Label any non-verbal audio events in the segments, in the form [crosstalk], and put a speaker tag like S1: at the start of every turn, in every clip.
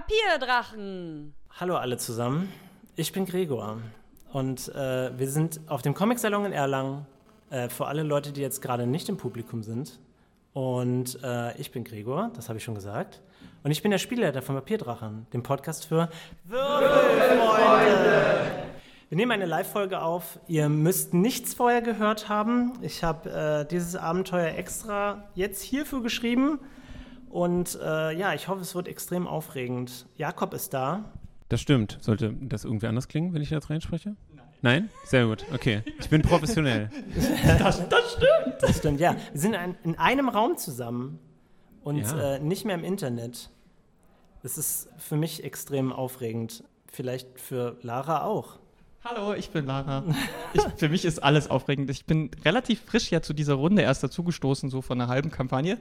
S1: Papierdrachen.
S2: Hallo alle zusammen, ich bin Gregor und äh, wir sind auf dem Comic-Salon in Erlangen äh, für alle Leute, die jetzt gerade nicht im Publikum sind. Und äh, ich bin Gregor, das habe ich schon gesagt. Und ich bin der Spielleiter von Papierdrachen, dem Podcast für Würfelfreunde. Wir nehmen eine Live-Folge auf. Ihr müsst nichts vorher gehört haben. Ich habe äh, dieses Abenteuer extra jetzt hierfür geschrieben. Und äh, ja, ich hoffe, es wird extrem aufregend. Jakob ist da.
S3: Das stimmt. Sollte das irgendwie anders klingen, wenn ich jetzt reinspreche? Nein. Nein? Sehr gut. Okay. Ich bin professionell.
S2: Das, stimmt. Das stimmt, ja. Wir sind ein, in einem Raum zusammen und
S3: Ja.
S2: äh, nicht mehr im Internet. Das ist für mich extrem aufregend. Vielleicht für Lara auch.
S4: Hallo, ich
S2: [laughs]
S4: bin Lara. Ich, für mich ist alles aufregend. Ich bin relativ frisch ja zu dieser Runde erst dazugestoßen, so von einer halben Kampagne.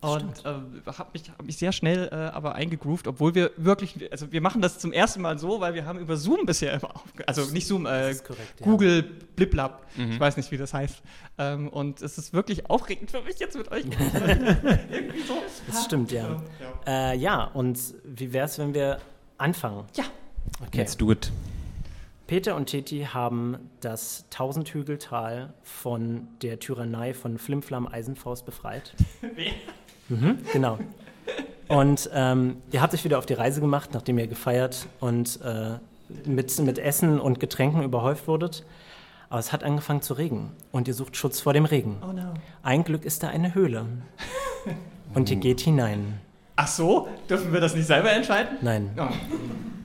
S4: Und ähm, habe mich, hab mich sehr schnell äh, aber eingegroovt, obwohl wir wirklich, also wir machen das zum ersten Mal so, weil wir haben über Zoom bisher immer aufge also nicht Zoom, äh,
S2: Das ist korrekt, ja.
S4: Google Bliblab, ich weiß nicht, wie das heißt. Ähm, und es ist wirklich aufregend für mich jetzt mit euch. Irgendwie so.
S2: Das stimmt, ja. Äh, ja, und wie wäre es, wenn wir anfangen?
S4: Ja,
S2: Okay.
S3: Let's do it.
S2: Peter und Titi haben das Tausendhügeltal von der Tyrannei von Flimflam Eisenfaust
S4: [laughs]
S2: befreit. mhm, genau. Und ähm, ihr habt euch wieder auf die Reise gemacht, nachdem ihr gefeiert und äh, mit, mit Essen und Getränken überhäuft wurdet. Aber es hat angefangen zu regnen und ihr sucht Schutz vor dem Regen.
S4: oh no.
S2: Ein Glück ist da eine Höhle. Und ihr geht hinein.
S4: Ach so, dürfen wir das nicht selber entscheiden?
S2: Nein,
S4: Ja,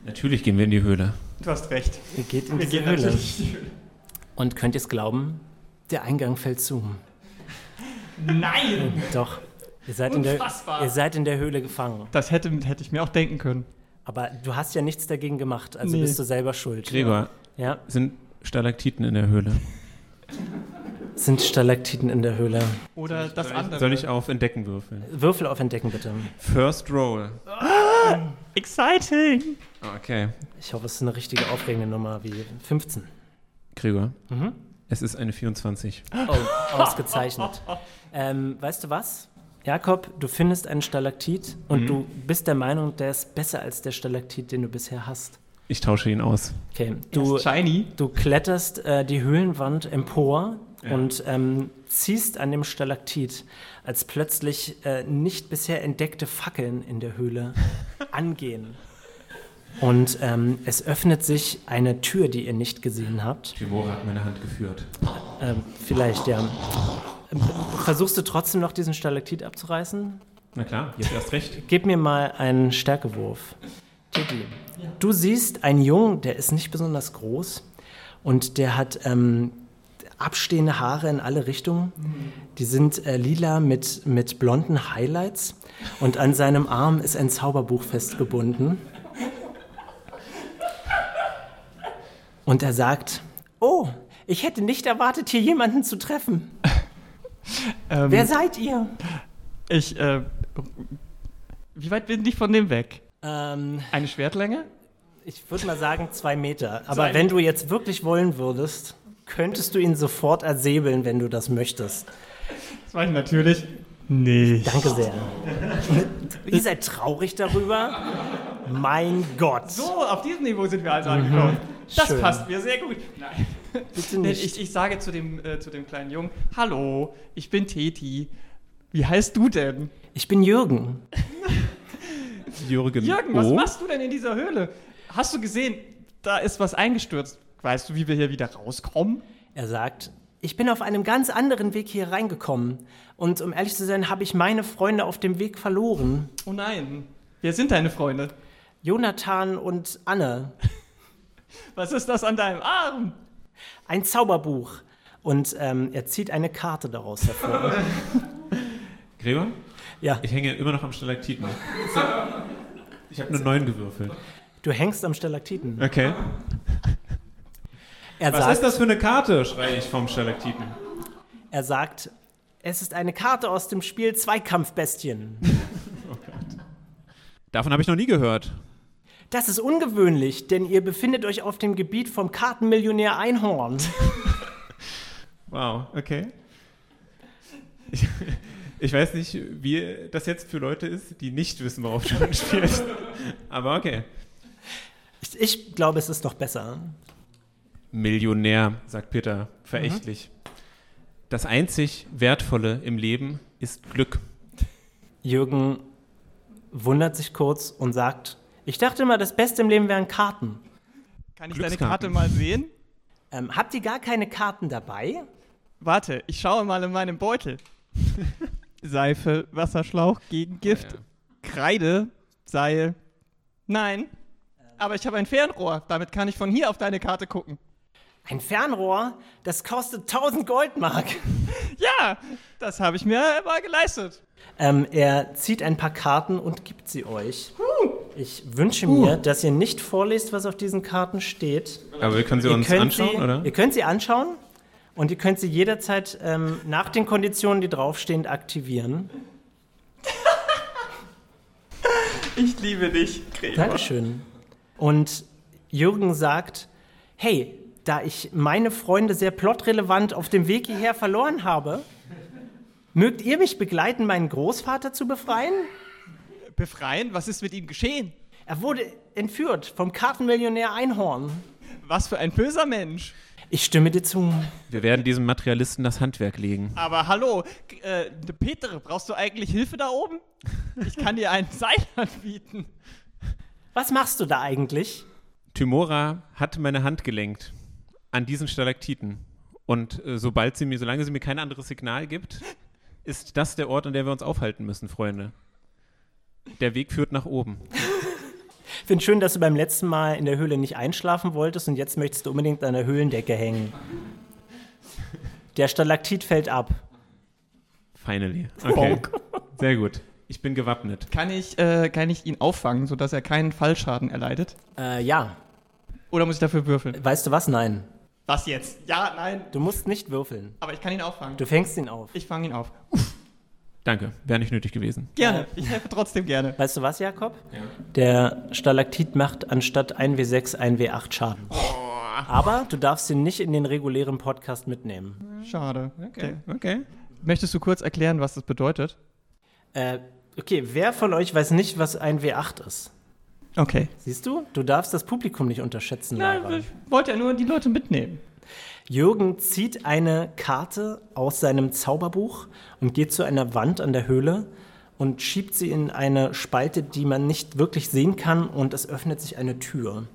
S3: Natürlich gehen wir in die Höhle.
S4: du hast recht.
S2: ihr geht in
S4: Wir
S2: diese
S4: gehen
S2: Höhle.
S4: natürlich [laughs] in die Höhle.
S2: Und könnt ihr es glauben? Der Eingang fällt zu.
S4: Nein!
S2: Doch. Ihr seid, in der,
S4: Unfassbar.
S2: ihr seid in der Höhle gefangen.
S4: Das hätte, hätte ich mir auch denken können.
S2: Aber du hast ja nichts dagegen gemacht, also
S4: Nee.
S2: bist du selber schuld.
S3: Gregor,
S2: Ja,
S3: sind Stalaktiten in der Höhle?
S2: sind Stalaktiten in der Höhle.
S4: Oder das andere.
S3: Soll ich auf Entdecken würfeln?
S2: Würfel auf Entdecken bitte.
S3: First Roll. Ah,
S4: Exciting!
S3: Okay.
S2: Ich hoffe, es ist eine richtige aufregende Nummer wie 15.
S3: Gregor,
S4: Mhm.
S3: es ist eine 24.
S2: Oh, ausgezeichnet. Ähm, weißt du was? Jakob, du findest einen Stalaktit und du bist der Meinung, der ist besser als der Stalaktit, den du bisher hast.
S3: Ich tausche ihn aus.
S2: Okay, du,
S4: Shiny.
S2: Du kletterst äh, die Höhlenwand empor und ähm, ziehst an dem Stalaktit, als plötzlich äh, nicht bisher entdeckte Fackeln in der Höhle angehen. Und ähm, es öffnet sich eine Tür, die ihr nicht gesehen habt.
S3: Timora hat meine Hand geführt.
S2: Ähm, vielleicht, ja. Ähm, Versuchst du trotzdem noch diesen Stalaktit abzureißen?
S3: Na klar, jetzt erst recht.
S2: Gib mir mal einen Stärkewurf. Titi, du siehst einen Jungen, der ist nicht besonders groß und der hat ähm, abstehende Haare in alle Richtungen. Die sind äh, lila mit, mit blonden Highlights und an seinem Arm ist ein Zauberbuch festgebunden. Und er sagt, oh, ich hätte nicht erwartet, hier jemanden zu treffen.
S4: Ähm,
S2: Wer seid ihr?
S4: ich, äh, wie weit bin ich von dem weg?
S2: Ähm,
S4: Eine Schwertlänge?
S2: Ich würde mal sagen zwei Meter. Aber wenn du jetzt wirklich wollen würdest, könntest du ihn sofort ersäbeln, wenn du das möchtest.
S4: Das war ich natürlich nicht.
S2: Danke sehr. [laughs] Ihr seid traurig darüber? Mein Gott.
S4: So, auf diesem Niveau sind wir also angekommen. Das
S2: Schön.
S4: passt mir sehr gut. Nein.
S2: Bitte
S4: Nee,
S2: nicht.
S4: Ich, ich sage zu dem, äh, zu dem kleinen Jungen, hallo, ich bin Teti. Wie heißt du denn?
S2: Ich bin Jürgen.
S3: Jürgen. Oh.
S4: Jürgen, was
S3: O.
S4: machst du denn in dieser Höhle? Hast du gesehen, da ist was eingestürzt. Weißt du, wie wir hier wieder rauskommen?
S2: Er sagt, ich bin auf einem ganz anderen Weg hier reingekommen. Und um ehrlich zu sein, habe ich meine Freunde auf dem Weg verloren.
S4: Oh nein. Wer sind deine Freunde?
S2: Jonathan und Anne.
S4: Was ist das an deinem Arm?
S2: Ein Zauberbuch. Und ähm, er zieht eine Karte daraus [laughs] hervor.
S3: Gregor,
S2: Ja,
S3: ich hänge immer noch am Stalaktiten. Ich habe nur 9 gewürfelt.
S2: du hängst am Stalaktiten.
S3: Okay.
S2: Er
S3: Was
S4: Also
S2: sagt,
S3: ist das für eine Karte, schreie ich vom Stalaktiten.
S2: Er sagt, es ist eine Karte aus dem Spiel Zweikampfbestien.
S3: Davon habe ich noch nie gehört.
S2: Das ist ungewöhnlich, denn ihr befindet euch auf dem Gebiet vom Kartenmillionär Einhorn.
S3: Wow, okay. Ich, [laughs] Ich weiß nicht, wie das jetzt für Leute ist, die nicht wissen, worauf du [laughs] spielst. Aber okay.
S2: Ich, ich glaube, es ist noch besser.
S3: Millionär, sagt Peter, verächtlich. Mhm. Das einzig Wertvolle im Leben ist Glück.
S2: Jürgen wundert sich kurz und sagt, ich dachte immer, das Beste im Leben wären Karten.
S4: Kann ich deine
S3: Glückskarten.
S4: Karte mal sehen?
S2: Ähm, habt ihr gar keine Karten dabei?
S4: Warte, ich schaue mal in meinem Beutel. [laughs] Seife, Wasserschlauch gegen Gift,
S3: Ja.
S4: Kreide, Seil. Nein, aber ich habe ein Fernrohr. Damit kann ich von hier auf deine Karte gucken.
S2: Ein Fernrohr, das kostet 1000 Goldmark.
S4: Ja, das habe ich mir mal geleistet.
S2: Ähm, er zieht ein paar Karten und gibt sie euch. Ich wünsche mir, dass ihr nicht vorlest, was auf diesen Karten steht.
S3: Aber wir können sie uns anschauen,
S2: sie,
S3: oder?
S2: Ihr könnt sie anschauen und ihr könnt sie jederzeit ähm, nach den Konditionen, die draufstehen, aktivieren.
S4: Ich liebe dich, Gregor.
S2: Dankeschön. Und Jürgen sagt, hey, da ich meine Freunde sehr plotrelevant auf dem Weg hierher verloren habe, mögt ihr mich begleiten, meinen Großvater zu befreien?
S4: Äh, Befreien? Was ist mit ihm geschehen?
S2: Er wurde entführt vom Kartenmillionär Einhorn.
S4: Was für ein böser Mensch.
S2: Ich stimme dir zu.
S3: Wir werden diesem Materialisten das Handwerk legen.
S4: Aber hallo, G- äh, Peter, brauchst du eigentlich Hilfe da oben? Ich kann dir ein Seil [laughs] anbieten.
S2: Was machst du da eigentlich?
S3: Tymora hat meine Hand gelenkt an diesen Stalaktiten. Und äh, sobald sie mir, solange sie mir kein anderes Signal gibt, ist das der Ort, an der wir uns aufhalten müssen, Freunde. Der Weg führt nach oben.
S2: Ich finde schön, dass du beim letzten Mal in der Höhle nicht einschlafen wolltest und jetzt möchtest du unbedingt an der Höhlendecke hängen. Der Stalaktit fällt ab.
S3: Finally. Okay. Sehr gut. Ich bin gewappnet.
S4: Kann ich, äh, kann ich ihn auffangen, sodass er keinen Fallschaden erleidet?
S2: Äh, ja.
S4: Oder muss ich dafür würfeln?
S2: Weißt du was? Nein.
S4: Was jetzt? Ja, nein,
S2: Du musst nicht würfeln.
S4: aber ich kann ihn auffangen.
S2: Du fängst ihn auf.
S4: Ich fange ihn auf.
S3: Danke. Wäre nicht nötig gewesen.
S4: Gerne, ich helfe trotzdem gerne.
S2: Weißt du was, Jakob? Ja. Der Stalaktit macht anstatt 1W6 1W8 Schaden. Aber du darfst ihn nicht in den regulären Podcast mitnehmen.
S4: Schade. Okay.
S3: Okay.
S4: Möchtest du kurz erklären, was das bedeutet?
S2: Äh, okay, wer von euch weiß nicht, was 1W8 ist?
S4: Okay.
S2: Siehst du? Du darfst das Publikum nicht unterschätzen, Lara.
S4: Nein, ich wollte ja nur die Leute mitnehmen.
S2: Jürgen zieht eine Karte aus seinem Zauberbuch und geht zu einer Wand an der Höhle und schiebt sie in eine Spalte, die man nicht wirklich sehen kann und es öffnet sich eine Tür.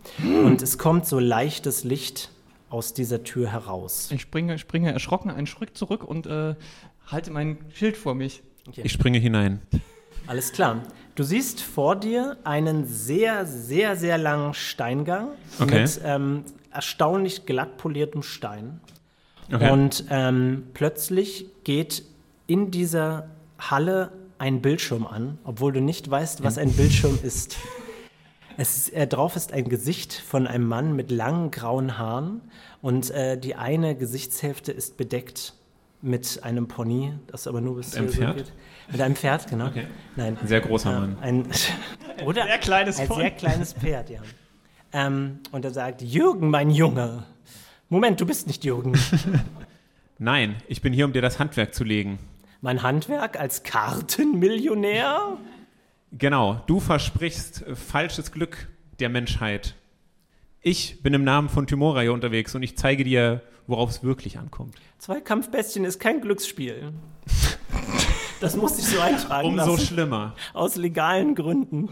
S2: Und es kommt so leichtes Licht aus dieser Tür heraus.
S4: Ich springe, springe erschrocken einen Schritt zurück und äh, halte mein Schild vor mich.
S3: Ich springe hinein.
S2: Alles klar. Du siehst vor dir einen sehr, sehr, sehr langen Steingang
S3: Okay.
S2: mit ähm, erstaunlich glatt poliertem Stein.
S3: Okay.
S2: Und ähm, plötzlich geht in dieser Halle ein Bildschirm an, obwohl du nicht weißt, was ein Bildschirm ist. Es ist, äh, drauf ist ein Gesicht von einem Mann mit langen grauen Haaren und äh, die eine Gesichtshälfte ist bedeckt mit einem Pony, das aber nur bis
S3: Mit einem
S2: hier
S3: Pferd?
S2: geht. Mit einem Pferd, genau.
S3: Okay.
S2: Nein.
S3: Ein sehr großer
S2: Ähm,
S3: Mann. [laughs]
S2: Ein, oder
S4: Sehr kleines
S2: ein
S4: Pony.
S2: sehr kleines Pferd, ja. Ähm, und er sagt, Jürgen, mein Junge. Moment, du bist nicht Jürgen.
S3: Nein, ich bin hier, um dir das Handwerk zu legen.
S2: Mein Handwerk als Kartenmillionär?
S3: Genau, du versprichst äh, falsches Glück der Menschheit. Ich bin im Namen von Tymora hier unterwegs und ich zeige dir, worauf es wirklich ankommt.
S2: Zweikampfbestien ist kein Glücksspiel. Das musste ich so eintragen
S3: Umso
S2: lassen,
S3: schlimmer.
S2: aus legalen Gründen.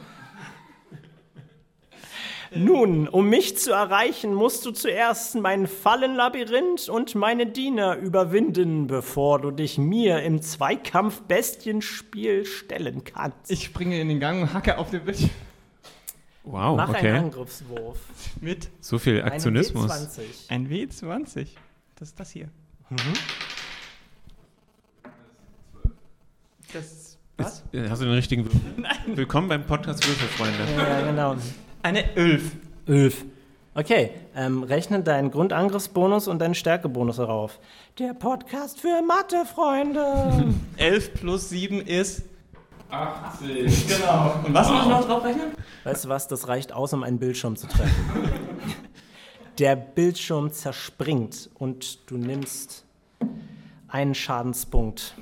S2: Nun, um mich zu erreichen, musst du zuerst mein Fallenlabyrinth und meine Diener überwinden, bevor du dich mir im Zweikampfbestienspiel stellen kannst.
S4: Ich springe in den Gang und hacke auf den Bildschirm
S3: Wow,
S2: Mach einen
S3: okay.
S2: Angriffswurf.
S4: mit
S3: So viel
S2: Einen
S3: Aktionismus.
S2: D20.
S4: ein W20. Das ist das hier.
S2: Mhm.
S4: Das was?
S3: Äh, Hast du den richtigen Würfel? Willkommen beim Podcast Würfelfreunde.
S2: Ja, genau.
S4: Eine 11.
S2: 11. Okay, ähm, rechne deinen Grundangriffsbonus und deinen Stärkebonus darauf. Der Podcast für
S4: [laughs]
S2: Mathe-Freunde.
S4: 11 plus 7 ist 80. Genau. Und was muss ich noch drauf rechnen?
S2: weißt du was, das reicht aus, um einen Bildschirm zu treffen. Der Bildschirm zerspringt und du nimmst einen Schadenspunkt.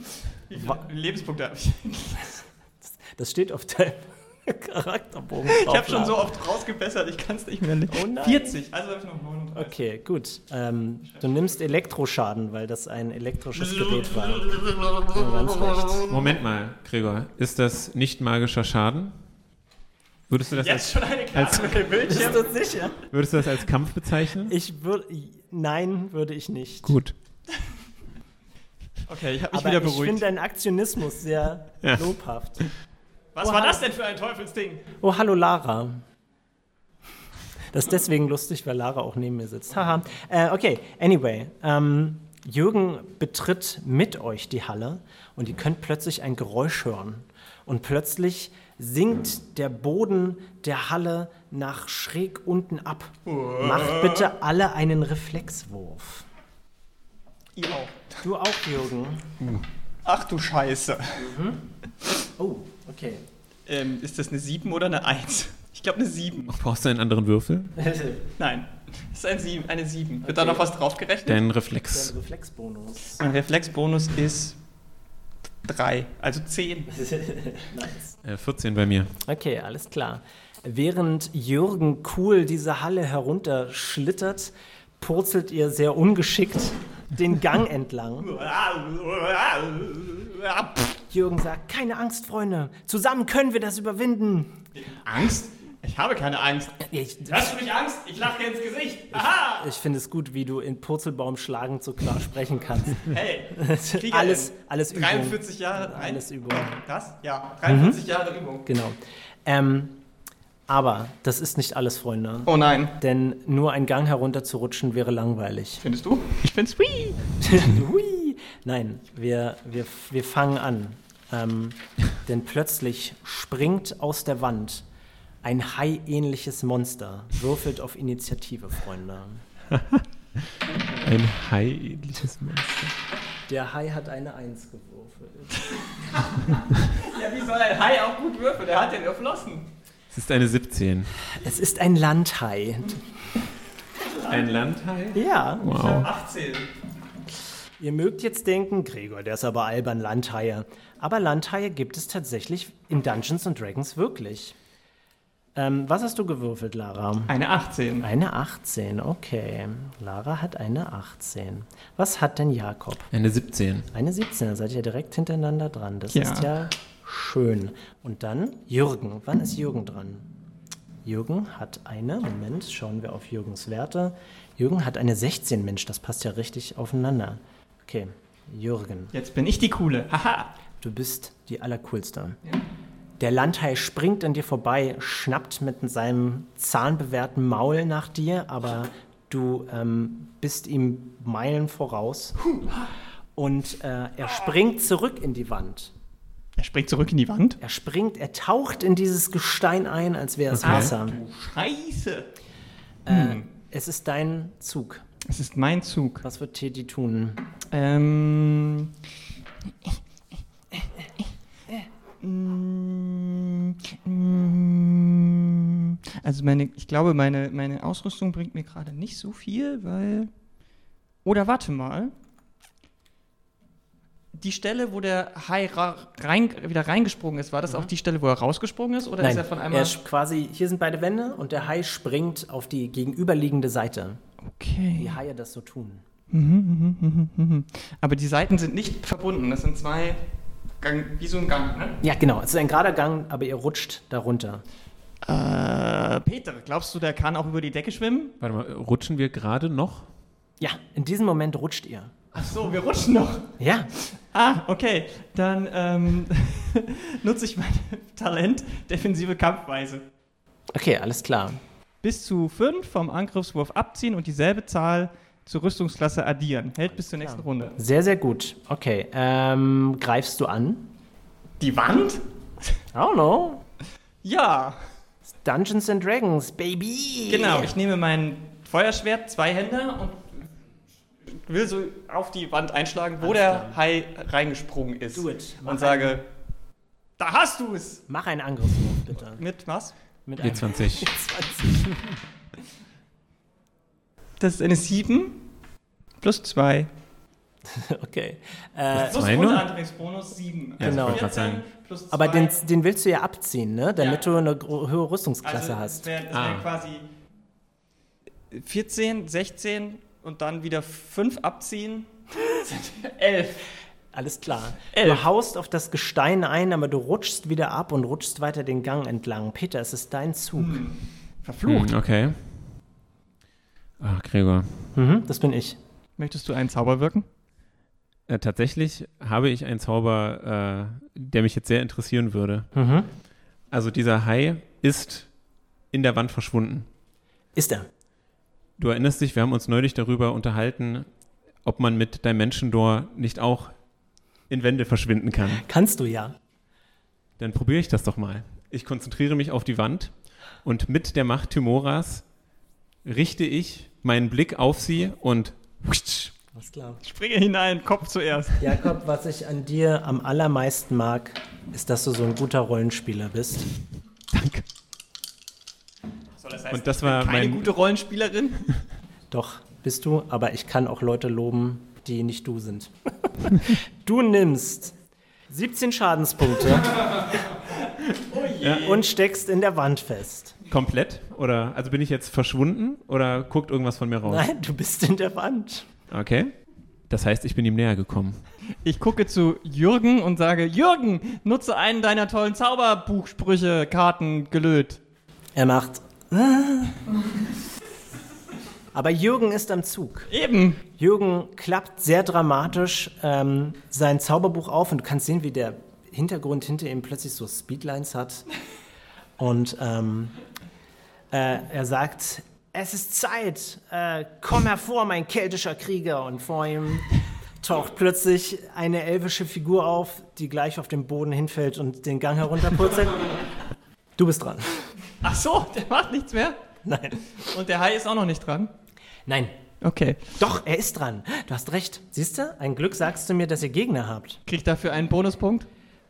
S4: Wie viele Lebenspunkte habe ich?
S2: Das steht auf deinem [laughs] Charakterbogen
S4: Ich habe schon so oft rausgebessert, ich kann es nicht mehr.
S2: Oh nein.
S4: 40, also habe ich noch 39.
S2: Okay, gut. Ähm, du nimmst Elektroschaden, weil das ein elektrisches Gerät war. Ja, ganz recht.
S3: Moment mal, Gregor. Ist das nicht magischer Schaden? Würdest du das,
S4: Jetzt
S3: als,
S4: schon eine Karte mit dem
S2: Bist
S4: Bildschirm.
S2: du sicher?
S3: würdest du das als Kampf bezeichnen?
S2: Ich würde. Nein, würde ich nicht.
S3: Gut.
S4: Okay, ich habe mich
S2: Aber
S4: wieder
S2: ich finde
S4: beruhigt.
S2: deinen Aktionismus
S4: [laughs]
S2: sehr
S3: Ja.
S2: lobhaft.
S4: Was war das denn für ein Teufelsding?
S2: Oh, hallo Lara. Das ist deswegen lustig, weil Lara auch neben mir sitzt. Haha. Äh, okay, anyway. Ähm, Jürgen betritt mit euch die Halle und ihr könnt plötzlich ein Geräusch hören. Und plötzlich sinkt der Boden der Halle nach schräg unten ab. Macht bitte alle einen Reflexwurf.
S4: Ihr auch.
S2: Du auch, Jürgen.
S4: Ach du Scheiße.
S2: Oh, okay. [laughs]
S4: Ähm, ist das eine 7 oder eine 1? Ich glaube eine 7.
S3: Brauchst du einen anderen Würfel?
S4: Nein, das ist ein Sieben, eine 7. Wird da
S2: Okay.
S4: noch was draufgerechnet?
S3: Deinen Reflex.
S2: Dein Reflexbonus.
S4: Mein Reflexbonus ist 3, also 10.
S2: nice.
S3: Äh, 14 bei mir.
S2: Okay, alles klar. Während Jürgen Kuhl diese Halle herunterschlittert, purzelt ihr sehr ungeschickt den Gang entlang. Jürgen sagt, keine Angst, Freunde, zusammen können wir das überwinden.
S4: Angst? Ich habe keine Angst.
S2: Ich,
S4: Hast du mich Angst? Ich lache dir ins Gesicht. Aha!
S2: ich finde es gut, wie du in Purzelbaum schlagend so klar sprechen [laughs] kannst.
S4: Hey, Kriegerin.
S2: alles, alles Übung.
S4: 43 Jahre. Alles. Mhm.
S2: Alles Übung.
S4: Das? Ja, 43 Jahre Übung.
S2: Genau. Ähm, aber das ist nicht alles, Freunde.
S4: Oh nein.
S2: Denn nur einen Gang herunter zu rutschen wäre langweilig.
S4: Findest du? Ich find's wie.
S2: Hui. Nein, wir, wir, wir fangen an. Ähm, denn plötzlich springt aus der Wand ein haiähnliches Monster. Würfelt auf Initiative, Freunde.
S3: Ein heiligtes Monster.
S2: Der Hai hat eine Eins gewürfelt.
S4: Ja, wie soll ein Hai auch gut würfeln? Der hat den erflossen.
S3: Es ist eine 17.
S2: Es ist ein Landhai.
S3: Ein Landhai?
S2: Ja.
S3: Wow.
S4: 18.
S2: Ihr mögt jetzt denken, Gregor, der ist aber albern, Landhaie. Aber Landhaie gibt es tatsächlich in Dungeons and Dragons wirklich. Ähm, was hast du gewürfelt, Lara?
S4: Eine 18.
S2: Eine 18, okay. Lara hat eine 18. Was hat denn Jakob?
S3: Eine 17.
S2: Eine 17, da seid ihr direkt hintereinander dran. Das
S4: Ja.
S2: ist ja schön. Und dann Jürgen. Wann ist Jürgen dran? Jürgen hat eine, Moment, schauen wir auf Jürgens Werte. Jürgen hat eine 16, Mensch, das passt ja richtig aufeinander. Okay, Jürgen,
S4: Jetzt bin ich die Coole. Haha.
S2: du bist die Allercoolste. Der Landhai springt an dir vorbei, schnappt mit seinem zahnbewehrten Maul nach dir, aber du ähm, bist ihm Meilen voraus. Und äh, er springt zurück in die Wand.
S4: Er springt zurück in die Wand.
S2: Er springt, er taucht in dieses Gestein ein, als wäre es
S3: Okay.
S2: Wasser.
S4: Scheiße.
S2: Es ist dein Zug.
S4: Es ist mein Zug.
S2: Was wird Teddy tun?
S4: Ähm. Mm, mm, Also meine, ich glaube, meine, meine Ausrüstung bringt mir gerade nicht so viel, weil. Oder warte mal. Die Stelle, wo der Hai ra rein, wieder reingesprungen ist, war das auch die Stelle, wo er rausgesprungen ist? Oder ist Mhm. er von einmal.
S2: er sch- quasi, hier sind beide Wände und der Hai springt auf die gegenüberliegende Seite.
S4: okay.
S2: Wie Haie das so tun.
S4: Aber die Seiten sind nicht verbunden. Das sind zwei Gang, wie so ein Gang, ne?
S2: Ja, genau. Es ist ein gerader Gang, aber ihr rutscht darunter.
S4: Äh, Peter, glaubst du, der kann auch über die Decke schwimmen?
S3: Warte mal, rutschen wir gerade noch?
S2: Ja, in diesem Moment rutscht ihr.
S4: Ach so, wir rutschen noch.
S2: Ja,
S4: Ah, okay. Dann ähm, [laughs] nutze ich mein [laughs] Talent defensive Kampfweise.
S2: okay, alles klar.
S4: Bis zu fünf vom Angriffswurf abziehen und dieselbe Zahl zur Rüstungsklasse addieren. Hält bis zur nächsten Runde.
S2: Sehr, sehr gut. Okay, ähm, greifst du an?
S4: Die Wand?
S2: I don't know.
S4: Ja.
S2: Dungeons and Dragons, baby!
S4: Genau, ich nehme mein Feuerschwert, zwei Hände und will so auf die Wand einschlagen, wo
S2: Alles
S4: der
S2: klar.
S4: Hai reingesprungen ist.
S2: Do it. Mach
S4: Und sage, da hast du es!
S2: Mach einen Angriffswurf, bitte.
S4: Mit was?
S2: Mit einem
S3: 20.
S2: 20.
S4: Das ist eine 7 plus 2.
S2: [laughs] okay. Äh,
S4: Plus
S3: Zwei nur?
S4: Grundantriebsbonus 7.
S3: Ja,
S2: Genau.
S3: ich wollte gerade sagen.
S4: plus 2.
S2: aber den, den willst du ja abziehen, ne? damit
S4: Ja.
S2: du eine gro- höhere Rüstungsklasse
S4: Also das
S2: hast.
S4: wär- das
S3: Ah.
S4: wär quasi 14, 16 und dann wieder 5 abziehen. 11.
S2: Alles klar.
S4: Elf.
S2: Du haust auf das Gestein ein, aber du rutschst wieder ab und rutschst weiter den Gang entlang. Peter, es ist dein Zug.
S4: Verflucht.
S3: Hm, okay. Ach, Gregor.
S2: Mhm, das bin ich.
S4: Hm. Möchtest du einen Zauber wirken?
S3: Äh, tatsächlich habe ich einen Zauber, äh, der mich jetzt sehr interessieren würde.
S2: Mhm.
S3: Also dieser Hai ist in der Wand verschwunden.
S2: Ist er.
S3: Du erinnerst dich, wir haben uns neulich darüber unterhalten, ob man mit Dimension Door nicht auch in Wände verschwinden kann.
S2: Kannst du ja.
S3: Dann probiere ich das doch mal. Ich konzentriere mich auf die Wand und mit der Macht Timoras richte ich meinen Blick auf sie und
S2: Alles klar.
S4: Springe hinein, Kopf zuerst.
S2: Jakob, was ich an dir am allermeisten mag, ist, dass du so ein guter Rollenspieler bist.
S3: danke.
S4: Soll das heißen,
S3: Und das ich bin war
S4: keine
S3: keine mein-
S4: gute
S3: gute
S4: Rollenspielerin?
S2: Doch, bist du, aber ich kann auch Leute loben, die nicht du sind. du nimmst 17 Schadenspunkte und steckst in der Wand fest.
S3: Komplett? Oder also bin ich jetzt verschwunden oder guckt irgendwas von mir raus?
S2: Nein, du bist in der Wand.
S3: Okay. Das heißt, ich bin ihm näher gekommen.
S4: [laughs] Ich gucke zu Jürgen und sage, Jürgen, nutze einen deiner tollen Zauberbuchsprüche, Karten, gelöt.
S2: Er macht. "Ah." Aber Jürgen ist am Zug.
S4: Eben.
S2: Jürgen klappt sehr dramatisch ähm, sein Zauberbuch auf und du kannst sehen, wie der Hintergrund hinter ihm plötzlich so Speedlines hat. Und ähm, äh, er sagt, es ist Zeit, äh, komm hervor, mein keltischer Krieger. Und vor ihm taucht plötzlich eine elvische Figur auf, die gleich auf den Boden hinfällt und den Gang herunterpurzelt. Du bist dran. [laughs]
S4: Ach so, der macht nichts mehr.
S2: Nein.
S4: Und der Hai ist auch noch nicht dran.
S2: Nein.
S4: Okay.
S2: Doch, er ist dran. Du hast recht. Siehst du? Ein Glück sagst du mir, dass ihr Gegner habt.
S4: Krieg dafür einen Bonuspunkt.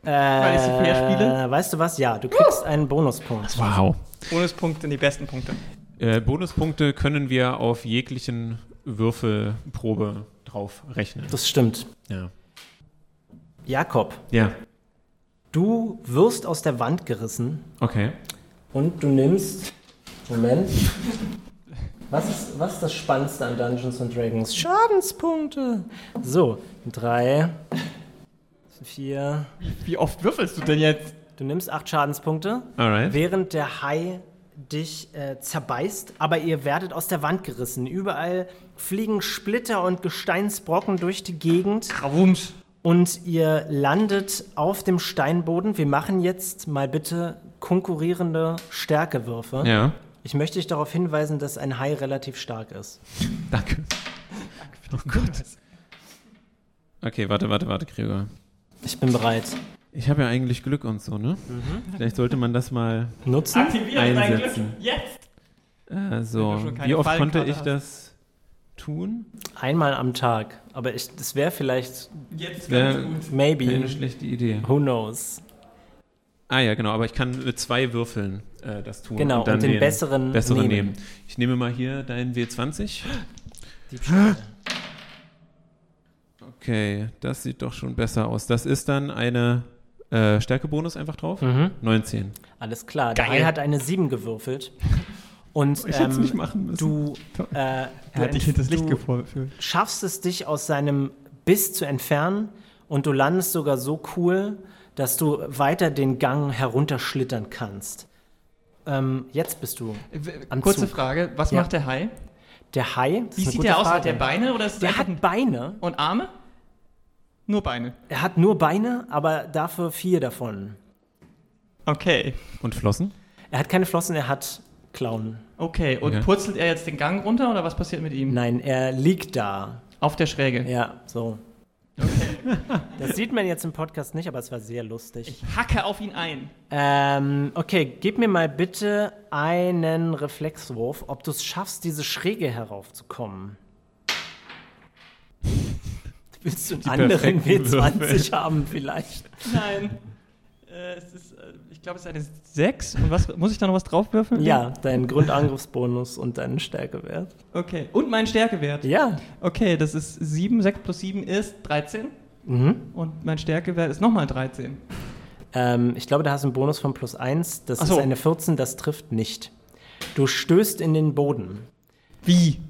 S2: Äh,
S4: Weil ich so fair spiele?
S2: Weißt du was? Ja, du kriegst einen Bonuspunkt.
S3: Wow.
S4: Bonuspunkt sind die besten Punkte.
S3: Äh, Bonuspunkte können wir auf jeglichen Würfelprobe drauf rechnen.
S2: Das stimmt.
S3: Ja.
S2: Jakob,
S3: Ja.
S2: du wirst aus der Wand gerissen
S3: Okay.
S2: und du nimmst. Moment. Was ist, was ist das Spannendste an Dungeons and Dragons? Schadenspunkte. So, drei, vier.
S4: Wie oft würfelst du denn jetzt?
S2: Du nimmst acht Schadenspunkte,
S3: Alright.
S2: während der Hai dich äh, zerbeißt, aber ihr werdet aus der Wand gerissen. Überall fliegen Splitter und Gesteinsbrocken durch die Gegend.
S4: Krawums.
S2: Und ihr landet auf dem Steinboden. Wir machen jetzt mal bitte konkurrierende Stärkewürfe.
S3: Ja.
S2: Ich möchte dich darauf hinweisen, dass ein Hai relativ stark ist.
S3: Danke. Oh Gott. Okay, warte, warte, warte, Gregor.
S2: Ich bin bereit.
S3: Ich habe ja eigentlich Glück und so, ne?
S4: Mhm.
S3: Vielleicht sollte man das mal
S2: Nutzen?
S4: Aktiviere dein
S3: Einsetzen.
S4: Glück jetzt.
S3: äh,
S4: Wenn du
S3: so.
S4: schon keine
S3: Wie oft
S4: Fallenkarte
S3: konnte ich
S4: hast.
S3: das tun?
S2: Einmal am Tag. Aber ich, das wäre vielleicht,
S4: Jetzt
S3: Wer-
S4: ganz gut.
S3: Keine
S2: maybe,
S3: schlechte Idee.
S2: who knows.
S3: Ah ja, genau, aber ich kann mit zwei Würfeln äh, das tun.
S2: Genau, und,
S3: dann
S2: den, besseren,
S3: besseren nehmen.
S2: nehmen.
S3: Ich nehme mal hier deinen W20.
S2: Diebstahl.
S3: Okay, das sieht doch schon besser aus. Das ist dann eine äh, Stärkebonus einfach drauf. 19.
S2: Alles klar. Der
S4: Geil.
S2: Hai hat eine 7 gewürfelt. Und
S3: Ich hätte es nicht
S2: ähm,
S3: machen müssen.
S2: du, äh,
S4: Er hat
S2: du
S4: dich hinters
S2: du-
S4: Licht geführt.
S2: schaffst es, dich aus seinem Biss zu entfernen und du landest sogar so cool, dass du weiter den Gang herunterschlittern kannst. Ähm, jetzt bist du. Am
S4: Kurze
S2: Zug.
S4: Frage, was
S2: Ja.
S4: macht der Hai?
S2: Der Hai. das
S4: Wie
S2: ist eine
S4: sieht
S2: gute
S4: der aus? Hat
S2: Frage.
S4: der Beine oder ist
S2: Der
S4: einfach
S2: hat Beine.
S4: ein- und Arme? Nur Beine.
S2: Er hat nur Beine, aber dafür vier davon.
S4: Okay.
S3: Und Flossen?
S2: Er hat keine Flossen, er hat Klauen.
S4: Okay, und
S3: Okay.
S4: purzelt er jetzt den Gang runter oder was passiert mit ihm?
S2: Nein, er liegt da.
S4: Auf der Schräge.
S2: Ja, so. Das sieht man jetzt im Podcast nicht, aber es war sehr lustig.
S4: Ich hacke auf ihn ein.
S2: Ähm, okay, gib mir mal bitte einen Reflexwurf, ob du es schaffst, diese Schräge heraufzukommen. Willst du einen anderen
S3: perfekten
S2: W20 haben vielleicht?
S4: Nein. [laughs] Äh, es ist, äh, ich Ich glaube, es ist eine 6. Und was muss ich da noch was draufwürfeln?
S2: Ja, deinen Grundangriffsbonus und deinen Stärkewert.
S4: Okay. Und mein Stärkewert.
S2: Ja.
S4: Okay, das ist 7. 6 plus 7 ist 13.
S2: Mhm.
S4: Und mein Stärkewert ist nochmal 13.
S2: Ähm, ich glaube, da hast du einen Bonus von plus 1. Das
S4: Ach so.
S2: ist eine 14, das trifft nicht. Du stößt in den Boden.
S4: Wie?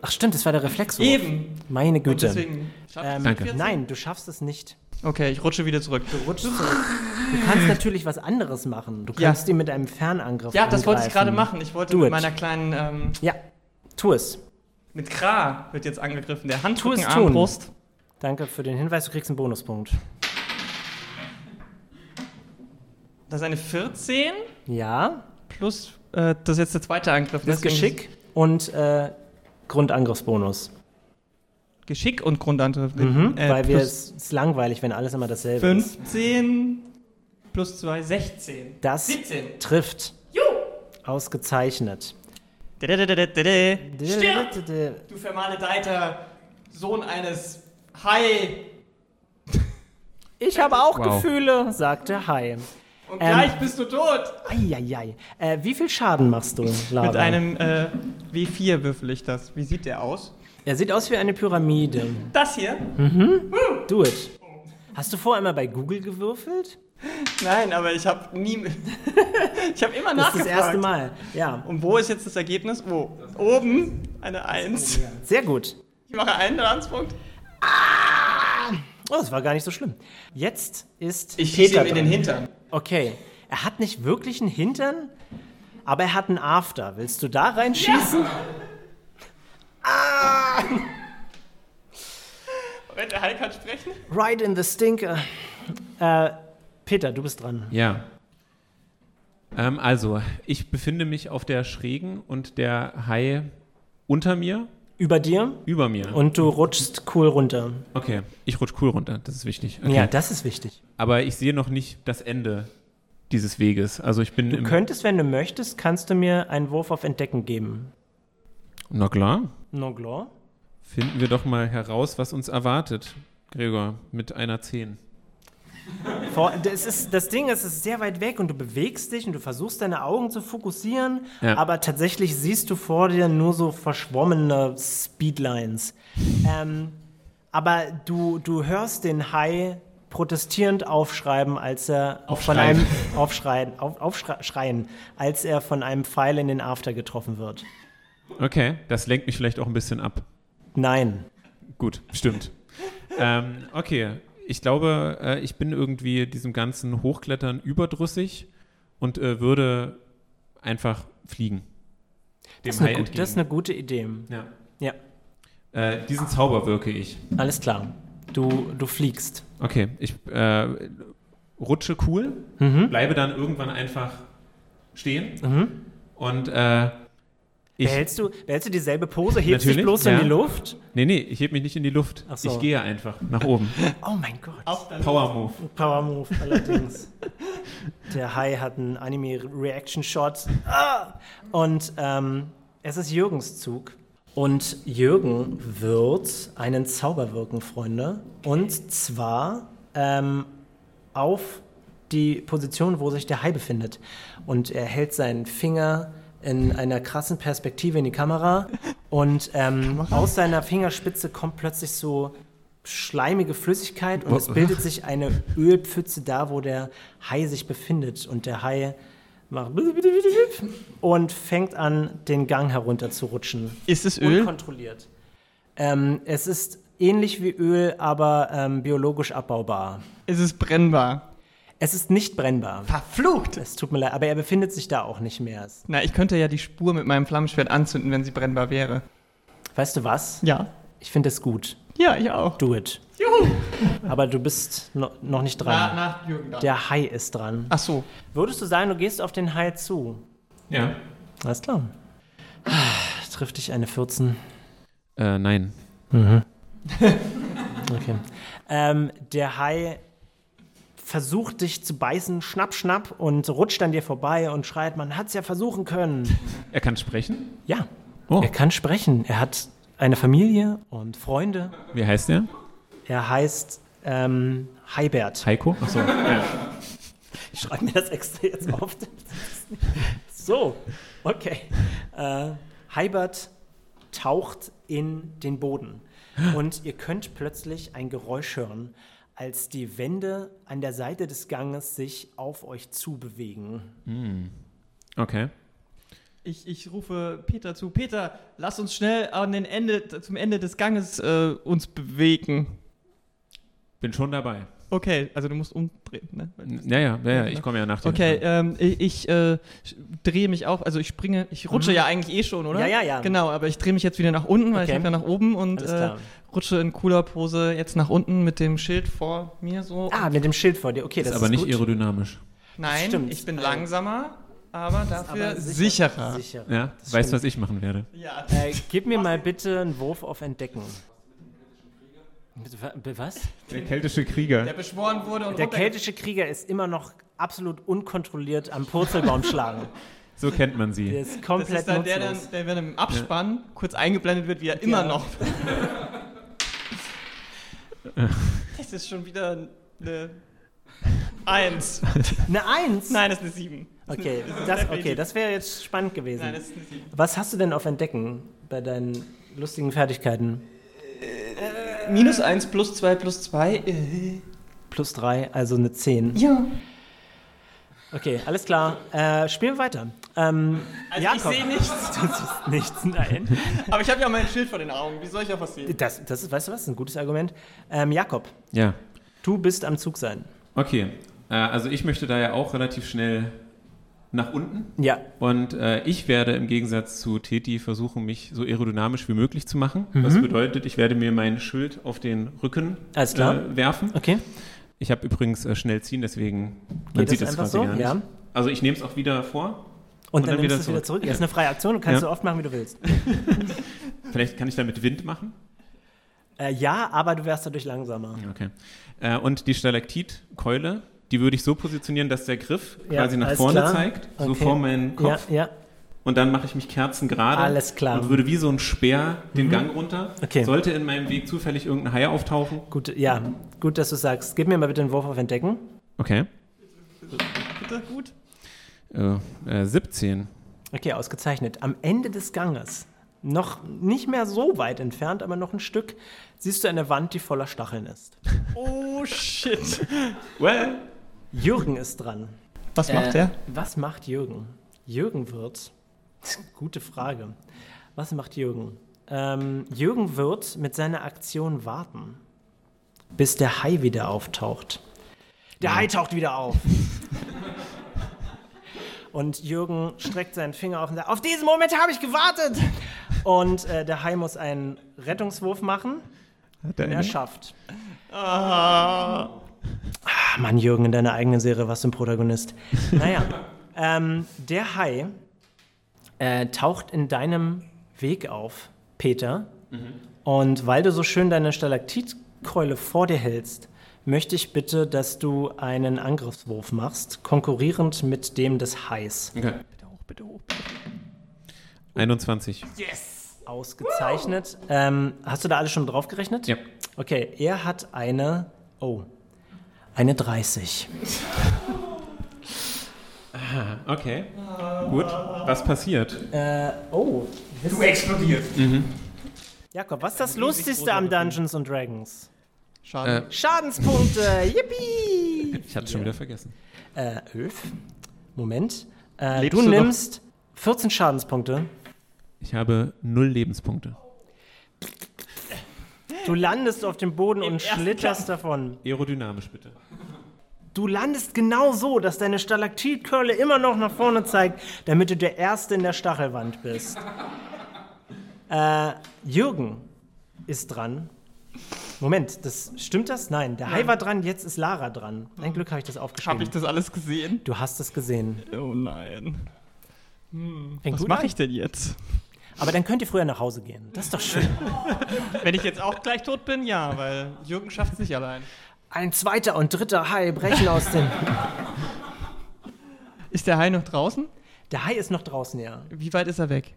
S2: Ach stimmt, das war der Reflexwurf.
S4: Eben.
S2: Meine
S4: Und
S2: Güte.
S4: deswegen schaffe ich
S2: Ähm,
S3: Danke.
S4: 14?
S2: Nein, du schaffst es nicht.
S4: Okay, ich rutsche wieder zurück.
S2: Du rutschst zurück. Du kannst natürlich was anderes machen. Du
S4: Ja.
S2: kannst ihn mit einem Fernangriff
S4: Ja, das wollte ich
S2: angreifen.
S4: gerade machen. Ich wollte
S2: Do
S4: mit
S2: it.
S4: meiner kleinen, ähm,
S2: Ja, tu es.
S4: mit Kra wird jetzt angegriffen. Der
S2: Tu es
S4: Handrücken,
S2: tun.
S4: Arm, Brust.
S2: Danke für den Hinweis, du kriegst einen Bonuspunkt.
S4: Das ist eine 14
S2: Ja,
S4: plus, äh, das ist jetzt der zweite Angriff.
S2: das
S4: Deswegen-
S2: Geschick und äh, Grundangriffsbonus.
S4: Geschick und Grundangriff.
S2: Mhm,
S4: Äh,
S2: weil wir
S4: plus
S2: es ist langweilig, wenn alles immer dasselbe ist.
S4: 15 plus 2, 16.
S2: Das
S4: 17.
S2: trifft. Ausgezeichnet.
S4: Dä-dä-dä-dä-dä-dä. Stirb,
S2: Dä-
S4: du vermaledeiter Sohn eines Hai.
S2: Ich habe auch
S3: Wow.
S2: Gefühle, sagte Hai.
S4: Und
S2: Ähm.
S4: gleich bist du tot.
S2: Eieiei. Äh, wie viel Schaden machst du, Lara?
S4: Mit einem äh, W4 würfel ich das. Wie sieht der aus?
S2: Er sieht aus wie eine Pyramide.
S4: Das hier?
S2: Do it. Hast du vorher mal bei Google gewürfelt?
S4: Nein, aber ich habe nie. [laughs] ich habe immer
S2: Das
S4: nachgefragt.
S2: ist das erste Mal. Ja,
S4: Und wo ist jetzt das Ergebnis? Oh, oben eine 1.
S2: sehr gut.
S4: Ich mache einen Transpunkt.
S2: Oh, das war gar nicht so schlimm. Jetzt ist
S4: Ich schieße
S2: Peter
S4: ihm in den
S2: dran.
S4: Hintern.
S2: Okay. Er hat nicht wirklich einen Hintern, aber er hat einen After. Willst du da reinschießen? Ah!
S4: Wenn der Hulk kann sprechen.
S2: Right in the stinker. Äh, Peter, du bist dran.
S3: Ja. Ähm, also, ich befinde mich auf der Schrägen und der Hai unter mir,
S2: Über dir
S3: über mir.
S2: und du rutschst cool runter.
S3: okay, ich rutsch cool runter, das ist wichtig. Okay.
S2: Ja, das ist wichtig.
S3: Aber ich sehe noch nicht das Ende dieses Weges. Also ich bin
S2: Du
S3: im...
S2: könntest, wenn du möchtest, kannst du mir einen Wurf auf Entdecken geben.
S3: Na klar.
S2: Noglor?
S3: Finden wir doch mal heraus, was uns erwartet, Gregor, mit einer 10.
S2: Vor, das, ist, das Ding ist, es ist sehr weit weg und du bewegst dich und du versuchst deine Augen zu fokussieren,
S3: Ja.
S2: aber tatsächlich siehst du vor dir nur so verschwommene Speedlines. Ähm, aber du, du hörst den Hai protestierend aufschreiben, als er von
S3: Aufschreien.
S2: einem [laughs] aufschreien, auf, aufschreien, als er von einem Pfeil in den After getroffen wird.
S3: Okay, das lenkt mich vielleicht auch ein bisschen ab.
S2: Nein.
S3: Gut,
S2: [laughs]
S3: stimmt. ähm, okay, ich glaube, äh, ich bin irgendwie diesem ganzen Hochklettern überdrüssig und äh, würde einfach fliegen.
S2: Das ist, eine, gut-
S3: entgegen.
S2: das ist eine gute Idee.
S3: ja.
S2: Ja,
S3: äh, diesen Zauber wirke ich.
S2: alles klar. Du, du fliegst.
S3: Okay, ich äh, rutsche cool,
S2: Mhm.
S3: bleibe dann irgendwann einfach stehen und äh, ich,
S2: Mhm. Behältst du, behältst du dieselbe Pose, hebst dich
S3: Natürlich,
S2: bloß in
S3: ja.
S2: die Luft?
S3: Nee, nee, ich heb mich nicht in die Luft.
S2: Ach so.
S3: Ich gehe einfach nach oben.
S2: [laughs] Oh mein Gott.
S4: Auf dann.
S3: Power Move.
S2: Power Move allerdings. [laughs] Der Hai hat einen Anime-Reaction-Shot. Ah! Und ähm, es ist Jürgens Zug. Und Jürgen wird einen Zauber wirken, Freunde. Und zwar ähm, auf die Position, wo sich der Hai befindet. Und er hält seinen Finger in einer krassen Perspektive in die Kamera. Und ähm, aus seiner Fingerspitze kommt plötzlich so schleimige Flüssigkeit und es bildet sich eine Ölpfütze da, wo der Hai sich befindet. Und der Hai macht [laughs] und fängt an, den Gang herunterzurutschen.
S4: Ist es Öl?
S2: Unkontrolliert. Ähm, es ist ähnlich wie Öl, aber ähm, biologisch abbaubar.
S4: Ist es brennbar?
S2: Es ist nicht brennbar.
S4: Verflucht!
S2: Es tut mir leid, aber er befindet sich da auch nicht mehr. Es-
S4: Na, ich könnte ja die Spur mit meinem Flammenschwert anzünden, wenn sie brennbar wäre.
S2: Weißt du was?
S4: Ja.
S2: Ich finde es gut.
S4: Ja, ich auch.
S2: Do it.
S4: Juhu!
S2: Aber du bist no noch nicht
S4: Na,
S2: dran.
S4: nach Jürgen da.
S2: Der Hai ist dran.
S4: Ach so.
S2: Würdest du sagen, du gehst auf den Hai zu?
S3: Ja.
S2: Alles klar. Trifft dich eine 14.
S3: Äh, nein.
S2: Okay. Ähm, der Hai versucht dich zu beißen, schnapp, schnapp, und rutscht an dir vorbei und schreit, man hat's ja versuchen können.
S3: Er kann sprechen?
S2: Ja,
S3: Oh,
S2: er kann sprechen. Er hat eine Familie und Freunde.
S3: wie heißt der?
S2: Er heißt ähm, Haibert.
S3: Heiko? Achso. ja.
S2: Ich schreibe mir das extra jetzt
S3: [laughs]
S2: auf. So, okay. Äh, Heibert taucht in den Boden und ihr könnt plötzlich ein Geräusch hören, als die Wände an der Seite des Ganges sich auf euch zubewegen.
S3: Okay.
S4: Ich, ich rufe Peter zu. Peter, lass uns schnell an den Ende, zum Ende des Ganges äh, uns bewegen.
S3: Bin schon dabei.
S4: Okay, also du musst umdrehen, ne? Weil das-
S3: Ja, ja, ja, ja ich komme ja nach dir.
S4: Okay, ähm, ich, ich äh, sch- drehe mich auf, also ich springe, ich rutsche ja eigentlich eh schon, oder?
S2: Mhm. Ja, ja, ja.
S4: Genau, aber ich drehe mich jetzt wieder nach unten, weil ich
S2: Okay.
S4: habe ja nach oben und
S2: Alles
S4: äh,
S2: klar.
S4: rutsche in cooler Pose jetzt nach unten mit dem Schild vor mir so.
S2: Ah, mit dem Schild vor dir. Okay, das
S3: ist
S2: ist,
S3: aber nicht
S2: gut.
S3: aerodynamisch.
S4: Nein,
S2: stimmt.
S4: ich bin
S2: Äh,
S4: langsamer, aber dafür
S2: Aber
S4: sicherer.
S2: sicherer.
S3: Ja,
S2: Das
S3: weißt du,
S2: stimmt.
S3: was ich machen werde?
S4: Ja.
S2: Äh, gib mir mal bitte einen Wurf auf Entdecken. Bitte, wa- bi- Was?
S3: Der keltische
S4: Der
S3: Krieger.
S4: beschworen wurde und
S2: Der
S4: runter-
S2: keltische Krieger ist immer noch absolut unkontrolliert am Purzelbaum schlagen. [laughs]
S3: So kennt man
S2: Der
S3: sie.
S2: ist
S4: Das
S2: komplett
S4: ist dann der,
S2: nutzlos.
S4: [laughs] dann, der wenn im Abspann kurz eingeblendet wird, wie er immer [laughs] noch. das ist schon wieder eine Eins.
S2: Eine Eins?
S4: Nein, das ist eine Sieben.
S2: Okay, das, okay, das wäre jetzt spannend gewesen.
S4: Nein, das ist eine Sieben.
S2: Was hast du denn auf Entdecken bei deinen lustigen Fertigkeiten?
S4: Minus eins plus zwei plus zwei. äh,
S2: Plus drei, also eine Zehn.
S4: ja.
S2: Okay, alles klar. Äh, spielen wir weiter. Ähm,
S4: Also
S2: Jakob.
S4: ich sehe nichts,
S2: Du siehst nichts, nein.
S4: aber ich habe ja mein Schild vor den Augen. Wie soll ich auch was sehen?
S2: Das, das ist, weißt du was, ein gutes Argument. Ähm, Jakob,
S3: Ja.
S2: du bist am Zug sein.
S3: Okay. Äh, also ich möchte da ja auch relativ schnell nach unten.
S2: Ja,
S3: Und äh, ich werde im Gegensatz zu Teti versuchen, mich so aerodynamisch wie möglich zu machen.
S2: Mhm.
S3: Was bedeutet, ich werde mir mein Schild auf den Rücken
S2: Alles klar.
S3: Äh, werfen.
S2: okay.
S3: Ich habe übrigens äh, schnell ziehen, deswegen man
S2: Geht
S3: sieht
S2: das
S3: es
S2: einfach
S3: quasi
S2: so?
S3: gar nicht.
S2: Ja.
S3: Also ich nehme es auch wieder vor.
S2: Und, dann, nimmst du es wieder zurück. Das ist eine freie Aktion, du kannst
S3: Ja.
S2: so oft machen, wie du willst.
S3: Vielleicht kann ich damit Wind machen.
S2: Äh, ja, aber du wärst dadurch langsamer.
S3: Okay. Äh, und die Stalaktitkeule, die würde ich so positionieren, dass der Griff
S2: Ja,
S3: quasi nach
S2: alles
S3: vorne
S2: klar.
S3: zeigt, so
S2: Okay.
S3: vor meinen Kopf.
S2: Ja, ja.
S3: Und dann mache ich mich kerzengerade.
S2: Alles klar. Mhm.
S3: Und würde wie so ein Speer den Gang runter.
S2: Okay.
S3: Sollte in meinem Weg zufällig irgendein Hai auftauchen.
S2: Gut, ja, gut, dass du sagst. Gib mir mal bitte einen Wurf auf Entdecken.
S3: Okay.
S4: Bitte, gut.
S3: Äh, äh, 17.
S2: Okay, ausgezeichnet. Am Ende des Ganges, noch nicht mehr so weit entfernt, aber noch ein Stück, siehst du eine Wand, die voller Stacheln ist.
S4: Oh shit.
S3: Well.
S2: Jürgen ist dran.
S4: Was macht der?
S2: Was macht Jürgen? Jürgen wird. Gute Frage. Was macht Jürgen? Ähm, Jürgen wird mit seiner Aktion warten, bis der Hai wieder auftaucht. Der Hai taucht wieder auf. [laughs] Und Jürgen streckt seinen Finger auf und sagt: Auf diesen Moment habe ich gewartet! Und äh, der Hai muss einen Rettungswurf machen.
S3: Hat er
S2: den Er
S3: eine?
S2: schafft.
S4: Ah.
S2: Ach Ah, Mann, Jürgen, in deiner eigenen Serie warst du ein Protagonist. Naja, ähm, der Hai äh, taucht in deinem Weg auf, Peter. Und weil du so schön deine Stalaktitkeule vor dir hältst, möchte ich bitte, dass du einen Angriffswurf machst, konkurrierend mit dem des Hais.
S3: Okay. Bitte hoch, bitte hoch. 21.
S2: Ausgezeichnet. Ähm, hast du da alles schon drauf gerechnet?
S3: Ja.
S2: Okay, er hat eine. Oh. Eine 30.
S3: Okay. Gut. Was passiert?
S2: Oh,
S4: Du explodierst.
S2: Jakob, was ist das Lustigste am Dungeons and Dragons?
S4: Schade.
S3: Äh,
S2: Schadenspunkte, [laughs] yippie!
S3: Ich hatte schon wieder vergessen.
S2: Äh, Öf, Moment. Äh,
S4: Lebst
S2: du
S4: du noch?
S2: nimmst 14 Schadenspunkte.
S3: Ich habe null Lebenspunkte.
S2: Du landest auf dem Boden und
S4: ersten
S2: schlitterst davon.
S3: Aerodynamisch bitte.
S2: Du landest genau so, dass deine Stalaktitkeule immer noch nach vorne zeigt, damit du der Erste in der Stachelwand
S4: [laughs]
S2: bist. äh, Jürgen ist dran. Moment, das stimmt das? Nein, der Hai war dran, jetzt ist Lara dran. Ein Glück habe ich das aufgeschrieben.
S4: Habe ich das alles gesehen?
S2: du hast es gesehen.
S4: Oh nein.
S2: Fängt
S4: Was
S2: gut
S4: mache
S2: an.
S4: ich denn jetzt?
S2: Aber dann könnt ihr früher nach Hause gehen. Das ist doch
S4: [laughs]
S2: schön.
S4: Wenn ich jetzt auch gleich tot bin, ja, weil Jürgen schafft es nicht allein.
S2: Ein zweiter und dritter Hai brechen aus dem.
S4: Ist der Hai noch draußen?
S2: Der Hai ist noch draußen, ja.
S4: Wie weit ist er weg?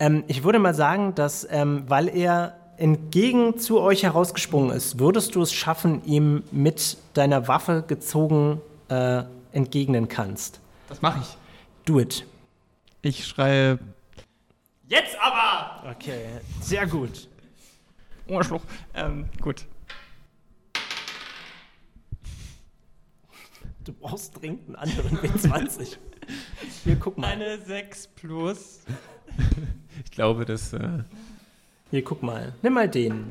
S2: Ähm, ich würde mal sagen, dass, ähm, weil er entgegen zu euch herausgesprungen ist, würdest du es schaffen, ihm mit deiner Waffe gezogen äh, entgegnen kannst.
S4: Das mache ich.
S2: Do it.
S4: Ich schreie. Jetzt aber!
S2: Okay, sehr gut.
S4: Ohrschluch. Ähm, gut.
S2: Du brauchst dringend einen anderen W20. Hier, guck mal.
S4: Eine 6 plus.
S3: Ich glaube, das, äh,
S2: Hier, guck mal. Nimm mal den.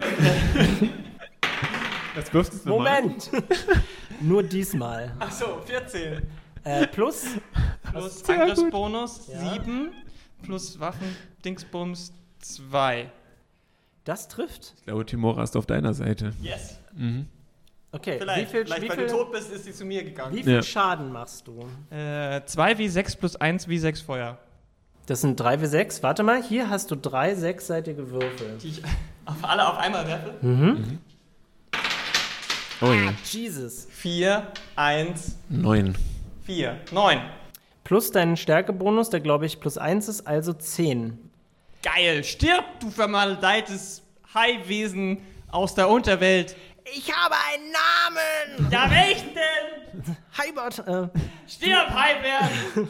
S3: das wirft es
S2: Moment! [laughs] Nur diesmal.
S4: Achso, 14.
S2: Äh, plus,
S4: Plus
S3: Sehr gut.
S4: Angriffsbonus
S2: Ja.
S4: 7. Plus Waffen-Dingsbums 2.
S2: das trifft.
S3: Ich glaube, Timora ist auf deiner Seite.
S4: Yes.
S2: Okay,
S4: Vielleicht,
S2: wie viel,
S4: vielleicht
S2: wie
S4: weil du
S2: viel,
S4: tot bist, ist sie zu mir gegangen.
S2: wie viel
S3: Ja.
S2: Schaden machst du?
S4: Äh, 2 wie 6 plus 1 wie 6 Feuer.
S2: Das sind 3 w 6. Warte mal, hier hast du drei sechsseitige Würfel.
S4: Die ich auf alle auf einmal werfe.
S3: Oh ja.
S2: Jesus.
S4: 4, 1,
S3: Neun.
S4: 4, 9.
S2: Plus deinen Stärkebonus, der glaube ich plus 1 ist, also 10.
S4: Geil, stirb, du vermaledeutes Haiwesen aus der Unterwelt.
S2: Ich habe einen Namen!
S4: Ja, welchen denn?
S2: Heibert, äh,
S4: Stirb, Haibär!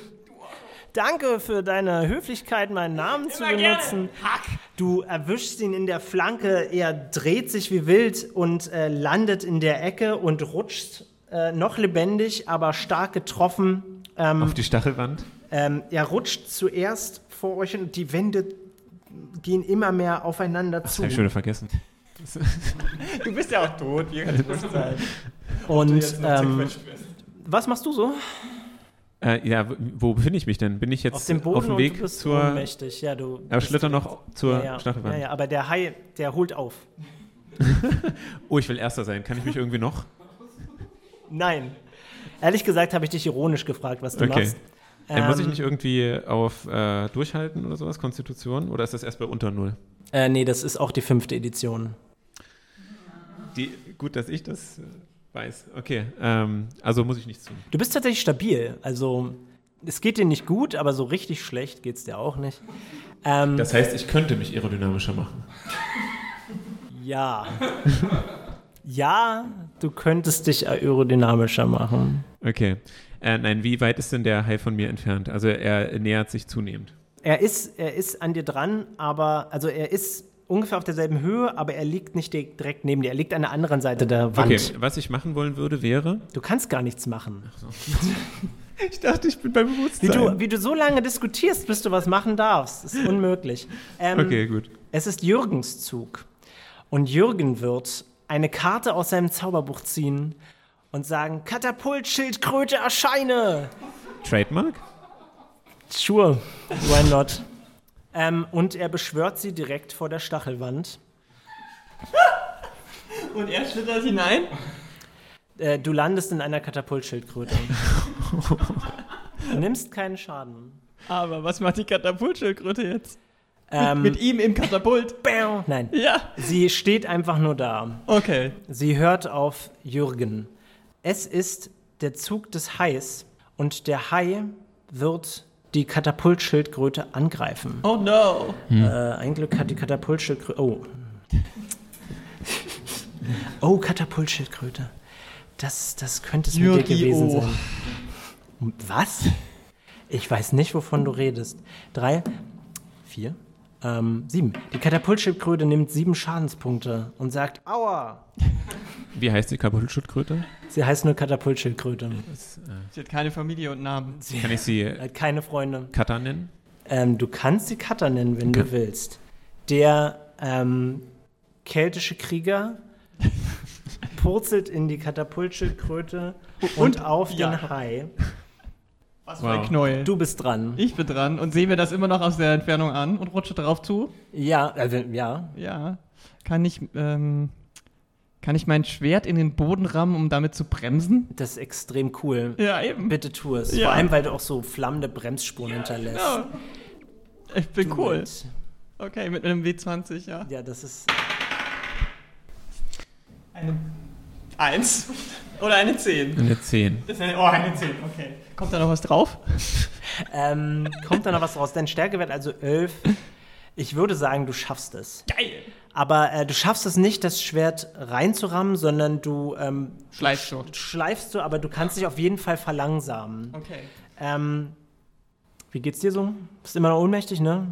S2: danke für deine Höflichkeit, meinen Namen zu benutzen.
S4: Hack!
S2: Du erwischst ihn in der Flanke, er dreht sich wie wild und äh, landet in der Ecke und rutscht äh, noch lebendig, aber stark getroffen. Ähm,
S3: Auf die Stachelwand.
S2: ähm, er rutscht zuerst vor euch und die Wände gehen immer mehr aufeinander
S3: Das
S2: zu.
S3: habe ich schon wieder vergessen.
S4: Du bist ja auch tot, wie kann das sein?
S2: Und ähm, was machst du so?
S3: Äh, ja, w- wo befinde ich mich denn? Bin ich jetzt
S2: Auf dem Boden
S3: dem
S2: und
S3: Weg
S2: du bist
S3: zur.
S2: ohnmächtig. Ja, du
S3: Aber schlitter noch zur
S2: ja, ja.
S3: Stachelwand.
S2: Ja, ja, aber der Hai, der holt auf.
S3: Oh, ich will Erster sein. Kann ich mich irgendwie noch?
S2: Nein. Ehrlich gesagt habe ich dich ironisch gefragt, was du
S3: Okay.
S2: machst.
S3: Äh, muss ich
S2: Ähm,
S3: nicht irgendwie auf äh, Durchhalten oder sowas? Konstitution? Oder ist das erst bei unter Null?
S2: Äh, nee, das ist auch die fünfte Edition.
S3: Die, gut, dass ich das äh, weiß. Okay, ähm, also muss ich nichts tun.
S2: Du bist tatsächlich stabil. Also, es geht dir nicht gut, aber so richtig schlecht geht es dir auch nicht. Ähm,
S3: Das heißt, ich könnte mich aerodynamischer machen.
S2: ja. ja, du könntest dich aerodynamischer machen.
S3: Okay. Äh, nein, wie weit ist denn der Hai von mir entfernt? Also er nähert sich zunehmend.
S2: Er ist, er ist an dir dran, aber, also er ist ungefähr auf derselben Höhe, aber er liegt nicht di- direkt neben dir. Er liegt an der anderen Seite der Wand.
S3: Okay, was ich machen wollen würde, wäre.
S2: Du kannst gar nichts machen.
S3: [laughs] Ich dachte, ich bin bei
S2: Wie
S3: Bewusstsein.
S2: du, wie du so lange diskutierst, bis du was machen darfst, ist unmöglich. Ähm,
S3: okay, gut.
S2: Es ist Jürgens Zug. Und Jürgen wird eine Karte aus seinem Zauberbuch ziehen und sagen: Katapult, Schildkröte, erscheine!
S3: Trademark?
S2: Sure, why not? ähm, und er beschwört sie direkt vor der Stachelwand.
S4: Und er schlittert hinein?
S2: Äh, du landest in einer
S4: [laughs]
S2: Katapultschildkröte. du nimmst keinen Schaden.
S4: Aber was macht die Katapultschildkröte jetzt?
S2: Ähm,
S4: Mit ihm im Katapult?
S2: bam, Ähm, nein,
S4: [laughs] Ja,
S2: sie steht einfach nur da.
S4: okay.
S2: Sie hört auf Jürgen. Es ist der Zug des Hais und der Hai wird die Katapultschildkröte angreifen.
S4: Oh no.
S2: Äh, ein Glück hat die Katapultschildkröte. Oh. Oh, Katapultschildkröte. Das, das könnte es mit dir gewesen
S4: Jürgi-o.
S2: sein. Was? Ich weiß nicht, wovon du redest. Drei, vier, ähm, sieben. Die Katapultschildkröte nimmt sieben Schadenspunkte und sagt, aua.
S3: Wie heißt die Kabulschildkröte?
S2: Sie heißt nur Katapultschildkröte.
S4: Sie hat keine Familie und Namen.
S3: Kann ich sie
S2: Hat keine Freunde.
S3: Kata nennen?
S2: Ähm, du kannst sie Cutter nennen, wenn du
S3: Okay.
S2: willst. Der ähm, keltische
S4: [laughs]
S2: Krieger purzelt in die Katapultschildkröte und, auf den
S4: ja.
S2: Hai.
S4: Was
S3: Wow.
S4: Knäuel.
S2: Du bist dran.
S4: Ich bin dran und sehe mir das immer noch aus der Entfernung an und rutsche darauf zu.
S2: Ja, also, ja.
S4: Ja. Kann ich, ähm, kann ich mein Schwert in den Boden rammen, um damit zu bremsen?
S2: Das ist extrem cool.
S4: Ja, eben.
S2: Bitte tu es.
S4: Ja.
S2: Vor allem, weil du auch so flammende Bremsspuren hinterlässt.
S4: Genau. Ich bin
S2: Du
S4: cool.
S2: mit-
S4: Okay, mit einem W20, ja.
S2: Ja, das ist.
S4: Eine Eins. Oder eine Zehn.
S3: Eine 10.
S4: Das ist eine, oh, eine Zehn, okay. Kommt da noch was drauf?
S2: Ähm, kommt da noch was raus? Dein Stärkewert also 11. Ich würde sagen, du schaffst es.
S4: Geil.
S2: Aber äh, du schaffst es nicht, das Schwert reinzurammen, sondern du ähm,
S4: Schleifst du.
S2: schleifst du, aber du kannst dich auf jeden Fall verlangsamen.
S4: Okay.
S2: Ähm, wie geht's dir so? Bist immer noch ohnmächtig, ne?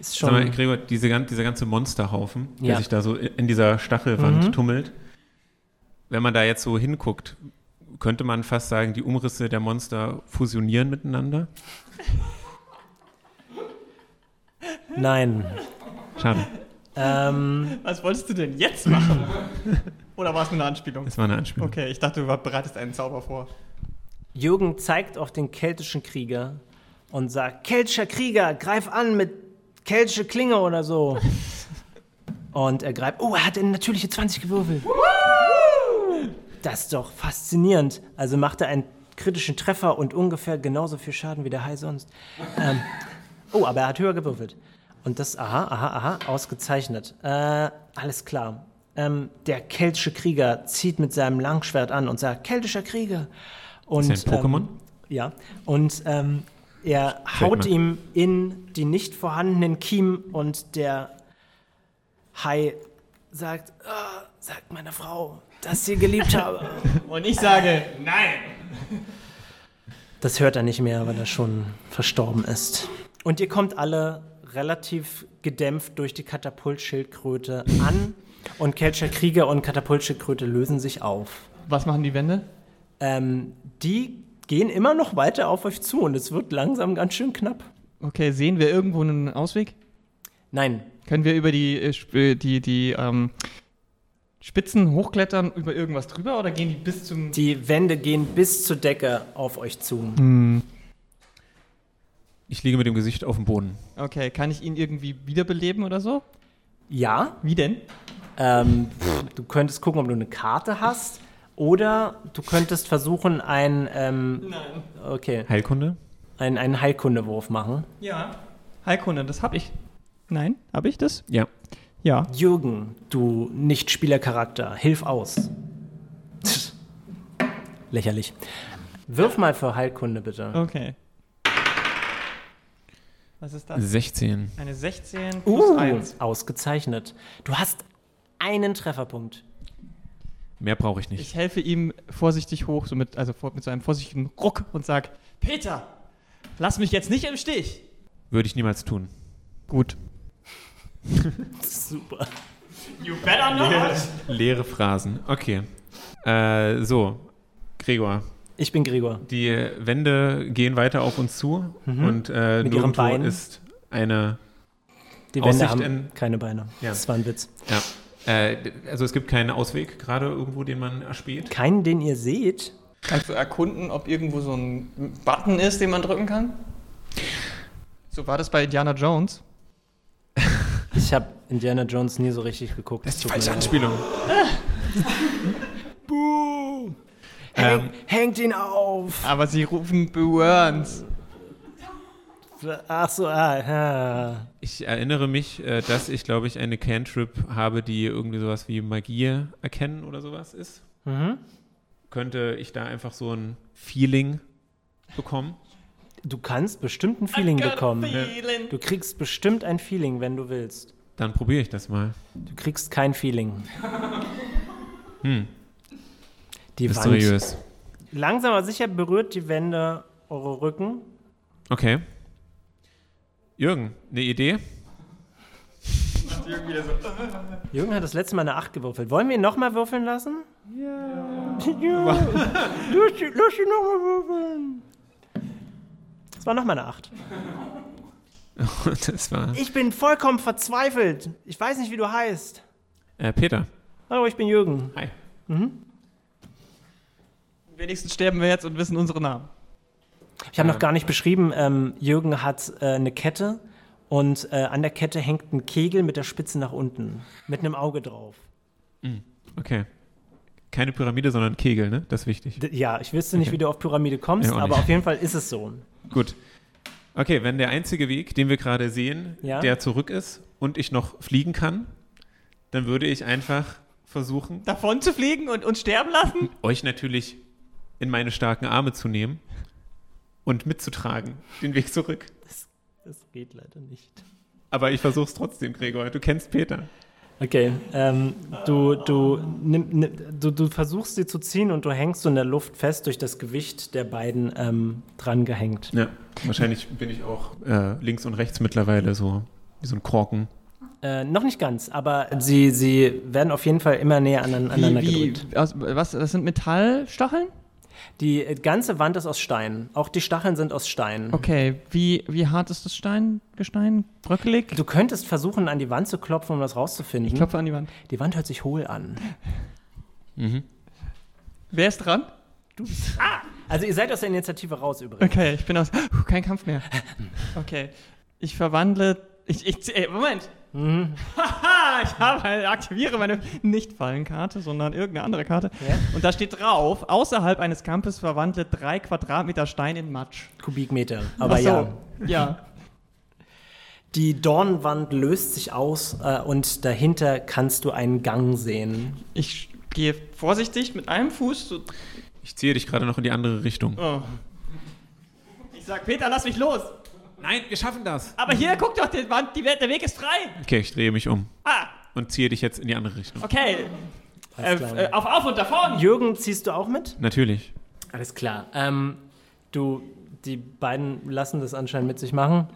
S2: Ist
S3: Sag mal,
S2: schon.
S3: Gregor, diese, gan- dieser ganze Monsterhaufen, der
S2: Ja. Mhm.
S3: sich da so i- in dieser Stachelwand tummelt, wenn man da jetzt so hinguckt, könnte man fast sagen, die Umrisse der Monster fusionieren miteinander?
S2: Nein.
S3: Schade,
S2: Ähm,
S4: Was wolltest du denn jetzt machen? [laughs] Oder war es nur eine Anspielung?
S3: das war eine Anspielung.
S4: Okay, ich dachte, du bereitest einen Zauber vor.
S2: Jürgen zeigt auf den keltischen Krieger und sagt: Keltischer Krieger, greif an mit keltische Klinge oder
S3: [laughs]
S2: so. und er greift. Oh, er hat eine natürliche 20 gewürfelt. Das ist doch faszinierend. Also macht er einen kritischen Treffer und ungefähr genauso viel Schaden wie der Hai sonst. Ähm, oh, aber er hat höher gewürfelt. Und das, aha, aha, aha, ausgezeichnet. Äh, alles klar. Ähm, der keltische Krieger zieht mit seinem Langschwert an und sagt, keltischer Krieger. Und,
S3: Ist er ein Pokémon?
S2: Ähm, ja. Und ähm, er haut
S3: Trademark.
S4: genau.
S2: ihm in die nicht vorhandenen Kiemen und der Hai sagt, "Ah, sagt meine Frau, dass ich sie
S4: [laughs]
S2: geliebt habe.
S4: Und ich sage, nein!
S2: Das hört er nicht mehr, weil er schon verstorben ist. Und ihr kommt alle relativ gedämpft durch die Katapultschildkröte an und Kelcher Krieger und Katapultschildkröte lösen sich auf.
S4: Was machen die Wände?
S2: Ähm, die gehen immer noch weiter auf euch zu und es wird langsam ganz schön knapp.
S4: Okay, sehen wir irgendwo einen Ausweg?
S2: Nein,
S4: Können wir über die, äh, Sp- äh, die, die ähm, Spitzen hochklettern, über irgendwas drüber oder gehen die bis zum.
S2: die Wände gehen bis zur Decke auf euch zu.
S3: Ich liege mit dem Gesicht auf dem Boden.
S4: Okay, kann ich ihn irgendwie wiederbeleben oder so?
S2: Ja,
S4: Wie denn?
S2: Ähm, pff, du könntest gucken, ob du eine Karte hast. Oder du könntest versuchen, ein, ähm,
S4: Nein.
S2: okay,
S3: Heilkunde?
S2: ein, einen Heilkundewurf machen.
S4: Ja. Heilkunde, das hab ich. Nein, habe ich das?
S3: Ja.
S4: Ja.
S2: Jürgen, du Nicht-Spielercharakter, hilf aus. [laughs] Lächerlich. Wirf mal für Heilkunde bitte.
S4: Okay. Was ist das?
S3: 16.
S4: Eine 16 plus
S2: Uh,
S4: 1.
S2: ausgezeichnet. Du hast einen Trefferpunkt.
S3: Mehr brauche ich nicht.
S4: Ich helfe ihm vorsichtig hoch, so mit, also vor, mit so einem vorsichtigen Ruck und sag, Peter, lass mich jetzt nicht im Stich.
S3: Würde ich niemals tun.
S4: Gut.
S2: Super.
S4: You better not.
S3: Leere Phrasen. Okay. Äh, so, Gregor,
S2: Ich bin Gregor.
S3: die Wände gehen weiter auf uns zu und äh,
S2: Mhm. Mit ihren
S3: nirgendwo
S2: Beinen.
S3: ist eine
S2: Die
S3: Aussicht
S2: Wände haben
S3: in-
S2: keine Beine.
S3: Ja.
S2: Das war ein Witz.
S3: Ja. Äh, d- also es gibt keinen Ausweg gerade irgendwo, den man erspäht.
S2: Keinen, den ihr seht.
S4: Kannst du erkunden, ob irgendwo so ein Button ist, den man drücken kann? So war das bei Indiana Jones.
S2: Ich habe Indiana Jones nie so richtig geguckt. Das
S3: Anspielung. Ähm,
S2: hängt ihn auf!
S4: Aber sie rufen Burns.
S2: Ach so, ah, ah.
S3: ich erinnere mich, äh, dass ich, glaube ich, eine Cantrip habe, die irgendwie sowas wie Magie erkennen oder sowas ist.
S2: Mhm.
S3: Könnte ich da einfach so ein Feeling bekommen?
S2: Du kannst bestimmt ein Feeling bekommen. Du kriegst bestimmt ein Feeling, wenn du willst.
S3: Dann probiere ich das mal.
S2: Du kriegst kein Feeling.
S3: [laughs] Hm.
S2: Die Wand.
S3: Mysteriös.
S2: Langsam aber sicher berührt die Wände eure Rücken.
S3: Okay. Jürgen, eine Idee? [laughs]
S2: Jürgen hat das letzte Mal eine 8 gewürfelt. Wollen wir ihn nochmal würfeln lassen? Ja. lass ihn nochmal würfeln. Das war nochmal eine 8.
S3: das war
S2: Ich bin vollkommen verzweifelt. Ich weiß nicht, wie du heißt.
S3: äh, Peter.
S2: Hallo, ich bin Jürgen.
S3: Hi.
S4: Wenigstens sterben wir jetzt und wissen unsere Namen.
S2: Ich habe
S3: Ähm.
S2: noch gar nicht beschrieben, ähm, Jürgen hat äh, eine Kette und äh, an der Kette hängt ein Kegel mit der Spitze nach unten, mit einem Auge drauf.
S3: Okay. Keine Pyramide, sondern Kegel, ne? Das ist wichtig.
S2: D ja, ich wüsste [laughs] nicht,
S3: Okay.
S2: wie du auf Pyramide kommst,
S3: Ja, auch
S2: aber
S3: nicht.
S2: auf jeden Fall ist es so.
S3: Gut. Okay, wenn der einzige Weg, den wir gerade sehen,
S2: Ja?
S3: der zurück ist und ich noch fliegen kann, dann würde ich einfach versuchen,
S4: Davon zu fliegen und uns sterben lassen?
S3: euch natürlich in meine starken Arme zu nehmen und mitzutragen, den Weg zurück.
S2: Das, das geht leider nicht.
S3: Aber ich versuch's trotzdem, Gregor. Du kennst Peter.
S2: Okay, ähm, du, du, nimm, nimm, du, du versuchst sie zu ziehen und du hängst so in der Luft fest durch das Gewicht der beiden ähm, dran gehängt.
S3: Ja, wahrscheinlich [laughs] bin ich auch äh, links und rechts mittlerweile so wie so ein Korken.
S2: Äh, noch nicht ganz, aber sie, sie werden auf jeden Fall immer näher anein- aneinander
S4: wie,
S2: gedrückt.
S4: wie, aus, was, das sind Metallstacheln?
S2: Die äh, ganze Wand ist aus Stein. Auch die Stacheln sind aus Stein.
S4: Okay, wie, wie hart ist das Stein, Gestein? Bröckelig?
S2: Du könntest versuchen, an die Wand zu klopfen, um das rauszufinden.
S4: Ich klopfe an die Wand.
S2: die Wand hört sich hohl an.
S4: Wer ist dran?
S2: Also ihr seid aus der Initiative raus übrigens.
S4: Okay, ich bin aus. Puh, kein Kampf mehr. Okay, ich verwandle. Ich, ich, ey, Moment!
S2: Mhm.
S4: Haha, [laughs] ich habe, aktiviere meine Nicht-Fallen-Karte, sondern irgendeine andere Karte.
S2: Ja.
S4: Und da steht drauf: außerhalb eines Kampfes verwandle drei Quadratmeter Stein in Matsch.
S2: Kubikmeter. Aber
S4: Äh. Ach so,
S2: Ah, ja.
S4: Ja.
S2: Die Dornwand löst sich aus äh, und dahinter kannst du einen Gang sehen.
S4: Ich gehe vorsichtig mit einem Fuß. So,
S3: Ich ziehe dich gerade noch in die andere Richtung.
S4: oh. Ich sag, Peter, lass mich los!
S3: Nein, wir schaffen das.
S4: Aber hier, guck doch, die Wand, die, der Weg ist frei!
S3: Okay, ich drehe mich um
S4: Ah,
S3: und ziehe dich jetzt in die andere Richtung.
S4: okay. Äh,
S2: Alles klar.
S4: äh, auf, auf und davon!
S2: Jürgen, ziehst du auch mit?
S3: Natürlich.
S2: Alles klar. Ähm, du, die beiden lassen das anscheinend mit sich machen,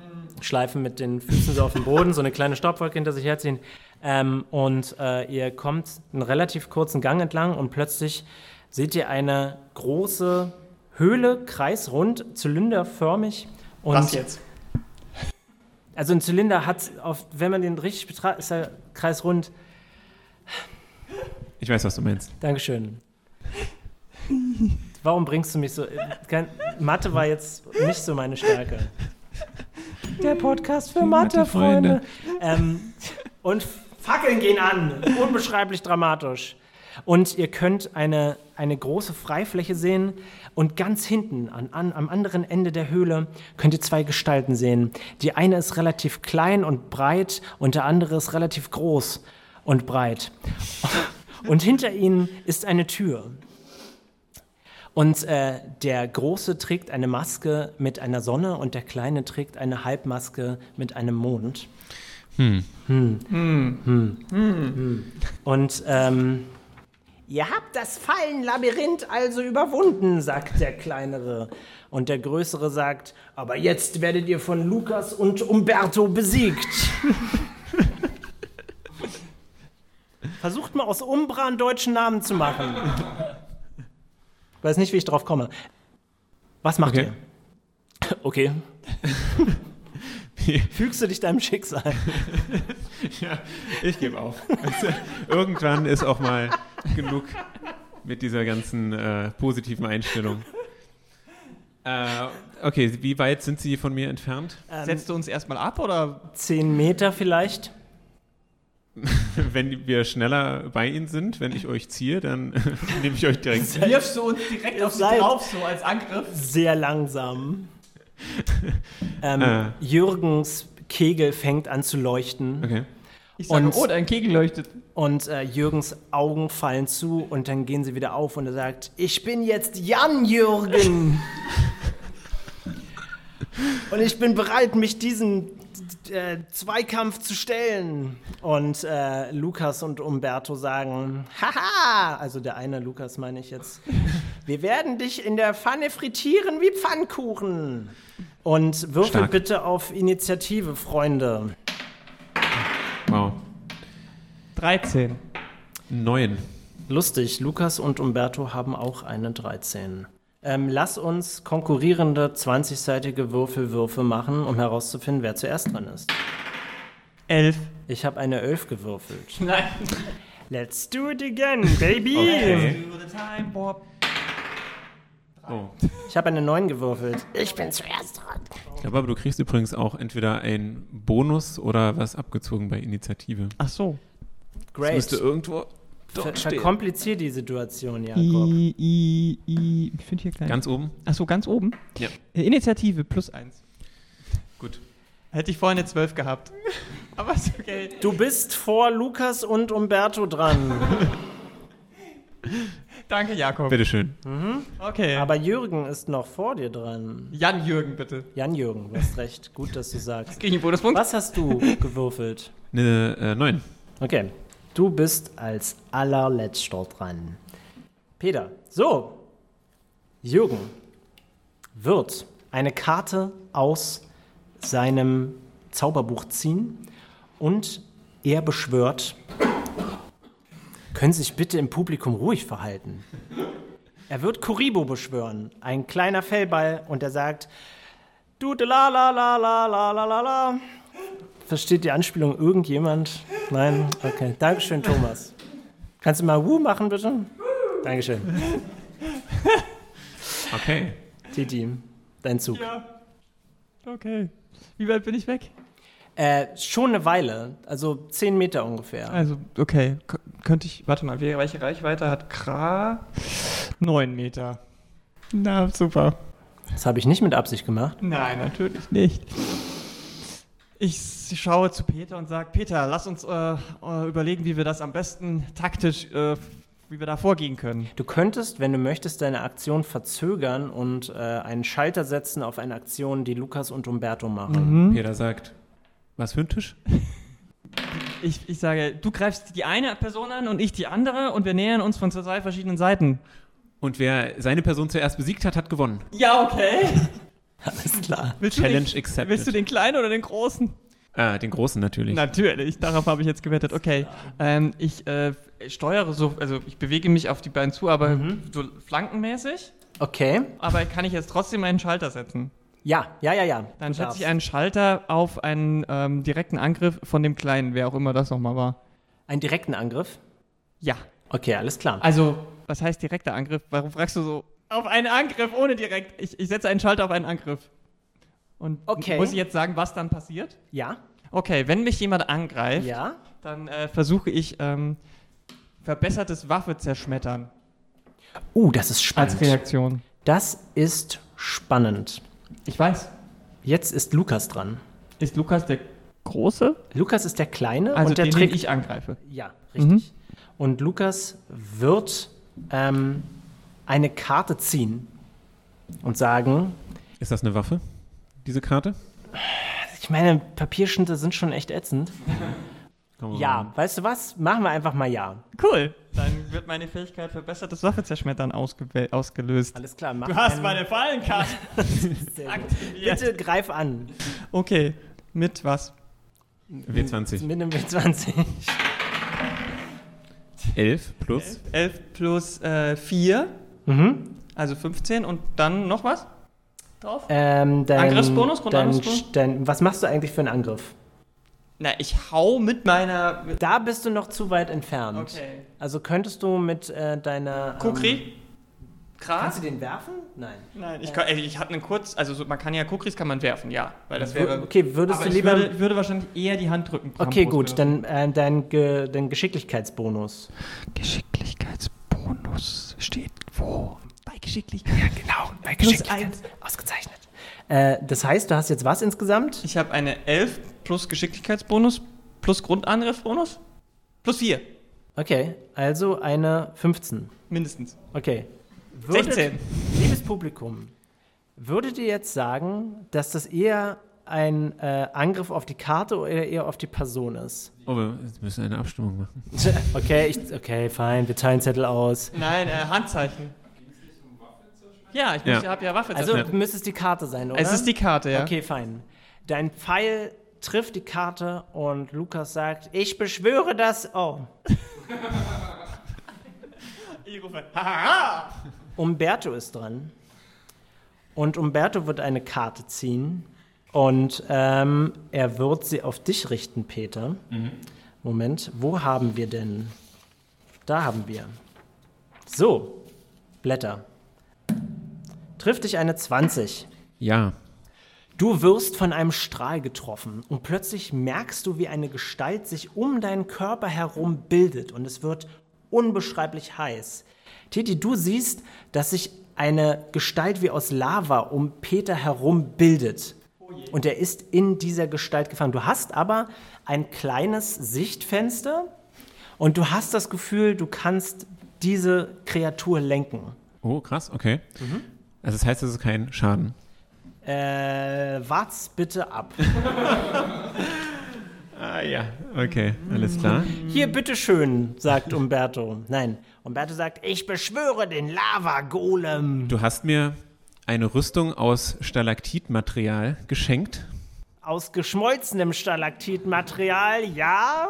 S2: schleifen mit den Füßen so auf den Boden, so eine kleine Staubwolke hinter sich herziehen. Ähm, und äh, ihr kommt einen relativ kurzen Gang entlang und plötzlich seht ihr eine große Höhle, kreisrund, zylinderförmig. Und
S4: Was jetzt?
S2: Also ein Zylinder hat, auf, wenn man den richtig betrachtet, ist er kreisrund.
S3: Ich weiß, was du meinst.
S2: Dankeschön. Warum bringst du mich so? Kein, Mathe war jetzt nicht so meine Stärke. Der Podcast für Mathe, Freunde.
S3: Mathe-Freunde.
S2: Ähm, und Fackeln gehen an. Unbeschreiblich dramatisch. Und ihr könnt eine, eine große Freifläche sehen. Und ganz hinten, an, an, am anderen Ende der Höhle, könnt ihr zwei Gestalten sehen. Die eine ist relativ klein und breit und der andere ist relativ groß und breit. Und hinter ihnen ist eine Tür. Und äh, der Große trägt eine Maske mit einer Sonne und der Kleine trägt eine Halbmaske mit einem Mond. Hm. Hm. Hm. Und ähm, ihr habt das Fallenlabyrinth also überwunden, sagt der Kleinere. Und der Größere sagt, aber jetzt werdet ihr von Lukas und Umberto besiegt. [laughs] Versucht mal aus Umbra einen deutschen Namen zu machen. Weiß nicht, wie ich drauf komme. Was macht
S3: Okay.
S2: ihr? [laughs] Okay. Fügst du dich deinem Schicksal?
S3: [laughs] Ich gebe auf. Also, Irgendwann ist auch mal genug mit dieser ganzen äh, positiven Einstellung. Äh, okay, wie weit sind sie von mir entfernt? [laughs]
S4: Ähm, Setzt du uns erstmal ab oder
S2: Zehn Meter vielleicht?
S3: Wenn wir schneller bei ihnen sind, wenn ich euch ziehe, dann [laughs] nehme ich euch direkt.
S4: Wirfst du uns direkt auf sie
S2: seid-
S4: drauf, so als Angriff?
S2: Sehr langsam. ähm,
S3: Äh.
S2: Jürgens Kegel fängt an zu leuchten
S3: Okay.
S4: Ich
S2: sage, Und-
S4: sage,
S2: oh,
S4: oh, dein Kegel leuchtet.
S2: und äh, Jürgens Augen fallen zu und dann gehen sie wieder auf und er sagt, ich bin jetzt Jan Jürgen. und ich bin bereit, mich diesem äh, Zweikampf zu stellen. Und äh, Lukas und Umberto sagen, haha, also der eine Lukas meine ich jetzt, wir werden dich in der Pfanne frittieren wie Pfannkuchen. Und würfel
S3: Stark.
S2: bitte auf Initiative, Freunde.
S3: Wow.
S4: 13.
S3: Neun.
S2: Lustig, Lukas und Umberto haben auch eine 13. Ähm, lass uns konkurrierende 20-seitige Würfelwürfe machen, um herauszufinden, wer zuerst dran ist.
S4: 11.
S2: Ich habe eine 11 gewürfelt.
S4: Nein.
S2: Let's do it again, [laughs] baby!
S3: Okay. Oh.
S2: Ich habe eine 9 gewürfelt.
S1: Ich bin zuerst dran.
S3: Ich glaube aber, du kriegst übrigens auch entweder einen Bonus oder was abgezogen bei Initiative.
S4: Ach so.
S3: Das
S2: Great.
S3: müsste irgendwo
S2: Ver
S3: dort stehen.
S2: verkomplizier die Situation, Jakob.
S4: I, I, I, ich finde hier keinen.
S3: Ganz oben?
S4: Ach so, ganz oben?
S3: Ja.
S4: Äh, Initiative plus 1.
S3: Gut.
S4: Hätte ich vorhin eine 12 gehabt. [laughs] Aber ist okay.
S2: Du bist vor Lukas und Umberto dran.
S4: Danke, Jakob.
S3: Bitteschön.
S4: Okay.
S2: Aber Jürgen ist noch vor dir dran.
S4: Jan-Jürgen, bitte.
S2: Jan-Jürgen, du hast recht. Gut, dass du sagst.
S4: Krieg ich einen Bonuspunkt?
S2: Was hast du gewürfelt?
S3: Eine äh, 9.
S2: Okay. Du bist als allerletzter dran. Peter, so. Jürgen wird eine Karte aus seinem Zauberbuch ziehen und er beschwört, können Sie sich bitte im Publikum ruhig verhalten. Er wird Kuribo beschwören, ein kleiner Fellball, und er sagt, Dute la la la la la la la la. Versteht die Anspielung irgendjemand? Nein? Okay. Dankeschön, Thomas. Kannst du mal Wu machen, bitte? Dankeschön.
S3: Okay.
S2: Titi, dein Zug.
S4: Ja. Okay. Wie weit bin ich weg?
S2: Äh, schon eine Weile, also 10 Meter ungefähr.
S4: Also, okay. K könnte ich. Warte mal, wer- welche Reichweite hat Kra? 9 Meter. Na, super.
S2: Das habe ich nicht mit Absicht gemacht.
S4: Nein, natürlich nicht. Ich s- schaue zu Peter und sage, Peter, lass uns äh, äh, überlegen, wie wir das am besten taktisch, äh, f- wie wir da vorgehen können.
S2: Du könntest, wenn du möchtest, deine Aktion verzögern und äh, einen Schalter setzen auf eine Aktion, die Lukas und Umberto machen.
S4: Mhm.
S3: Peter sagt, was für ein Tisch?
S4: Ich, ich sage, du greifst die eine Person an und ich die andere und wir nähern uns von zwei verschiedenen Seiten.
S3: Und wer seine Person zuerst besiegt hat, hat gewonnen.
S4: Ja, okay.
S2: Alles klar.
S4: Willst
S3: Challenge
S4: du den,
S3: accepted.
S4: Willst du den kleinen oder den großen?
S3: Äh, den großen natürlich.
S4: Natürlich, darauf habe ich jetzt gewettet. Okay, ähm, ich äh, steuere so, also ich bewege mich auf die beiden zu, aber so flankenmäßig.
S2: Okay.
S4: Aber kann ich jetzt trotzdem einen Schalter setzen?
S2: Ja, ja, ja, ja.
S4: Dann
S2: Du
S4: setze
S2: darfst.
S4: ich einen Schalter auf einen ähm, direkten Angriff von dem Kleinen, wer auch immer das nochmal war.
S2: Einen direkten Angriff.
S4: Ja,
S2: Okay, alles klar.
S4: also, was heißt direkter Angriff? Warum fragst du so? Auf einen Angriff, ohne direkt. Ich, ich setze einen Schalter auf einen Angriff. Und
S2: Okay.
S4: muss ich jetzt sagen, was dann passiert?
S2: Ja,
S4: Okay, wenn mich jemand angreift,
S2: ja.
S4: dann äh, versuche ich ähm, verbessertes Waffe zerschmettern
S2: Uh, das ist
S4: als
S2: spannend.
S4: Reaktion.
S2: Das ist spannend.
S4: Ich weiß.
S2: Jetzt ist Lukas dran.
S4: Ist Lukas der Große?
S2: Lukas ist der Kleine
S4: Also
S2: und der
S4: den,
S2: Trick.
S4: den ich Mhm. angreife.
S2: Ja, richtig. Und Lukas wird ähm, eine Karte ziehen und sagen,
S3: Ist das eine Waffe, diese Karte?
S2: ich meine, Papierschnitte sind schon echt ätzend.
S4: Mhm.
S3: Kann man
S2: Ja, weißt du was? Machen wir einfach mal ja.
S4: Cool. Dann wird meine Fähigkeit verbessertes Waffe zerschmettern ausgewäh- ausgelöst. Ähm,
S2: Alles klar, mach einen-
S4: Fallenkarte
S2: Sehr gut.
S4: aktiviert.
S2: Bitte greif an.
S4: Okay, mit was?
S3: W20.
S2: Mit einem W20.
S3: 11 plus.
S4: 11 plus äh, 4,
S2: Mhm.
S4: also 15 und dann noch was? Drauf?
S2: Ähm, dein,
S4: Angriffsbonus,
S2: dein,
S4: Grundangriffsbonus?
S2: dein, Was machst du eigentlich für einen Angriff?
S4: Na, ich hau mit meiner... Mit
S2: Da bist du noch zu weit entfernt.
S4: okay.
S2: Also könntest du mit äh, deiner. ähm,
S4: Kukri? Kras?
S2: Kannst du den werfen? Nein.
S4: Nein, ich, kann- ey, ich hatte einen kurz, also so, man kann ja Kukris kann man werfen, ja, weil das
S2: Wür-
S4: wäre.
S2: Okay, würdest
S4: aber
S2: du
S4: ich
S2: lieber.
S4: würde, würde wahrscheinlich eher die Hand drücken.
S2: okay,
S4: Krampus
S2: gut,
S4: wäre.
S2: dann äh, dein, Ge dein Geschicklichkeitsbonus.
S4: Geschicklichkeitsbonus steht wo? Bei Geschicklichkeit.
S2: Genau, bei
S4: Geschicklichkeit.
S2: Ausgezeichnet. Äh, das heißt, du hast jetzt was insgesamt?
S4: Ich habe eine 11 plus Geschicklichkeitsbonus plus Grundangriffsbonus plus 4
S2: Okay, also eine 15.
S4: mindestens.
S2: Okay.
S4: 16.
S2: Liebes Publikum, würdet ihr jetzt sagen, dass das eher ein äh, Angriff auf die Karte oder eher auf die Person [laughs] ist?
S3: Oh, wir müssen eine Abstimmung machen.
S2: Okay, ich, okay, fein, wir teilen Zettel aus.
S4: Nein, äh, Handzeichen. Ja, ich
S3: Ja.
S4: ja. habe ja Waffe.
S2: Also
S4: zerstört.
S2: müsste es die Karte sein, oder?
S4: es ist die Karte, ja.
S2: Okay, fein. Dein Pfeil trifft die Karte und Lukas sagt, ich beschwöre das. Oh.
S4: Ich rufe, haha!
S2: Umberto ist dran. Und Umberto wird eine Karte ziehen. Und ähm, er wird sie auf dich richten, Peter. Moment, wo haben wir denn? Da haben wir. So, Blätter. Trifft dich eine 20.
S3: Ja.
S2: Du wirst von einem Strahl getroffen und plötzlich merkst du, wie eine Gestalt sich um deinen Körper herum bildet und es wird unbeschreiblich heiß. Titi, du siehst, dass sich eine Gestalt wie aus Lava um Peter herum bildet. Und er ist in dieser Gestalt gefangen. Du hast aber ein kleines Sichtfenster und du hast das Gefühl, du kannst diese Kreatur lenken.
S3: Oh, krass, okay. Also das heißt, es ist kein Schaden.
S2: Äh, wart's bitte ab.
S3: Ah ja, Mhm. okay, alles klar.
S2: Hier, bitteschön, sagt Umberto. Nein, Umberto sagt, ich beschwöre den Lava-Golem.
S3: Du hast mir eine Rüstung aus Stalaktitmaterial geschenkt.
S2: Aus geschmolzenem Stalaktitmaterial, ja?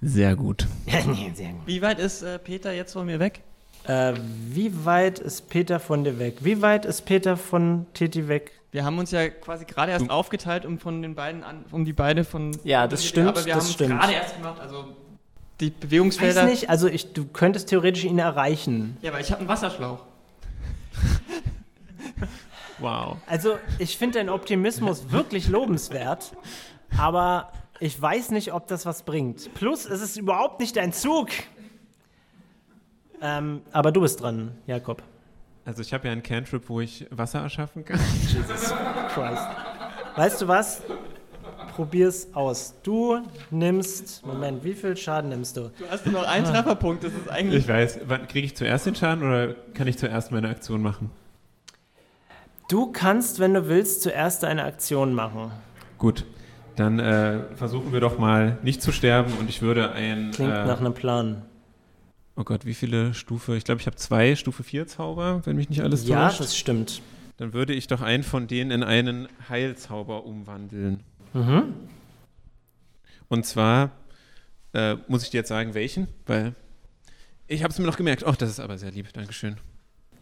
S3: Sehr gut.
S2: nee, sehr gut.
S4: Wie weit ist äh, Peter jetzt von mir weg?
S2: Äh, wie weit ist Peter von dir weg? Wie weit ist Peter von Titi weg?
S4: Wir haben uns ja quasi gerade erst aufgeteilt, um von den beiden an, um die beiden von.
S2: Ja, das stimmt,
S4: Aber wir
S2: das
S4: haben es
S2: stimmt.
S4: gerade erst gemacht, also die
S2: Weiß
S4: Bewegungsfelder.
S2: nicht, also ich, du könntest theoretisch ihn erreichen.
S4: Ja, aber ich habe einen Wasserschlauch.
S3: Wow.
S2: Also ich finde deinen Optimismus wirklich lobenswert, aber ich weiß nicht, ob das was bringt. Plus, es ist überhaupt nicht dein Zug. Ähm, aber du bist dran, Jakob.
S3: Also ich habe ja einen Cantrip, wo ich Wasser erschaffen kann.
S2: Christ. Weißt du was? Probier's aus. Du nimmst. Moment, wie viel Schaden nimmst du?
S4: Du hast nur noch
S2: Ah.
S4: einen Trefferpunkt, das ist eigentlich.
S3: Ich weiß. Wann kriege ich zuerst den Schaden oder kann ich zuerst meine Aktion machen?
S2: Du kannst, wenn du willst, zuerst eine Aktion machen.
S3: Gut. Dann äh, versuchen wir doch mal nicht zu sterben und ich würde ein.
S2: Klingt
S3: äh,
S2: nach einem Plan.
S3: oh Gott, wie viele Stufe? Ich glaube, ich habe zwei Stufe 4 Zauber, wenn mich nicht alles
S2: Ja,
S3: täuscht.
S2: das stimmt.
S3: Dann würde ich doch einen von denen in einen Heilzauber umwandeln.
S2: Mhm.
S3: Und zwar äh, muss ich dir jetzt sagen, welchen, weil ich habe es mir noch gemerkt. Oh, das ist aber sehr lieb, Dankeschön.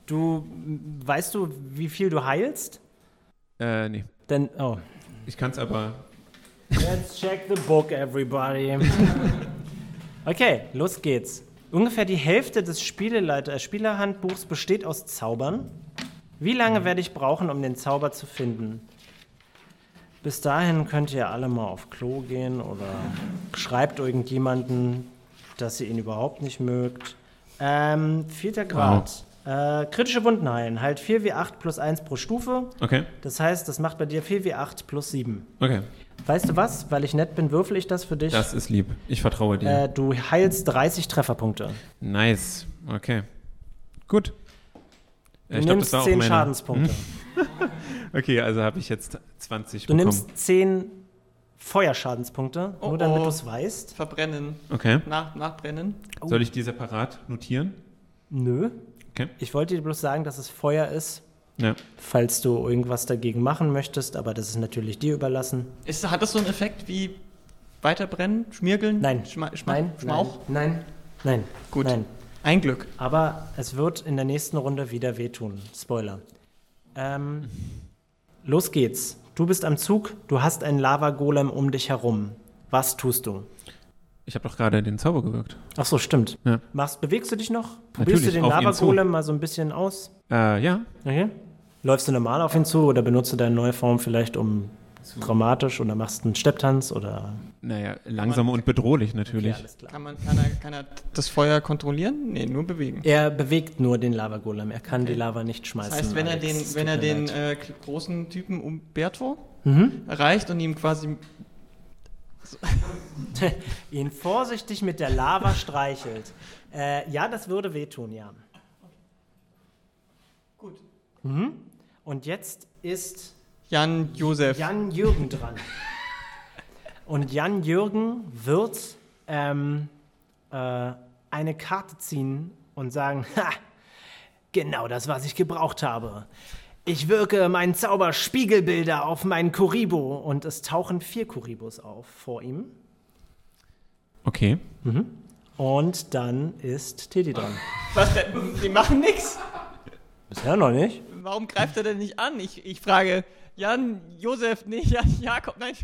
S2: Du m, weißt du, wie viel du heilst?
S3: Äh, nee,
S2: Denn oh.
S3: ich kann es aber.
S2: Let's check the book, everybody. Okay, los geht's. Ungefähr die Hälfte des Spieleleiter äh, Spielerhandbuchs besteht aus Zaubern. Wie lange werde ich brauchen, um den Zauber zu finden? Bis dahin könnt ihr alle mal auf Klo gehen oder schreibt irgendjemanden, dass ihr ihn überhaupt nicht mögt. Ähm, vierter Grad. Äh, kritische Wunden heilen. Halt 4 wie 8 plus 1 pro Stufe.
S3: Okay,
S2: Das heißt, das macht bei dir 4 wie 8 plus 7.
S3: okay.
S2: Weißt du was? Weil ich nett bin, würfel ich das für dich.
S3: Das ist lieb. Ich vertraue dir.
S2: äh, du heilst 30 Trefferpunkte.
S3: nice. Okay. Gut.
S2: Du
S3: Äh, ich glaub,
S2: nimmst
S3: war auch
S2: 10
S3: meine-
S2: Schadenspunkte.
S4: Hm?
S3: Okay, also habe ich jetzt 20
S2: Du
S3: bekommen.
S2: nimmst 10 Feuerschadenspunkte,
S4: Oh,
S2: nur damit
S4: oh.
S2: du es weißt.
S4: Verbrennen,
S3: Okay.
S4: nach, nachbrennen.
S2: Oh.
S3: Soll ich die separat notieren?
S2: Nö.
S3: Okay.
S2: Ich wollte dir bloß sagen, dass es Feuer ist,
S3: Ja.
S2: falls du irgendwas dagegen machen möchtest, aber das ist natürlich dir überlassen.
S4: Ist, hat das so einen Effekt wie weiterbrennen, schmirgeln?
S2: Nein.
S4: Schma schma
S2: Nein,
S4: Schmauch?
S2: Nein, nein,
S4: Gut.
S2: nein.
S4: Ein Glück.
S2: Aber es wird in der nächsten Runde wieder wehtun. Spoiler. Ähm, los geht's. Du bist am Zug, du hast einen Lavagolem um dich herum. Was tust du?
S3: Ich habe doch gerade den Zauber gewirkt.
S2: Ach so, stimmt.
S3: Ja.
S2: Machst, bewegst du dich noch? Probierst
S3: Natürlich,
S2: du den
S3: auf ihn
S2: Lavagolem mal so ein bisschen aus?
S3: Äh, ja.
S2: Okay. Läufst du normal auf ihn zu oder benutzt du deine neue Form vielleicht um dramatisch oder machst einen Stepptanz oder
S3: Naja, langsam und bedrohlich natürlich.
S2: alles klar.
S4: Kann, man, kann, er, kann er das Feuer kontrollieren? Nee, nur bewegen.
S2: Er bewegt nur den Lavagolem, er kann die Lava nicht schmeißen.
S4: Das heißt, wenn er
S2: Alex.
S4: den,
S2: Tut
S4: wenn er
S2: mir
S4: den
S2: leid.
S4: äh, k- großen Typen Umberto
S2: Mhm.
S4: erreicht und ihm quasi.
S2: ihn vorsichtig mit der Lava streichelt. Äh, ja, das würde wehtun, ja.
S4: Gut.
S2: Mhm. Und jetzt ist
S4: Jan Josef.
S2: Jan Jürgen dran. Und Jan Jürgen wird ähm, äh, eine Karte ziehen und sagen, [laughs] ha, genau das, was ich gebraucht habe. Ich wirke meinen Zauber Spiegelbilder auf meinen Kuribo und es tauchen vier Kuribos auf vor ihm.
S3: Okay.
S2: Und dann ist Teddy dran.
S4: Was denn? Die machen nichts?
S2: Bisher noch nicht.
S4: Warum greift er denn nicht an? Ich, ich frage Jan Josef, nee, Jan Jakob, nein.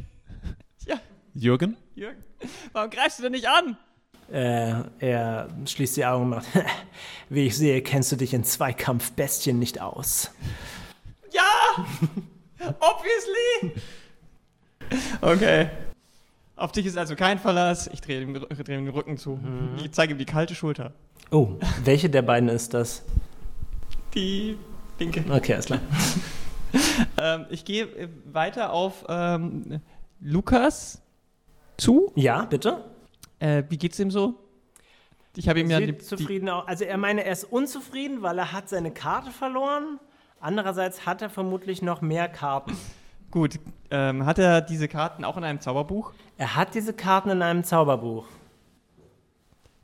S4: Ja,
S3: Jürgen?
S4: Jürgen. Warum greifst du denn nicht an?
S2: Äh, er schließt die Augen und macht, [laughs] wie ich sehe, kennst du dich in Zweikampfbestien nicht aus.
S4: Ja! Obviously! Okay. Auf dich ist also kein Verlass. Ich drehe ihm den Rü- drehe ihm den Rücken zu. Ich zeige ihm die kalte Schulter.
S2: Oh, welche der beiden ist das?
S4: Die linke.
S2: Okay, alles klar.
S4: Ähm, ich gehe äh, weiter auf ähm, Lukas zu.
S2: Ja, bitte?
S4: Äh, wie geht's ihm so? Ich habe ihm ja die,
S2: Sieht
S4: die,
S2: zufrieden aus. Also er meine, er ist unzufrieden, weil er hat seine Karte verloren. Andererseits hat er vermutlich noch mehr Karten.
S4: Gut, ähm, hat er diese Karten auch in einem Zauberbuch?
S2: Er hat diese Karten in einem Zauberbuch.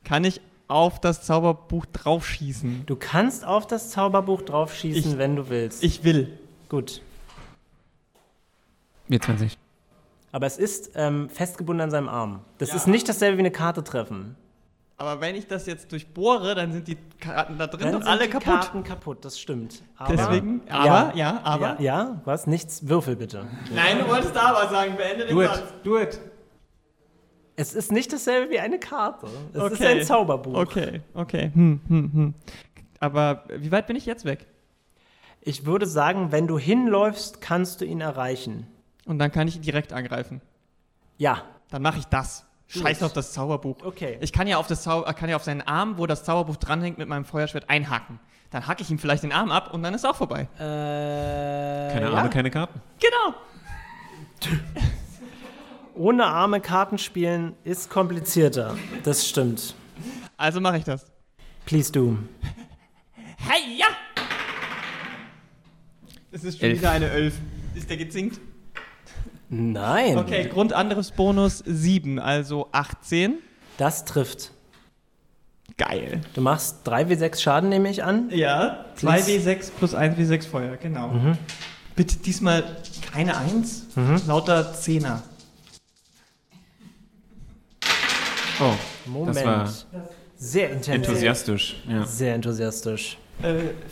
S4: Kann ich auf das Zauberbuch draufschießen?
S2: Du kannst auf das Zauberbuch draufschießen,
S4: Ich-
S2: wenn du willst.
S4: Ich will.
S2: Gut.
S3: Mir 20.
S2: Aber es ist ähm, festgebunden an seinem Arm. Das
S4: Ja.
S2: ist nicht dasselbe wie eine Karte treffen.
S4: Aber wenn ich das jetzt durchbohre, dann sind die Karten da drin
S2: Dann
S4: und
S2: sind
S4: alle
S2: die
S4: kaputt.
S2: Karten kaputt, das stimmt. Aber,
S4: Deswegen,
S2: Ja.
S4: aber, ja, aber.
S2: Ja, ja, was? Nichts? Würfel bitte.
S4: Nein, du wolltest aber sagen, beende den
S3: Do it, do it.
S2: Es ist nicht dasselbe wie eine Karte. Es ist
S4: Okay.
S2: ein Zauberbuch.
S4: Okay, okay. Hm, hm, hm. Aber wie weit bin ich jetzt weg?
S2: Ich würde sagen, wenn du hinläufst, kannst du ihn erreichen.
S4: Und dann kann ich ihn direkt angreifen.
S2: Ja,
S4: Dann mache ich das. Scheiß
S2: Gut.
S4: auf das Zauberbuch.
S2: okay.
S4: Ich kann ja, auf das Zau äh, kann ja auf seinen Arm, wo das Zauberbuch dranhängt, mit meinem Feuerschwert einhacken. Dann hacke ich ihm vielleicht den Arm ab und dann ist auch vorbei.
S2: äh, Keine Äh,
S3: Keine Arme, keine Karten.
S4: Äh, Genau.
S2: [laughs] Ohne Arme Karten spielen ist komplizierter. Das stimmt.
S4: Also mache ich das.
S2: Please do.
S4: Hey, ja! Es ist schon
S3: Elf.
S4: wieder eine Elf. Ist der gezinkt?
S2: Nein.
S4: Okay, Grundangriffsbonus 7, also 18.
S2: Das trifft.
S4: Geil.
S2: Du machst 3w6 Schaden, nehme ich an.
S4: Ja, 2W6 plus 1W6 Feuer, genau. Bitte diesmal keine 1, lauter Zehner.
S3: Oh,
S2: Moment.
S3: das war
S2: Sehr intensiv.
S3: enthusiastisch. Ja.
S2: Sehr enthusiastisch.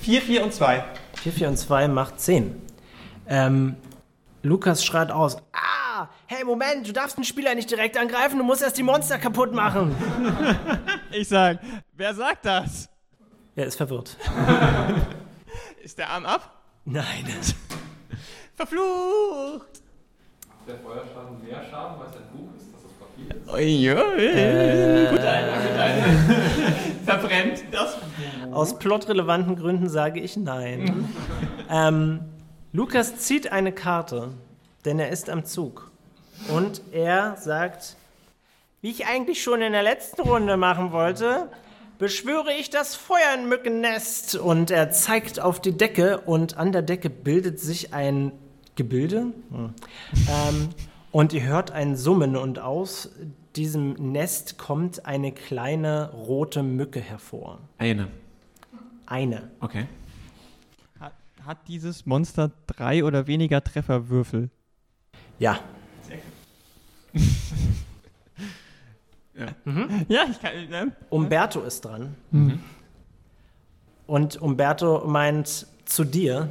S4: 4, 4 Äh, und 2.
S2: 4, 4 und 2 macht 10. Ähm, Lukas schreit aus. Ah, hey, Moment, du darfst den Spieler nicht direkt angreifen, du musst erst die Monster kaputt machen.
S4: Ich sag, wer sagt das?
S2: Er ist verwirrt.
S4: Ist der Arm ab?
S2: Nein.
S4: Verflucht!
S1: der Feuerschaden mehr Schaden, weil es ein Buch ist, dass es Papier ist.
S4: Uiui. Äh. Gut, einer, gut, einer. [laughs] Verbrennt das.
S2: Aus plotrelevanten Gründen sage ich nein. ähm, Lukas zieht eine Karte, denn er ist am Zug. Und er sagt, wie ich eigentlich schon in der letzten Runde machen wollte, beschwöre ich das Feuer in Mückennest. Und er zeigt auf die Decke und an der Decke bildet sich ein Gebilde. Hm. ähm, und ihr hört ein Summen und aus diesem Nest kommt eine kleine rote Mücke hervor.
S3: Eine.
S2: Eine.
S3: Okay.
S4: Hat, hat dieses Monster drei oder weniger Trefferwürfel?
S2: Ja.
S4: Ja, ich kann. Ne?
S2: Umberto ist dran. Und Umberto meint zu dir: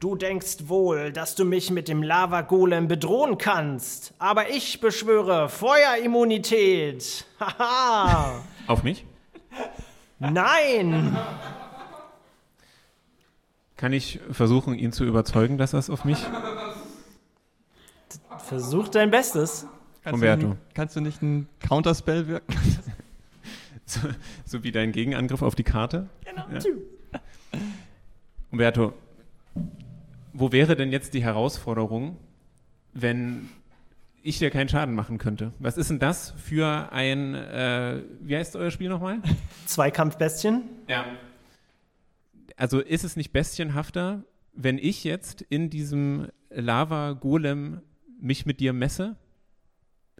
S2: Du denkst wohl, dass du mich mit dem Lava-Golem bedrohen kannst, aber ich beschwöre Feuerimmunität. [laughs] Haha!
S3: Auf mich?
S2: Nein!
S3: Kann ich versuchen, ihn zu überzeugen, dass er es auf mich?
S2: Versuch dein Bestes.
S4: Kannst
S3: Umberto.
S4: Du, n- kannst du nicht einen Counterspell wirken?
S3: So, so wie dein Gegenangriff auf die Karte? Genau. Ja. Umberto, wo wäre denn jetzt die Herausforderung, wenn ich dir keinen Schaden machen könnte? Was ist denn das für ein, äh, wie heißt euer Spiel nochmal?
S2: Zweikampfbestien.
S3: Ja. Also ist es nicht bestienhafter, wenn ich jetzt in diesem Lava-Golem mich mit dir messe?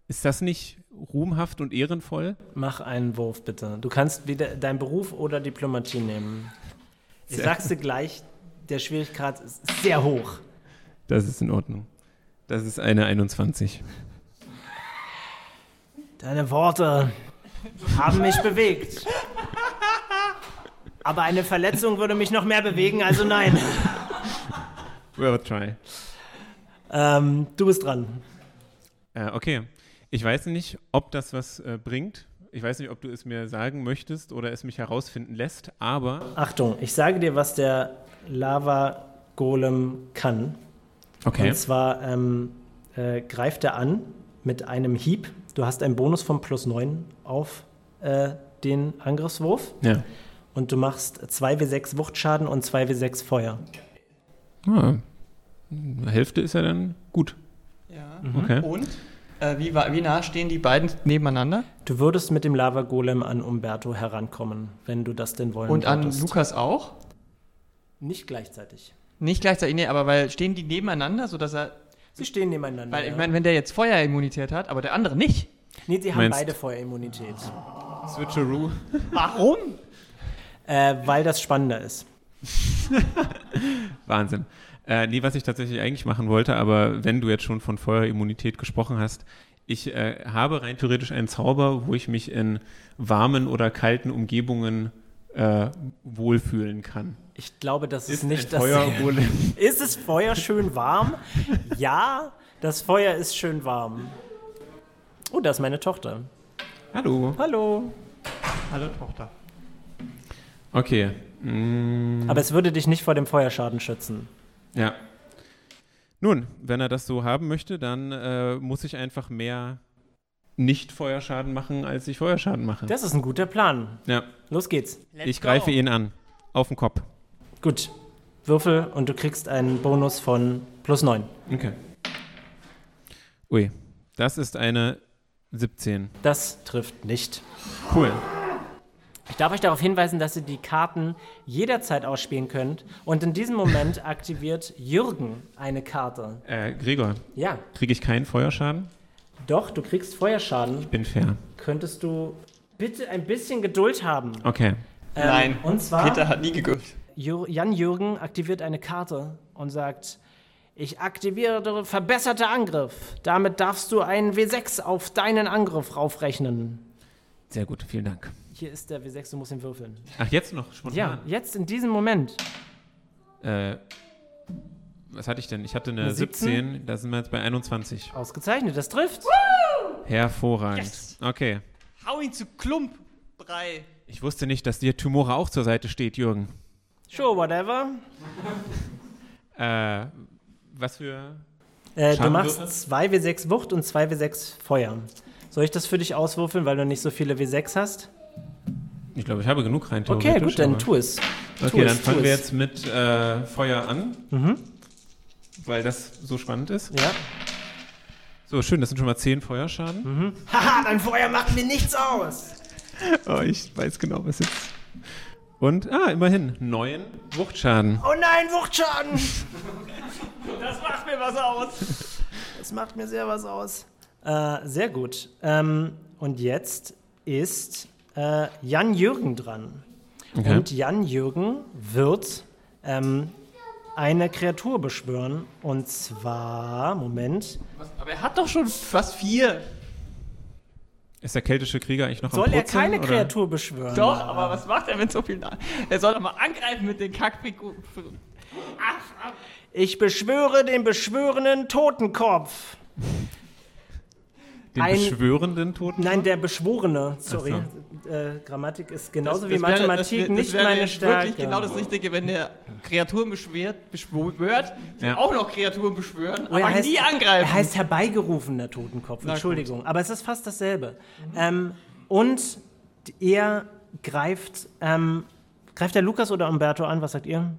S3: Ist das nicht ruhmhaft und ehrenvoll?
S2: Mach einen Wurf bitte. Du kannst wieder deinen Beruf oder Diplomatie nehmen. Ich
S3: Sehr-
S2: sag's dir gleich: der Schwierigkeitsgrad ist sehr hoch.
S3: Das ist in Ordnung. Das ist eine 21.
S2: Deine Worte haben mich bewegt. Aber eine Verletzung würde mich noch mehr bewegen, also nein.
S3: Worth try.
S2: Ähm, du bist dran.
S3: Äh, okay. Ich weiß nicht, ob das was äh, bringt. Ich weiß nicht, ob du es mir sagen möchtest oder es mich herausfinden lässt, aber.
S2: Achtung, ich sage dir, was der Lava-Golem kann. Und zwar ähm, äh, greift er an mit einem Hieb. Du hast einen Bonus von plus 9 auf äh, den Angriffswurf.
S3: Ja.
S2: Und du machst 2w6 Wuchtschaden und 2w6 Feuer.
S3: Ah. Hälfte ist ja dann gut.
S4: Ja.
S3: Okay.
S4: Und? Äh, wie, wa- wie nah stehen die beiden nebeneinander?
S2: Du würdest mit dem Lava-Golem an Umberto herankommen, wenn du das denn wollen
S4: Und an
S2: würdest.
S4: Lukas auch?
S2: Nicht gleichzeitig.
S4: Nicht gleichzeitig, nee, aber weil stehen die nebeneinander, sodass er.
S2: Sie stehen nebeneinander.
S4: Weil ich
S2: ja.
S4: meine, wenn der jetzt Feuerimmunität hat, aber der andere nicht.
S2: nee, sie haben
S3: Meinst-
S2: beide Feuerimmunität.
S3: Switcheroo.
S4: Warum?
S2: Äh, weil das spannender ist.
S3: Wahnsinn. Äh, nee, was ich tatsächlich eigentlich machen wollte, aber wenn du jetzt schon von Feuerimmunität gesprochen hast, ich äh, habe rein theoretisch einen Zauber, wo ich mich in warmen oder kalten Umgebungen äh, wohlfühlen kann.
S2: Ich glaube, das ist, nicht
S3: ein
S2: das.
S3: Feuer wohl
S2: [laughs] Ist das Feuer schön warm? ja, das Feuer ist schön warm. Oh, da ist meine Tochter.
S3: Hallo.
S2: Hallo.
S4: Hallo Tochter.
S3: Okay. Mm,
S2: Aber es würde dich nicht vor dem Feuerschaden schützen.
S3: ja. Nun, wenn er das so haben möchte, dann äh, muss ich einfach mehr Nicht-Feuerschaden machen, als ich Feuerschaden mache.
S2: Das ist ein guter Plan.
S3: ja.
S2: Los geht's.
S3: Ich greife ihn an. Auf den Kopf.
S2: Gut. Würfel und du kriegst einen Bonus von plus 9.
S3: Okay. Ui, das ist eine 17.
S2: Das trifft nicht.
S3: Cool.
S2: Ich darf euch darauf hinweisen, dass ihr die Karten jederzeit ausspielen könnt. Und in diesem Moment aktiviert Jürgen eine Karte.
S3: Äh, Gregor,
S2: Ja,
S3: kriege ich keinen Feuerschaden?
S2: doch, du kriegst Feuerschaden.
S3: Bin fair.
S2: Könntest du bitte ein bisschen Geduld haben?
S3: Okay.
S2: Ähm,
S4: Nein.
S2: Und zwar,
S4: Ah. Peter hat nie gegulft.
S2: Jür Jan Jürgen aktiviert eine Karte und sagt, ich aktiviere verbesserter Angriff. Damit darfst du einen W6 auf deinen Angriff raufrechnen.
S3: Sehr gut, vielen Dank.
S2: Hier ist der W6, du musst ihn würfeln.
S3: Ach, jetzt noch
S2: Ja,
S3: spontan?
S2: jetzt in diesem Moment.
S3: Ja. Äh, was hatte ich denn? Ich hatte eine,
S2: Eine
S3: 17.
S2: 17.
S3: da sind wir jetzt bei 21.
S2: Ausgezeichnet, das trifft.
S3: Hervorragend.
S4: Yes.
S3: Okay.
S4: Hau ihn zu Klump. Brei.
S3: Ich wusste nicht, dass dir Tumora auch zur Seite steht, Jürgen.
S2: Sure, whatever.
S3: Äh, was für.
S2: Äh, du
S3: Schaden
S2: machst
S3: würfeln?
S2: 2 W6 Wucht und 2 W6 Feuer. Soll ich das für dich auswürfeln, weil du nicht so viele W6 hast?
S3: Ich glaube, ich habe genug rein
S2: Okay, gut, dann
S3: aber-
S2: tu es.
S3: Okay,
S2: Tu es,
S3: dann
S2: tu
S3: fangen wir
S2: es. Mhm.
S3: jetzt mit äh, Feuer an. Weil das so spannend ist.
S2: Ja.
S3: So, schön, das sind schon mal 10 Feuerschaden.
S2: Mhm. [laughs] Haha, dein Feuer macht mir nichts aus.
S3: [laughs] Oh, ich weiß genau, was jetzt. Und, ah, immerhin, 9 Wuchtschaden.
S2: Oh nein, [laughs] Wuchtschaden.
S4: Das macht mir was aus.
S2: Das macht mir sehr was aus. Äh, sehr gut. Ähm, und jetzt ist äh, Jan Jürgen dran.
S3: Okay.
S2: Und Jan Jürgen wird ähm, eine Kreatur beschwören. Und zwar, Moment,
S4: Aber er hat doch schon fast vier.
S3: Ist der keltische Krieger eigentlich noch am
S2: soll er
S3: Purzeln,
S2: keine
S3: oder?
S2: Kreatur beschwören?
S4: Doch, aber was macht er mit so viel? Na er soll doch mal angreifen mit den Kackfiguren.
S2: Ich beschwöre den beschwörenden Totenkopf.
S3: Den
S2: Ein-
S3: beschwörenden Toten?
S2: Nein, der Beschworene, sorry.
S3: Ach
S2: Äh, Grammatik ist genauso wie
S4: Das wäre- das
S2: Mathematik
S4: wäre- das
S2: nicht
S4: wäre
S2: meine
S4: jetzt
S2: Stärke.
S4: wirklich genau das Richtige, wenn der Kreaturen beschwert, beschwört, die
S3: Ja.
S4: auch noch Kreaturen beschwören,
S2: Oh, er
S4: aber
S2: heißt-
S4: nie angreifen.
S2: Er heißt herbeigerufener Totenkopf,
S4: gut.
S2: Entschuldigung. Aber es ist fast dasselbe. Ähm, und er greift, ähm, greift der Lukas oder Umberto an? Was sagt ihr?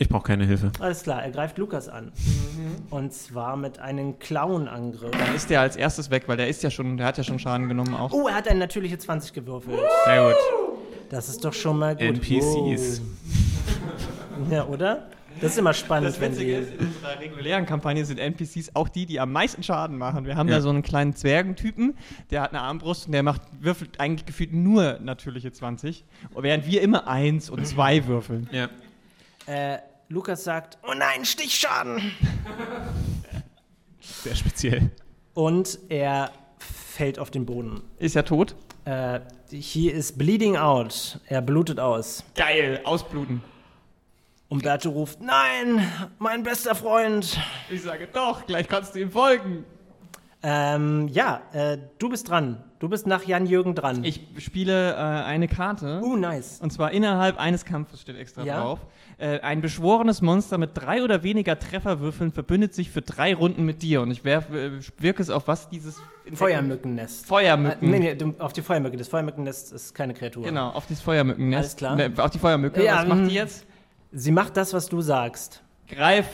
S3: Ich brauche keine Hilfe.
S2: Alles klar, er greift Lukas an.
S4: Mhm.
S2: Und zwar mit einem Clown-Angriff.
S4: Dann ist der als erstes weg, weil der ist ja schon, der hat ja schon Schaden genommen auch.
S2: Oh, er hat eine natürliche 20 gewürfelt.
S3: Sehr gut.
S2: Das ist doch schon mal gut.
S3: NPCs.
S2: Wow. Ja, oder? Das ist immer spannend,
S4: Das
S2: wenn die.
S4: Witzige ist, in unserer regulären Kampagne sind NPCs auch die, die am meisten Schaden machen. Wir haben
S3: Ja.
S4: da so einen kleinen Zwergentypen, der hat eine Armbrust und der macht, würfelt eigentlich gefühlt nur natürliche 20, während wir immer 1 und 2 würfeln.
S3: Ja.
S2: Äh, Lukas sagt: Oh nein, Stichschaden!
S3: Sehr speziell.
S2: Und er fällt auf den Boden.
S4: Ist ja tot.
S2: Äh, he is bleeding out. Er blutet aus.
S4: Geil, ausbluten.
S2: Umberto ruft, nein, mein bester Freund.
S4: Ich sage doch, gleich kannst du ihm folgen.
S2: Ähm, ja, äh, du bist dran. Du bist nach Jan-Jürgen dran.
S4: Ich spiele äh, eine Karte.
S2: oh, nice.
S4: Und zwar innerhalb eines Kampfes steht extra
S2: Ja.
S4: drauf. Äh, ein beschworenes Monster mit drei oder weniger Trefferwürfeln verbündet sich für drei Runden mit dir. Und ich werf, äh, wirke es auf was dieses Insekten-
S2: Feuermückennest.
S4: Feuermücken.
S2: Äh, nee, nee, du- auf die Feuermücke. Das Feuermückennest ist keine Kreatur.
S4: Genau, auf dieses Feuermückennest.
S2: Alles klar.
S4: Ne, auf die Feuermücke.
S2: Ja,
S4: was macht
S2: mhm.
S4: die jetzt?
S2: Sie macht das, was du sagst.
S4: Greif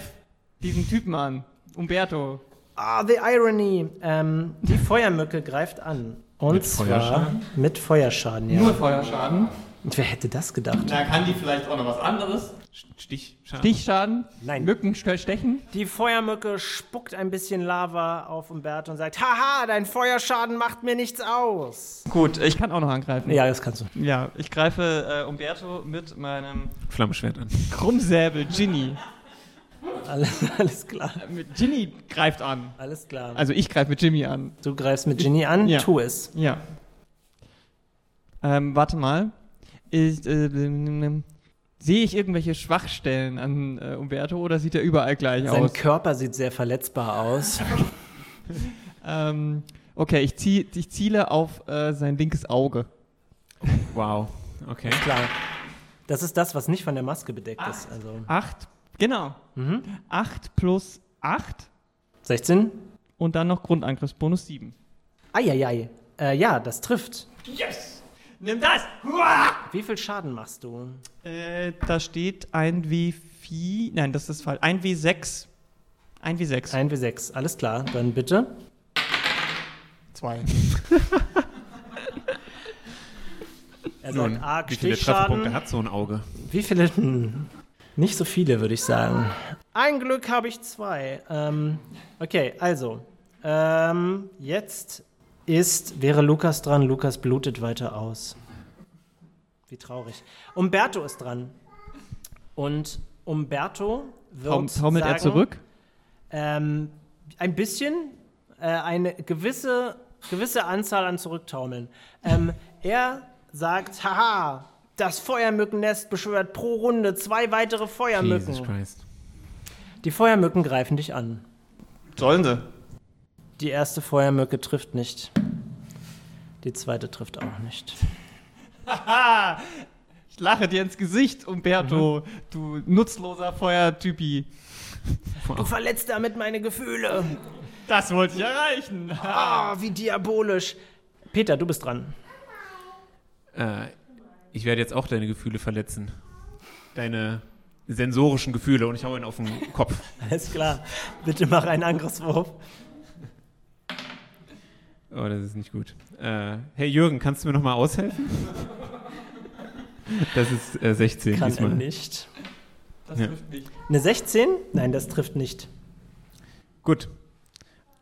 S4: diesen Typen an. Umberto.
S2: Ah, the irony. Ähm, die Feuermücke greift an. Und
S3: Mit
S2: zwar
S3: Feuerschaden?
S2: mit Feuerschaden, ja.
S4: Nur Feuerschaden.
S2: Und wer hätte das gedacht?
S4: Da kann die vielleicht auch noch was anderes.
S3: Stich.
S4: Stichschaden,
S2: Nein.
S4: Mücken ste- stechen.
S2: Die Feuermücke spuckt ein bisschen Lava auf Umberto und sagt, haha, dein Feuerschaden macht mir nichts aus.
S4: Gut, ich kann auch noch angreifen.
S2: Ja, das kannst du.
S4: Ja, ich greife äh, Umberto mit meinem
S3: Flammenschwert an.
S4: Krummsäbel Ginny.
S2: Alles, [laughs] alles klar.
S4: Äh, mit- Ginny greift an.
S2: Alles klar.
S4: Also ich greife mit Jimmy an.
S2: du greifst mit Ginny an,
S4: Ja.
S2: tu es.
S4: Ja. Ähm, warte mal. Ich, äh, ähm, ähm, ähm, sehe ich irgendwelche Schwachstellen an äh, Umberto oder sieht er überall gleich
S2: Sein
S4: aus?
S2: Körper sieht sehr verletzbar aus.
S4: Ähm, okay, ich, zieh, ich ziele auf äh, sein linkes Auge.
S3: Wow. Okay.
S2: klar. Das ist das, was nicht von der Maske bedeckt ist. Also
S4: Acht, genau. Acht plus acht
S2: 16?
S4: und dann noch Grundangriffsbonus sieben.
S2: Eieiei. Äh, ja, das trifft.
S4: Yes! Nimm das!
S2: Wie viel Schaden machst du?
S4: Äh, da steht ein W4. Nein, das ist falsch. Ein W6. Ein W6.
S2: 1 bis 6. Alles klar, dann bitte.
S4: zwei.
S2: [laughs] Er
S3: Nun,
S2: sagt arg
S3: wie viele Trefferpunkte
S2: Stichschaden.
S3: hat so ein Auge?
S2: Wie viele? Hm, nicht so viele, würde ich sagen. Ein Glück habe ich zwei. Ähm, okay, also. Ähm, jetzt ist, wäre Lukas dran. Lukas blutet weiter aus. Wie traurig. Umberto ist dran. Und Umberto wird.
S4: Taum, taumelt
S2: sagen,
S4: er zurück?
S2: Ähm, ein bisschen, äh, eine gewisse, gewisse Anzahl an Zurücktaumeln. Ähm, er sagt, haha, das Feuermückennest beschwört pro Runde zwei weitere
S3: Jesus
S2: Feuermücken.
S3: Christ.
S2: Die Feuermücken greifen dich an.
S4: Sollen sie.
S2: Die erste Feuermücke trifft nicht. Die zweite trifft auch nicht.
S4: Haha! Ich lache dir ins Gesicht,
S2: Mhm.
S4: Umberto, du nutzloser Feuertypi.
S2: Du verletzt damit meine Gefühle.
S4: Das wollte ich [laughs] erreichen.
S2: Ah, wie diabolisch. Peter, du bist dran.
S3: Äh, ich werde jetzt auch deine Gefühle verletzen. Deine sensorischen Gefühle und ich hau ihn auf den Kopf.
S2: Alles klar. Bitte mach einen Angriffswurf.
S3: [laughs] Oh, das ist nicht gut. Äh, hey Jürgen, kannst du mir nochmal aushelfen? Das ist äh, 16
S2: Kann er
S3: diesmal.
S2: nicht.
S4: Das
S3: Ja.
S4: trifft mich.
S2: Eine 16? Nein, das trifft nicht.
S3: Gut.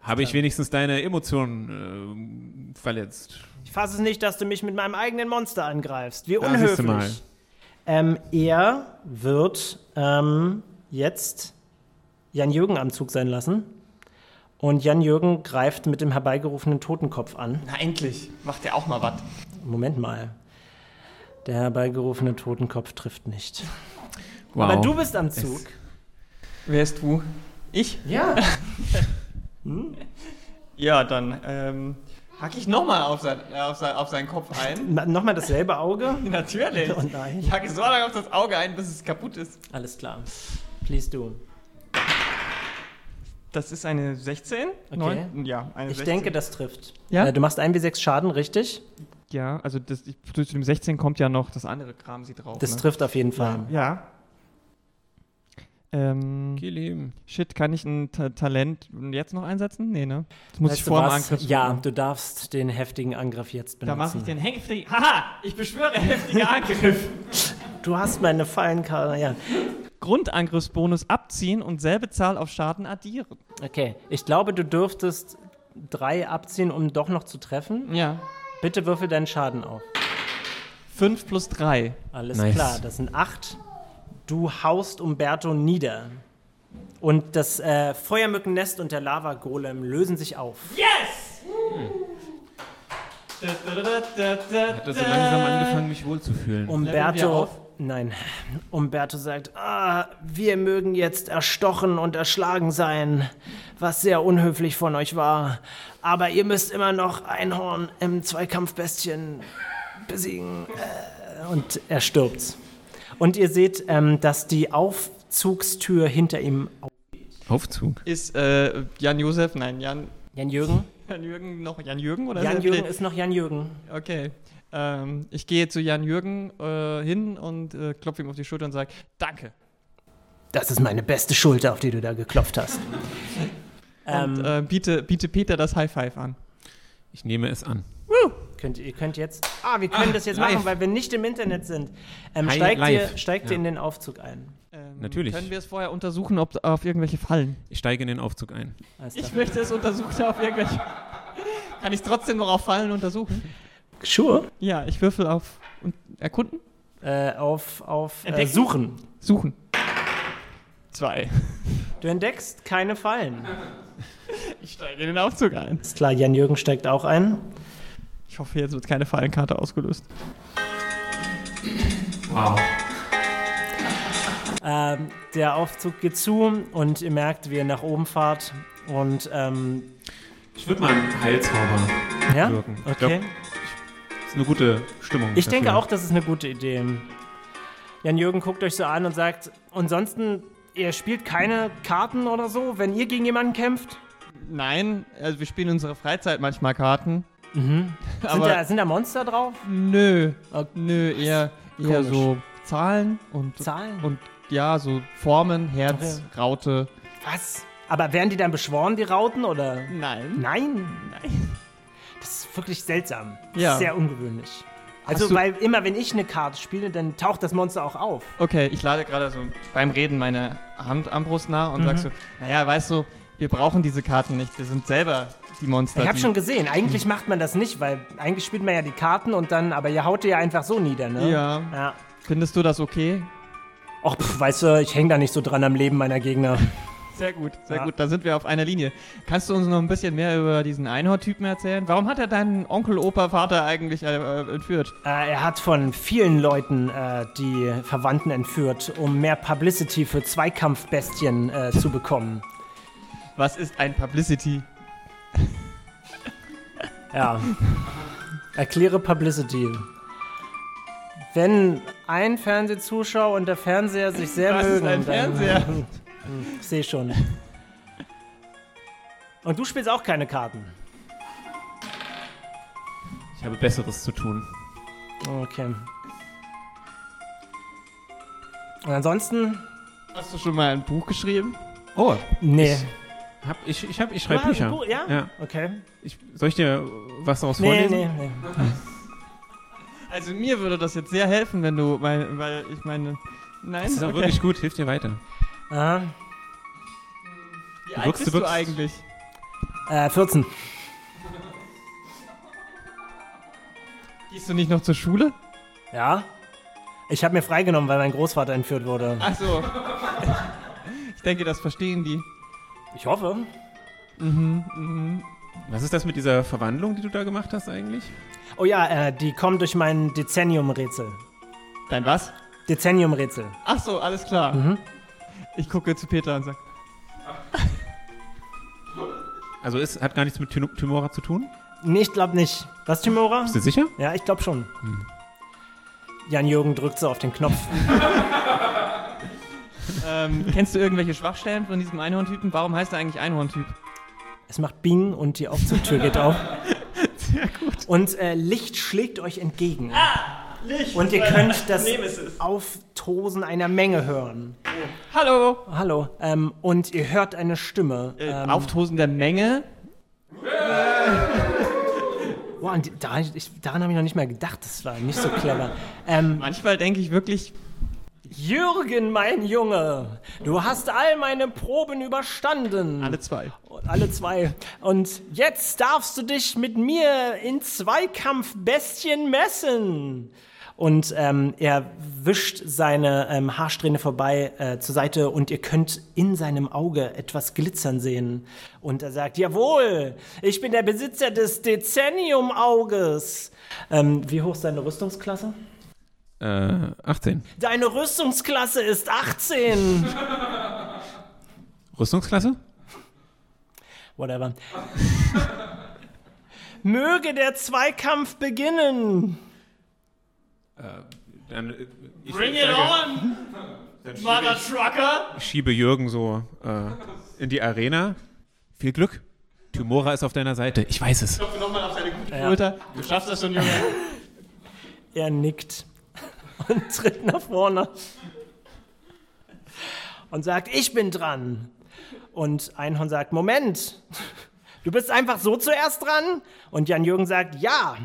S3: Habe ich wenigstens deine Emotionen äh, verletzt?
S2: Ich fasse es nicht, dass du mich mit meinem eigenen Monster angreifst. Wie
S3: Da siehst
S2: unhöflich.
S3: du mal.
S2: Ähm, er wird ähm, jetzt Jan-Jürgen am Zug sein lassen. Und Jan-Jürgen greift mit dem herbeigerufenen Totenkopf an.
S4: Na endlich, macht er auch mal was.
S2: Moment mal. Der herbeigerufene Totenkopf trifft nicht.
S3: Wow.
S2: Aber du bist am Zug.
S4: Wer ist du? Ich?
S2: Ja. [laughs]
S4: Ja, dann ähm, hack ich nochmal auf, sein, äh, auf, sein, auf seinen Kopf
S2: [laughs]
S4: ein.
S2: Nochmal dasselbe Auge.
S4: Natürlich.
S2: Oh nein.
S4: Ich hacke so lange auf das Auge ein, bis es kaputt ist.
S2: Alles klar. Please do.
S4: Das ist eine 16?
S2: Okay.
S4: Neun- ja, eine
S2: Ich
S4: 16.
S2: denke, das trifft.
S4: Ja?
S2: Äh, du machst 1 wie 6 Schaden, richtig?
S4: Ja, also das, ich, zu dem 16 kommt ja noch das andere Kram sie drauf.
S2: Das
S4: ne?
S2: trifft auf jeden Fall.
S4: Ja. Ähm,
S3: Kill him.
S4: Shit, kann ich ein Ta Talent jetzt noch einsetzen? Nee, ne? Das muss ich
S2: Weißt du
S4: vor dem
S2: was?
S4: Angriff.
S2: Ja,
S4: machen.
S2: du darfst den heftigen Angriff jetzt
S4: da
S2: benutzen.
S4: mache ich den heftigen. [laughs] Haha, ich beschwöre heftiger Angriff.
S2: Du hast meine Fallenkarte. Ja.
S4: [laughs] Grundangriffsbonus abziehen und selbe Zahl auf Schaden addieren.
S2: Okay. Ich glaube, du dürftest drei abziehen, um doch noch zu treffen.
S4: Ja.
S2: Bitte würfel deinen Schaden auf.
S4: 5 plus 3.
S2: Alles
S3: Nice.
S2: klar, das sind acht. Du haust Umberto nieder. Und das äh, Feuermückennest und der Lavagolem lösen sich auf.
S4: Yes!
S3: Hat er so langsam angefangen, mich wohlzufühlen?
S2: Um
S4: Leveln wir
S2: Umberto,
S4: auf?
S2: nein, Umberto sagt, ah, wir mögen jetzt erstochen und erschlagen sein, was sehr unhöflich von euch war. Aber ihr müsst immer noch Einhorn im Zweikampfbestien besiegen. Äh, Und er stirbt. Und ihr seht, ähm, dass die Aufzugstür hinter ihm. auf-
S3: Aufzug.
S4: Ist äh, Jan Josef, nein, Jan,
S2: Jan Jürgen?
S4: Jan Jürgen noch Jan Jürgen oder
S2: Jan
S4: er-
S2: Jürgen ist noch Jan Jürgen.
S4: Okay. Ähm, ich gehe zu Jan Jürgen äh, hin und äh, klopfe ihm auf die Schulter und sage, danke.
S2: Das ist meine beste Schulter, auf die du da geklopft hast. ähm,
S4: und äh, biete, biete Peter das High Five an.
S3: Ich nehme es an.
S2: Könnt, ihr könnt jetzt. Ah, wir können das jetzt
S3: live.
S2: machen, weil wir nicht im Internet sind. Ähm,
S3: Hi-
S2: steigt ihr,
S3: live.
S2: steigt ihr
S3: Ja.
S2: in den Aufzug ein.
S4: Ähm,
S3: Natürlich.
S4: Können wir es vorher untersuchen, ob auf irgendwelche Fallen?
S3: Ich steige in den Aufzug ein.
S2: Alles klar.
S4: Ich möchte es untersuchen auf irgendwelche. [laughs] Kann ich es trotzdem noch auf Fallen untersuchen?
S2: Sure.
S4: Ja, ich würfel auf und erkunden?
S2: Äh, auf auf äh,
S4: Entdecken?
S2: Suchen.
S4: Suchen. Zwei. [laughs]
S2: Du entdeckst keine Fallen.
S4: Ich steige in den Aufzug ein.
S2: Ist klar, Jan-Jürgen steigt auch ein.
S4: Ich hoffe, jetzt wird keine Fallenkarte ausgelöst.
S1: Wow.
S2: Ähm, der Aufzug geht zu und ihr merkt, wie ihr nach oben fahrt. Und, ähm,
S1: Ich würde mal einen Heilzauber.
S2: ja?
S3: Wirken. Ich
S2: Okay.
S3: Ist eine gute Stimmung.
S2: Ich denke
S3: dafür.
S2: auch, das ist eine gute Idee. Jan-Jürgen guckt euch so an und sagt, ansonsten, ihr spielt keine Karten oder so, wenn ihr gegen jemanden kämpft?
S4: Nein, also wir spielen in unserer Freizeit manchmal Karten.
S2: Mhm. Sind,
S4: Aber
S2: da, sind da Monster drauf?
S4: nö, äh,
S2: Ok.
S4: nö, eher, eher
S2: Komisch.
S4: so Zahlen und,
S2: Zahlen?
S4: und ja, so Formen, Herz,
S2: Ach
S4: Raute.
S2: Was? Aber werden die dann beschworen, die Rauten, oder?
S4: Nein.
S2: Nein? Das ist wirklich seltsam. Das
S4: Ja.
S2: ist sehr ungewöhnlich.
S4: Hast
S2: Also,
S4: du-
S2: weil immer, wenn ich eine Karte spiele, dann taucht das Monster auch auf.
S4: Okay, ich lade gerade so beim Reden meine Hand Armbrust nah und
S2: Mhm.
S4: sag so, naja, weißt du, wir brauchen diese Karten nicht, wir sind selber die Monster.
S2: Ich habe
S4: die- Hm.
S2: schon gesehen, eigentlich macht man das nicht, weil eigentlich spielt man ja die Karten und dann, aber ihr haut die ja einfach so nieder, ne?
S4: Ja.
S2: Ja.
S4: Findest du das okay?
S2: Och, pff, weißt du, ich hänge da nicht so dran am Leben meiner
S4: [laughs]
S2: Gegner.
S4: Sehr gut, sehr
S2: Ja.
S4: gut, da sind wir auf einer Linie. Kannst du uns noch ein bisschen mehr über diesen Einhorn-Typen erzählen? Warum hat er deinen Onkel, Opa, Vater eigentlich äh, äh, entführt?
S2: Äh, er hat von vielen Leuten äh, die Verwandten entführt, um mehr Publicity für Zweikampfbestien äh, zu bekommen.
S4: Was ist ein Publicity?
S2: Ja. Erkläre Publicity. Wenn ein Fernsehzuschauer und der Fernseher
S4: [laughs]
S2: sich sehr
S4: Was ist
S2: mögen.
S4: ein Fernseher?
S2: Hm, Ich sehe schon. Und du spielst auch keine Karten.
S3: Ich habe Besseres zu tun.
S2: Okay. Und ansonsten?
S4: Hast du schon mal ein Buch geschrieben?
S3: Oh,
S2: Nee.
S3: hab, ich, ich, hab, ich
S2: Ah,
S3: schreibe
S2: so
S3: Bücher.
S2: gut, ja?
S3: Ja.
S2: Okay.
S3: Ich, soll ich dir was daraus
S2: Nee,
S3: vorlesen?
S2: nee, nee.
S4: Also mir würde das jetzt sehr helfen, wenn du, mein, weil ich meine, nein,
S3: Das ist auch
S4: okay.
S3: wirklich gut, hilft dir weiter.
S2: Aha.
S4: Wie
S3: Du
S4: alt
S3: wirkst-
S4: bist
S3: du
S4: du
S3: wirkst-
S4: eigentlich?
S2: Äh, 14.
S4: Gehst du nicht noch zur Schule?
S2: Ja? Ich habe mir freigenommen, weil mein Großvater entführt wurde.
S4: Ach so. Ich denke, das verstehen die.
S2: Ich hoffe.
S3: Was ist das mit dieser Verwandlung, die du da gemacht hast eigentlich?
S2: Oh ja, äh, die kommen durch mein Dezennium-Rätsel.
S4: Dein was?
S2: Dezennium-Rätsel.
S4: Ach so, alles klar.
S2: Mhm.
S4: Ich gucke zu Peter und sage,
S3: Also es hat gar nichts mit Tyn- Tymora zu tun?
S2: Nee, ich glaube nicht. Was, Timora?
S3: Bist du sicher?
S2: Ja, ich glaube schon. Jan-Jürgen drückt so auf den Knopf.
S4: ähm, kennst du irgendwelche Schwachstellen von diesem Einhorntypen? Warum heißt er eigentlich Einhorntyp?
S2: Es macht Bing und die [laughs] Aufzugtür geht auf. Sehr gut. Und äh, Licht schlägt euch entgegen. Ah, Licht! Und ihr könnt das Auftosen einer Menge hören.
S4: Hallo!
S2: Hallo. Ähm, und ihr hört eine Stimme.
S4: Äh,
S2: Ähm,
S4: Auftosen der Menge?
S2: Boah, an die, daran, ich- daran habe ich noch nicht mal gedacht. Das war nicht so [laughs] clever. Ähm,
S4: Manchmal denke ich wirklich,
S2: Jürgen, mein Junge, du hast all meine Proben überstanden.
S4: alle zwei.
S2: Und alle zwei. Und jetzt darfst du dich mit mir in Zweikampfbestien messen. Und ähm, er wischt seine ähm, Haarsträhne vorbei äh, zur Seite und ihr könnt in seinem Auge etwas glitzern sehen. Und er sagt, jawohl, ich bin der Besitzer des Dezennium-Auges. Ähm, wie hoch ist deine Rüstungsklasse?
S3: Äh, 18.
S2: Deine Rüstungsklasse ist 18.
S3: Rüstungsklasse?
S2: Whatever. [laughs] Möge der Zweikampf beginnen.
S3: Dann, äh, ich
S4: on,
S3: Dann
S4: Mother Trucker!
S3: Ich schiebe Jürgen so äh, in die Arena. Viel Glück. Tymora ist auf deiner Seite. Ich weiß es.
S4: Klopfe nochmal auf seine gute
S2: Ja.
S4: Schulter. Du schaffst das schon, Junge.
S2: Er nickt [laughs] und tritt nach vorne und sagt, ich bin dran. Und Einhorn sagt, Moment, du bist einfach so zuerst dran? Und Jan-Jürgen sagt, ja.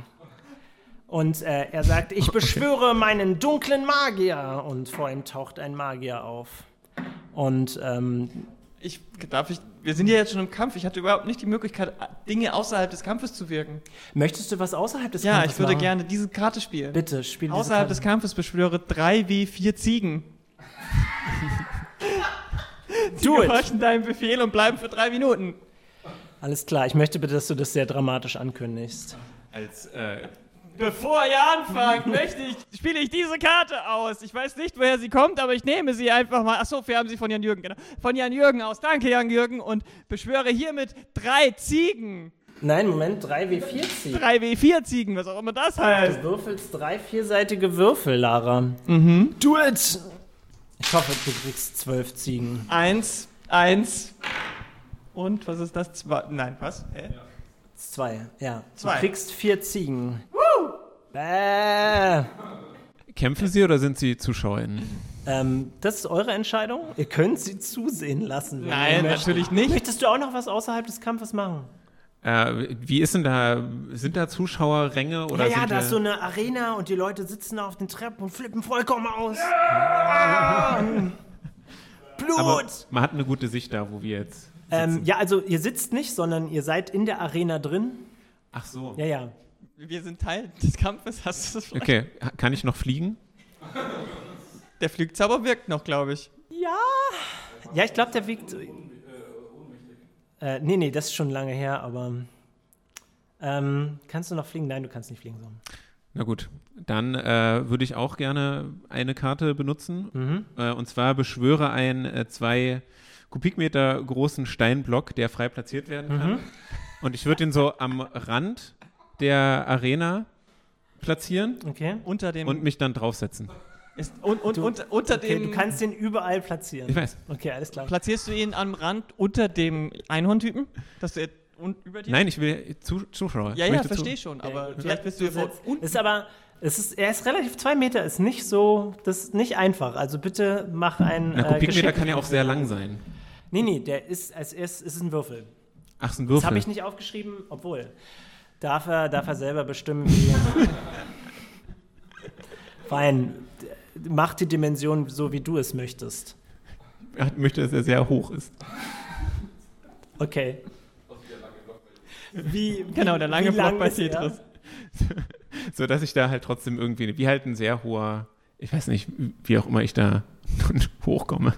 S2: Und äh,
S4: [laughs]
S2: er sagt, ich beschwöre meinen dunklen Magier. Und vor ihm taucht ein Magier auf. Und ähm,
S4: Ich, darf ich, wir sind ja jetzt schon im Kampf. Ich hatte überhaupt nicht die Möglichkeit, Dinge außerhalb des Kampfes zu wirken.
S2: möchtest du was außerhalb des
S4: Ja,
S2: Kampfes
S4: ich würde
S2: machen?
S4: gerne diese Karte spielen.
S2: Bitte, spiel diese
S4: Außerhalb
S2: Karte.
S4: des Kampfes beschwöre 3W4 Ziegen. Die
S2: Do it.
S4: gehorchen deinem Befehl und bleiben für drei Minuten.
S2: Alles klar, ich möchte bitte, dass du das sehr dramatisch ankündigst.
S3: Als, äh,
S4: Bevor ihr anfangt, [laughs] möchte ich, spiele ich diese Karte aus. Ich weiß nicht, woher sie kommt, aber ich nehme sie einfach mal. Achso, wir haben sie von Jan Jürgen, genau. Von Jan Jürgen aus. Danke, Jan Jürgen. Und beschwöre hiermit drei Ziegen.
S2: Nein, Moment, 3W4 ziehen.
S4: 3W4 Ziegen, was auch immer das heißt.
S2: Du würfelst drei vierseitige Würfel, Lara. Mhm. Do it! Ich hoffe, du kriegst zwölf Ziegen.
S4: Eins, eins. Und was ist das? Zwei. Nein, was? Hä?
S2: Zwei, ja.
S4: Zwei.
S2: Du kriegst vier Ziegen. Woo! Äh.
S3: kämpfen sie oder sind sie ZuschauerInnen?
S2: Ähm, das ist eure Entscheidung. Ihr könnt sie zusehen lassen. wenn ihr
S4: Nein,
S2: möchtet.
S4: natürlich nicht.
S2: Möchtest du auch noch was außerhalb des Kampfes machen?
S3: Äh, wie ist denn da, sind da Zuschauerränge oder
S2: ja, ja,
S3: sind
S2: da ist so eine Arena und die Leute sitzen auf den Treppen und flippen vollkommen aus. [laughs] Blut!
S3: aber man hat eine gute Sicht da, wo wir jetzt
S2: ähm,
S3: sitzen.
S2: ja, also ihr sitzt nicht, sondern ihr seid in der Arena drin.
S3: Ach so.
S2: Ja, ja.
S4: Wir sind Teil des Kampfes. Hast du das vielleicht?
S3: Okay, ha- kann ich noch fliegen?
S4: Der Flugzauber wirkt noch, glaube ich.
S2: Ja. Ja, ich glaube, der wiegt. Äh, nee, nee, das ist schon lange her, aber. Ähm, kannst du noch fliegen? Nein, du kannst nicht fliegen. So.
S3: Na gut, dann äh, würde ich auch gerne eine Karte benutzen.
S2: Mhm.
S3: Äh, und zwar beschwöre einen äh, zwei Kubikmeter großen Steinblock, der frei platziert werden
S2: Mhm.
S3: kann. Und ich würde ihn so am Rand der Arena platzieren
S2: Okay.
S4: Unter dem.
S3: und mich dann draufsetzen.
S4: ist, und, und,
S2: Du-
S4: und, unter
S2: Okay, du
S4: dem.
S2: kannst den überall
S3: Ich
S2: platzieren.
S3: weiß.
S2: Okay, alles klar.
S4: Platzierst du ihn am Rand unter dem Einhorntypen? Dass du und über dir?
S3: Nein, ich will zu, Zuschauer. ich
S4: Ja, ja,
S3: möchte
S4: verstehe schon, aber
S2: gut.
S4: vielleicht bist du ja vor-
S2: Zusatz-
S4: unten.
S2: Ist aber, es ist, er ist relativ zwei Meter, ist nicht so, das ist nicht einfach. Also bitte mach einen.
S3: Na, Kubikmeter
S2: geschickten-
S3: kann ja auch sehr lang sein.
S2: Nee, nee, der ist, als erst ist ein Würfel.
S3: Ach, ist ein
S2: Das
S3: Würfel.
S2: habe ich nicht aufgeschrieben, obwohl. Darf er, darf er selber bestimmen, wie.
S3: [laughs]
S2: Fein. D- Mach die Dimension so, wie du es möchtest.
S3: Ich möchte, dass er sehr hoch ist.
S2: Okay. Wie, wie,
S4: Genau, der lange
S2: wie
S4: Block bei
S2: ist er?
S4: Tetris.
S3: so dass ich da halt trotzdem irgendwie, wie halt ein sehr hoher, ich weiß nicht, wie auch immer ich da [laughs] hochkomme.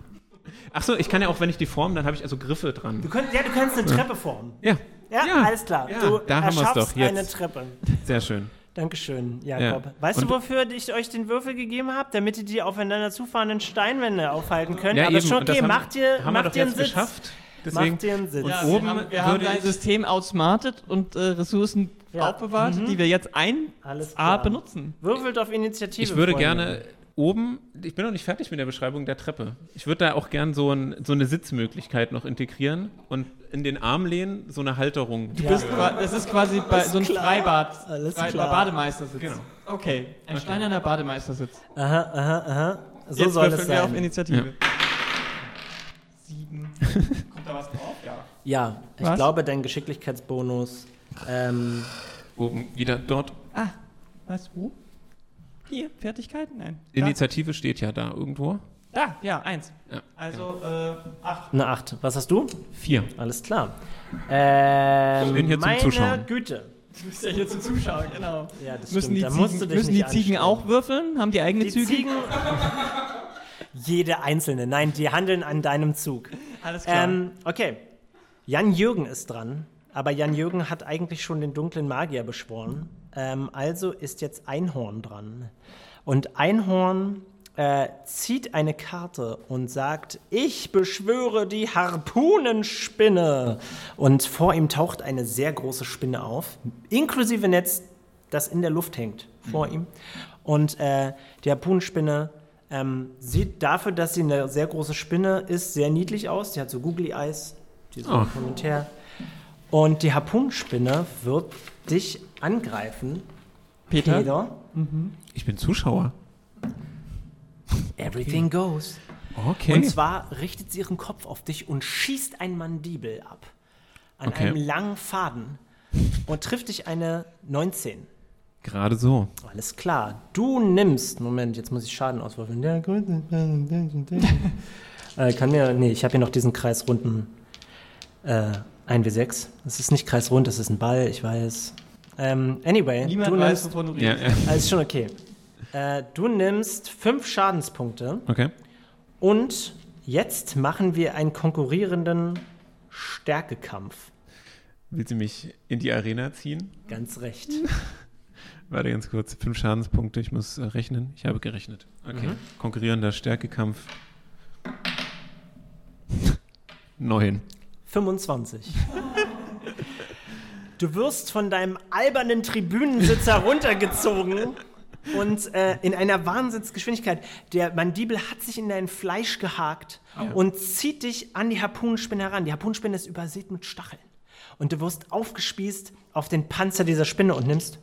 S3: Ach so, ich kann ja auch, wenn ich die Form, dann habe ich also Griffe
S2: Du,
S3: dran.
S2: könnt, ja, du kannst eine Treppe formen.
S3: Ja,
S2: Ja,
S3: Ja,
S2: alles klar.
S3: ja,
S2: du
S3: da haben wir's
S2: erschaffst
S3: doch, jetzt.
S2: eine Treppe.
S3: sehr schön.
S2: Dankeschön, Jakob.
S3: Ja.
S2: Weißt
S3: Und-
S2: du, wofür ich euch den Würfel gegeben habe? Damit ihr die aufeinander zufahrenden Steinwände aufhalten könnt.
S3: Ja,
S2: Aber
S3: eben.
S2: schon
S3: Und das
S2: okay,
S3: haben-
S2: macht ihr,
S3: haben wir
S2: macht
S3: doch
S2: ihr einen
S3: jetzt
S2: Sitz.
S3: geschafft. Deswegen,
S2: Macht ihr einen Sitz.
S3: Und
S4: Ja,
S3: oben
S4: wir haben, wir
S3: würde
S4: haben ein
S3: ich-
S4: System outsmartet und äh, Ressourcen
S2: Ja. Mhm.
S4: aufbewahrt, die wir jetzt ein
S2: Alles
S4: A
S2: klar.
S4: benutzen.
S2: Würfelt auf Initiative.
S3: ich würde
S2: Freunde.
S3: gerne oben, ich bin noch nicht fertig mit der Beschreibung der Treppe. Ich würde da auch gern so, ein, so eine Sitzmöglichkeit noch integrieren und in den Armlehnen so eine Halterung.
S2: Ja.
S4: Das, das ist quasi bei, so ein
S2: klar.
S4: Freibad.
S2: Alles
S4: Freibad
S2: klar.
S4: Bademeistersitz.
S3: Genau.
S4: Okay, ein steinerner Bademeistersitz.
S2: Aha, aha, aha. So
S4: jetzt
S2: soll
S4: würfeln
S2: es
S4: wir auf
S2: sein.
S4: Initiative.
S2: [laughs]
S4: Sieben. Kommt da was drauf? Ja.
S2: ja, ich
S4: Was?
S2: glaube, dein Geschicklichkeitsbonus. Ähm,
S3: Oben wieder dort.
S4: Ah, was? Wo? Hier, Fertigkeiten? Nein.
S3: Initiative steht ja da irgendwo.
S4: Da, da ja, eins.
S3: Ja.
S4: Also, äh, acht.
S2: eine 8. Was hast du?
S3: Vier.
S2: Alles klar. Ähm,
S3: Ich bin hier zum
S2: meine
S3: Zuschauen.
S2: Güte.
S4: Du bist ja hier zum Zuschauen, genau.
S2: Ja, das
S4: müssen
S2: stimmt.
S4: die,
S2: da
S4: Ziegen,
S2: musst du dich
S4: müssen die
S2: nicht
S4: Ziegen
S2: anstrengen.
S4: auch würfeln? Haben die eigene
S2: Die
S4: Züge?
S2: Ziegen. [laughs] Jede einzelne. Nein, die handeln an deinem Zug.
S4: Alles klar.
S2: Ähm, okay. Jan Jürgen ist dran, aber Jan Jürgen hat eigentlich schon den dunklen Magier beschworen. Ähm, also ist jetzt Einhorn dran. Und Einhorn äh, zieht eine Karte und sagt: Ich beschwöre die Harpunenspinne. Und vor ihm taucht eine sehr große Spinne auf, inklusive Netz, das in der Luft hängt vor ihm. Und äh, die Harpunenspinne ähm, sieht dafür, dass sie eine sehr große Spinne ist, sehr niedlich aus. Die hat so googly Eyes, die so
S3: Oh.
S2: hin und her. Und die Harpunenspinne wird dich angreifen,
S4: Peter?
S2: Peter.
S3: Ich bin Zuschauer.
S2: Everything goes.
S3: Okay.
S2: Und zwar richtet sie ihren Kopf auf dich und schießt einen Mandibel ab. An
S3: Okay.
S2: einem langen Faden. Und trifft dich eine 19.
S3: Gerade so.
S2: Alles klar. Du nimmst. Moment, jetzt muss ich Schaden auswürfeln. Ja, gut. Äh, kann mir, nee, ich habe hier noch diesen kreisrunden äh, 1W6. Das ist nicht kreisrund, das ist ein Ball, ich weiß. Ähm, anyway,
S4: Niemand
S2: du
S4: weiß,
S2: nimmst.
S4: wovon du
S3: Ja,
S4: redest.
S3: ja.
S2: Ah, ist schon okay. Äh, du nimmst fünf Schadenspunkte
S3: Okay.
S2: und jetzt machen wir einen konkurrierenden Stärkekampf.
S3: Will sie mich in die Arena ziehen?
S2: Ganz recht.
S3: Warte ganz kurz. Fünf Schadenspunkte, ich muss äh, rechnen. Ich habe gerechnet. Okay. Konkurrierender Stärkekampf. [laughs] Neun.
S2: 25. Du wirst von deinem albernen Tribünensitzer runtergezogen und äh, in einer Wahnsinnsgeschwindigkeit. Der Mandibel hat sich in dein Fleisch gehakt und zieht dich an die Harpunenspinne heran. Die Harpunenspinne ist übersät mit Stacheln. Und du wirst aufgespießt auf den Panzer dieser Spinne und nimmst.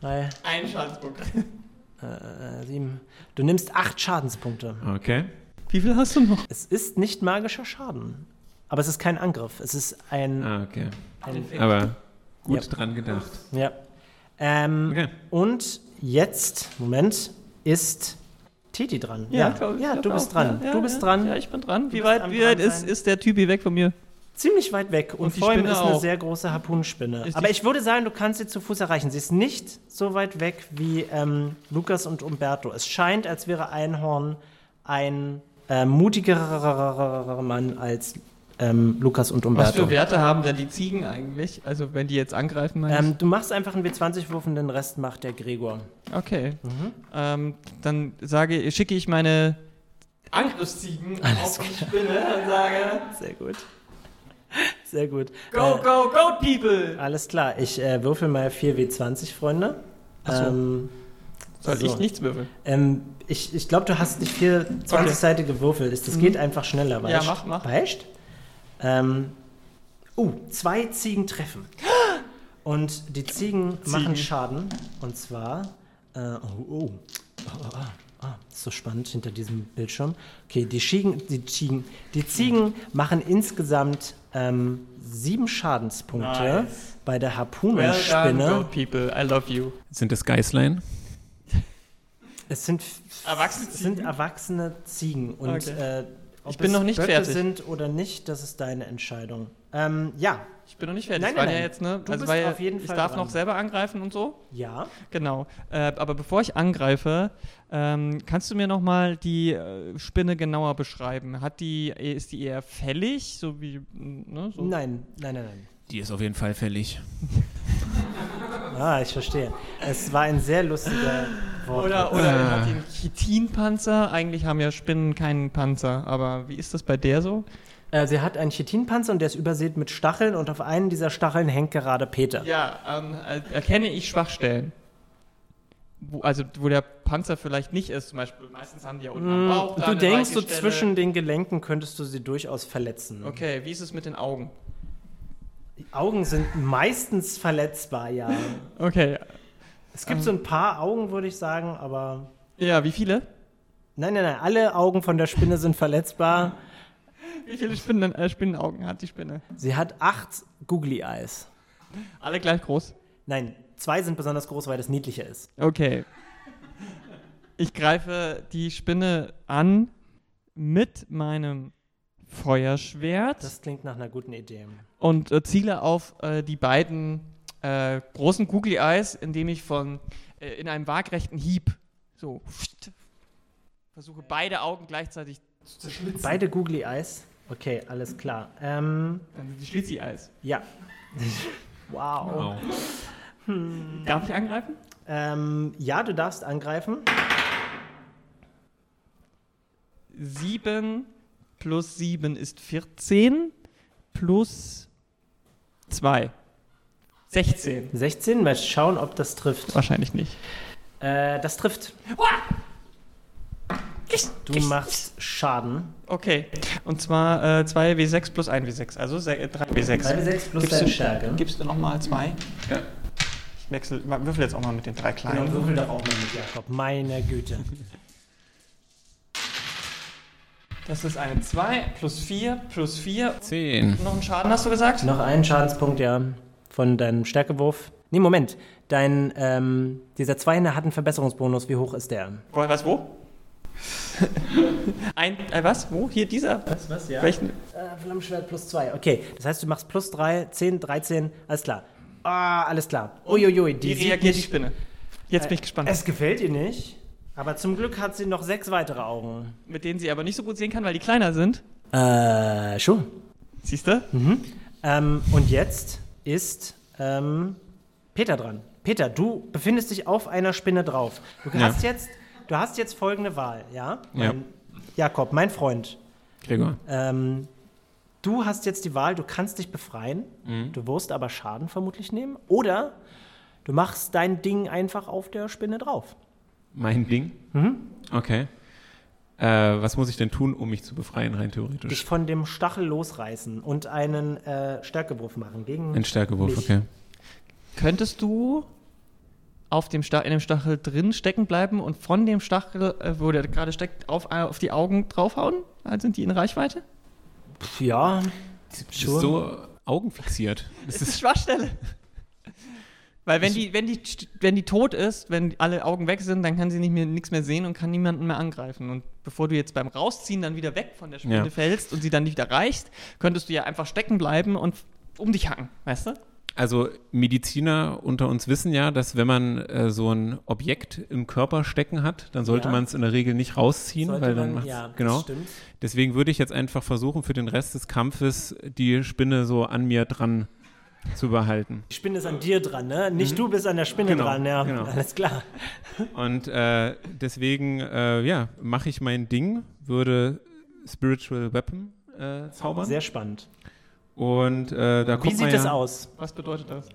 S2: Drei,
S4: Ein Schadenspunkt.
S2: äh, sieben. Du nimmst acht Schadenspunkte.
S3: Okay.
S4: Wie viel hast du noch?
S2: Es ist nicht magischer Schaden. Aber es ist kein Angriff. Es ist ein.
S3: Ah, okay.
S2: ein
S3: Aber gut
S2: Ja.
S3: dran gedacht.
S2: Ja. Ähm,
S3: Okay.
S2: Und jetzt, Moment, ist Titi dran. ja,
S4: glaub ich,
S2: ja,
S4: glaub
S2: du bist
S4: auch.
S2: dran.
S4: Ja, ja,
S2: du bist
S4: ja.
S2: dran.
S4: Ja, ich bin dran. Wie
S2: bist
S4: weit,
S2: am
S4: wie weit
S2: dran
S4: ist,
S2: sein.
S4: ist der Typi weg von mir?
S2: Ziemlich weit weg. Und,
S4: Und die
S2: vor ihm
S4: Spinne
S2: ist eine
S4: auch.
S2: sehr große Harpunenspinne.
S4: Ist die-
S2: Aber ich würde sagen, du kannst sie zu Fuß erreichen. Sie ist nicht so weit weg wie ähm, Lukas und Umberto. Es scheint, als wäre Einhorn ein äh, mutigerer Mann als ähm, Lukas und
S4: Was
S2: Umberto.
S4: für Werte haben denn die Ziegen eigentlich? Also, wenn die jetzt angreifen, meine
S2: Ähm, du machst einfach einen W20-Wurf und den Rest macht der Gregor.
S4: ich. Okay. Ähm, dann sage, schicke ich meine [laughs] Angriffsziegen
S2: Alles
S4: auf die Spinne und sage:
S2: Sehr gut. Sehr gut.
S4: Go,
S2: Äh,
S4: go, go, people!
S2: Alles klar, ich äh, würfel mal 4W20, Freunde.
S4: Ach so.
S2: Ähm,
S4: Soll
S2: so.
S4: ich nichts würfeln?
S2: Ähm, ich ich glaube, du hast nicht viel 20-seitige Würfel. Das geht einfach schneller.
S4: Mhm. Ja,
S2: weißt-
S4: mach, mach.
S2: Weißt? Ähm, uh, zwei Ziegen
S4: [gasps]
S2: treffen. Und die Ziegen, machen Schaden. Und zwar. Äh, oh, oh. Oh, oh, oh. Ah, ist so spannend hinter diesem Bildschirm. Okay, die Ziegen, die Ziegen, die Ziegen machen insgesamt ähm, sieben Schadenspunkte
S4: Nice.
S2: bei der
S4: Well done,
S2: Harpunenspinne.
S4: go, people. I love you.
S3: Sind das Geißlein?
S2: Es sind
S4: Erwachsene
S2: es sind erwachsene Ziegen und
S4: Okay.
S2: äh, ob
S4: Ich
S2: es
S4: bin noch nicht
S2: Böcke
S4: fertig.
S2: sind oder nicht, das ist deine Entscheidung. Ähm, ja,
S4: Ich bin noch nicht fertig.
S2: Nein,
S4: Es war
S2: nein,
S4: ja
S2: nein.
S4: jetzt, ne?
S2: Du bist
S4: war ja-
S2: auf jeden
S4: ich
S2: Fall
S4: darf
S2: dran.
S4: noch selber angreifen und so.
S2: ja.
S4: Genau. Äh, aber bevor ich angreife, ähm, kannst du mir noch mal die äh, Spinne genauer beschreiben? Hat die ist die eher fällig, so wie ne, so?
S2: Nein, nein, nein, nein.
S3: Die ist auf jeden Fall fällig.
S2: Ah, ich verstehe. Es war ein sehr lustiger Wort.
S4: Oder, oder hat die einen Chitinpanzer? Eigentlich haben ja Spinnen keinen Panzer, aber wie ist das bei der so?
S2: äh, sie hat einen Chitinpanzer und der ist übersät mit Stacheln und auf einen dieser Stacheln hängt gerade Peter.
S4: Ja, ähm, äh, erkenne ich Schwachstellen. Wo, also wo der Panzer vielleicht nicht ist, zum Beispiel. Meistens haben die ja unten am Bauch.
S2: Hm,
S4: da
S2: du
S4: eine
S2: denkst,
S4: weiche
S2: so
S4: Stelle.
S2: zwischen den Gelenken könntest du sie durchaus verletzen.
S4: Okay, wie ist es mit den Augen?
S2: Die Augen sind meistens verletzbar, ja.
S4: Okay.
S2: Es
S4: Ähm.
S2: gibt so ein paar Augen, würde ich sagen, aber
S4: Ja, wie viele?
S2: Nein, nein, nein, alle Augen von der Spinne sind verletzbar.
S4: Wie viele Spinnen, äh, Spinnenaugen hat die Spinne?
S2: Sie hat acht Googly Eyes.
S4: Alle gleich groß.
S2: Nein, zwei sind besonders groß, weil das niedlicher ist.
S4: Okay. Ich greife die Spinne an mit meinem Feuerschwert
S2: Das klingt nach einer guten Idee.
S4: und äh, ziele auf äh, die beiden äh, großen Googly Eyes, indem ich von äh, in einem waagrechten Hieb so versuche beide Augen gleichzeitig zu zerschlitzen.
S2: Beide Googly Eyes. Okay, alles klar. Ähm,
S4: Also die Schlitzi Eyes.
S2: ja. [laughs] wow.
S3: Wow.
S4: Darf ich angreifen?
S2: Ähm, ja, du darfst angreifen.
S4: Sieben plus sieben ist 14 plus zwei 16.
S2: 16, mal schauen, ob das trifft.
S4: Wahrscheinlich nicht.
S2: Äh, das trifft. Du machst Schaden.
S4: Okay. Und zwar äh, 2 W6 plus 1 W6, also 3 W6.
S2: 3W6 plus
S4: Gibst
S2: deine
S4: du-
S2: Stärke.
S4: Gibst du nochmal 2? Ja. Ich wechsel, wa- würfel jetzt auch mal mit den drei kleinen.
S2: würfel doch auch mal mit Jakob. Meine Güte.
S4: Das ist eine 2 plus 4 plus 4.
S3: Zehn.
S4: Noch einen Schaden hast du gesagt?
S2: Noch einen Schadenspunkt, ja, von deinem Stärkewurf. Nee, Moment.
S4: [laughs]
S2: Dein, ähm, dieser Zweihänder hat einen Verbesserungsbonus. Wie hoch ist der?
S4: Was, wo? Ein, äh, was? Wo? Hier dieser?
S2: Was, was, ja?
S4: Welchen?
S2: Äh, Flammenschwert plus 2. Okay, das heißt, du machst plus 3, 10, 13, alles klar. Ah, alles klar. Uiuiui,
S4: Wie
S2: die sieht
S4: reagiert die
S2: nicht-
S4: Spinne? Jetzt bin ich gespannt.
S2: Es gefällt ihr nicht, aber zum Glück hat sie noch sechs weitere Augen.
S4: mit denen sie aber nicht so gut sehen kann, weil die kleiner sind.
S2: Äh, schon.
S4: Siehst du?
S2: Mhm. Ähm, und jetzt ist ähm, Peter dran. Peter, du befindest dich auf einer Spinne drauf. Du
S3: Ja.
S2: hast, jetzt, du hast jetzt folgende Wahl, ja?
S3: Ja.
S2: Mein, Jakob, mein Freund.
S3: Gregor.
S2: Ähm, du hast jetzt die Wahl, du kannst dich befreien,
S3: Mhm.
S2: du wirst aber Schaden vermutlich nehmen, oder du machst dein Ding einfach auf der Spinne drauf.
S3: Mein Ding?
S2: Mhm.
S3: Okay. Äh, was muss ich denn tun, um mich zu befreien, rein
S2: Dich
S3: theoretisch?
S2: von dem Stachel losreißen und einen äh, Stärkewurf machen gegen.
S3: Ein Stärkewurf,
S2: Mich.
S3: okay.
S4: Könntest du auf dem Sta in dem Stachel drin stecken bleiben und von dem Stachel, äh, wo der gerade steckt, auf, äh, auf die Augen draufhauen? Also sind die in Reichweite?
S2: Pff, ja,
S3: Ist so augenfixiert.
S4: Es ist Schwachstelle. Weil wenn die, wenn, die, st- wenn die tot ist, wenn alle Augen weg sind, dann kann sie nicht mehr nichts mehr sehen und kann niemanden mehr angreifen. Und bevor du jetzt beim Rausziehen dann wieder weg von der Spinne
S3: Ja.
S4: fällst und sie dann nicht erreichst, könntest du ja einfach stecken bleiben und um dich hacken, weißt du?
S3: Also Mediziner unter uns wissen ja, dass wenn man äh, so ein Objekt im Körper stecken hat, dann sollte
S2: Ja.
S3: man es in der Regel nicht rausziehen,
S2: sollte
S3: weil dann
S2: man,
S3: macht's,
S2: ja, das
S3: genau.
S2: stimmt.
S3: Deswegen würde ich jetzt einfach versuchen, für den Rest des Kampfes die Spinne so an mir dran zu behalten.
S2: Die Spinne ist an dir dran, ne? Nicht du bist an der Spinne
S3: Mhm. Genau,
S2: dran, ja.
S3: genau.
S2: Alles klar.
S3: Und äh, deswegen, äh, ja, mache ich mein Ding, würde Spiritual Weapon äh, zaubern.
S2: Sehr spannend.
S3: Und äh, da
S2: Wie
S3: kommt
S2: sieht
S3: man
S2: das
S3: ja,
S2: aus?
S4: Was bedeutet das?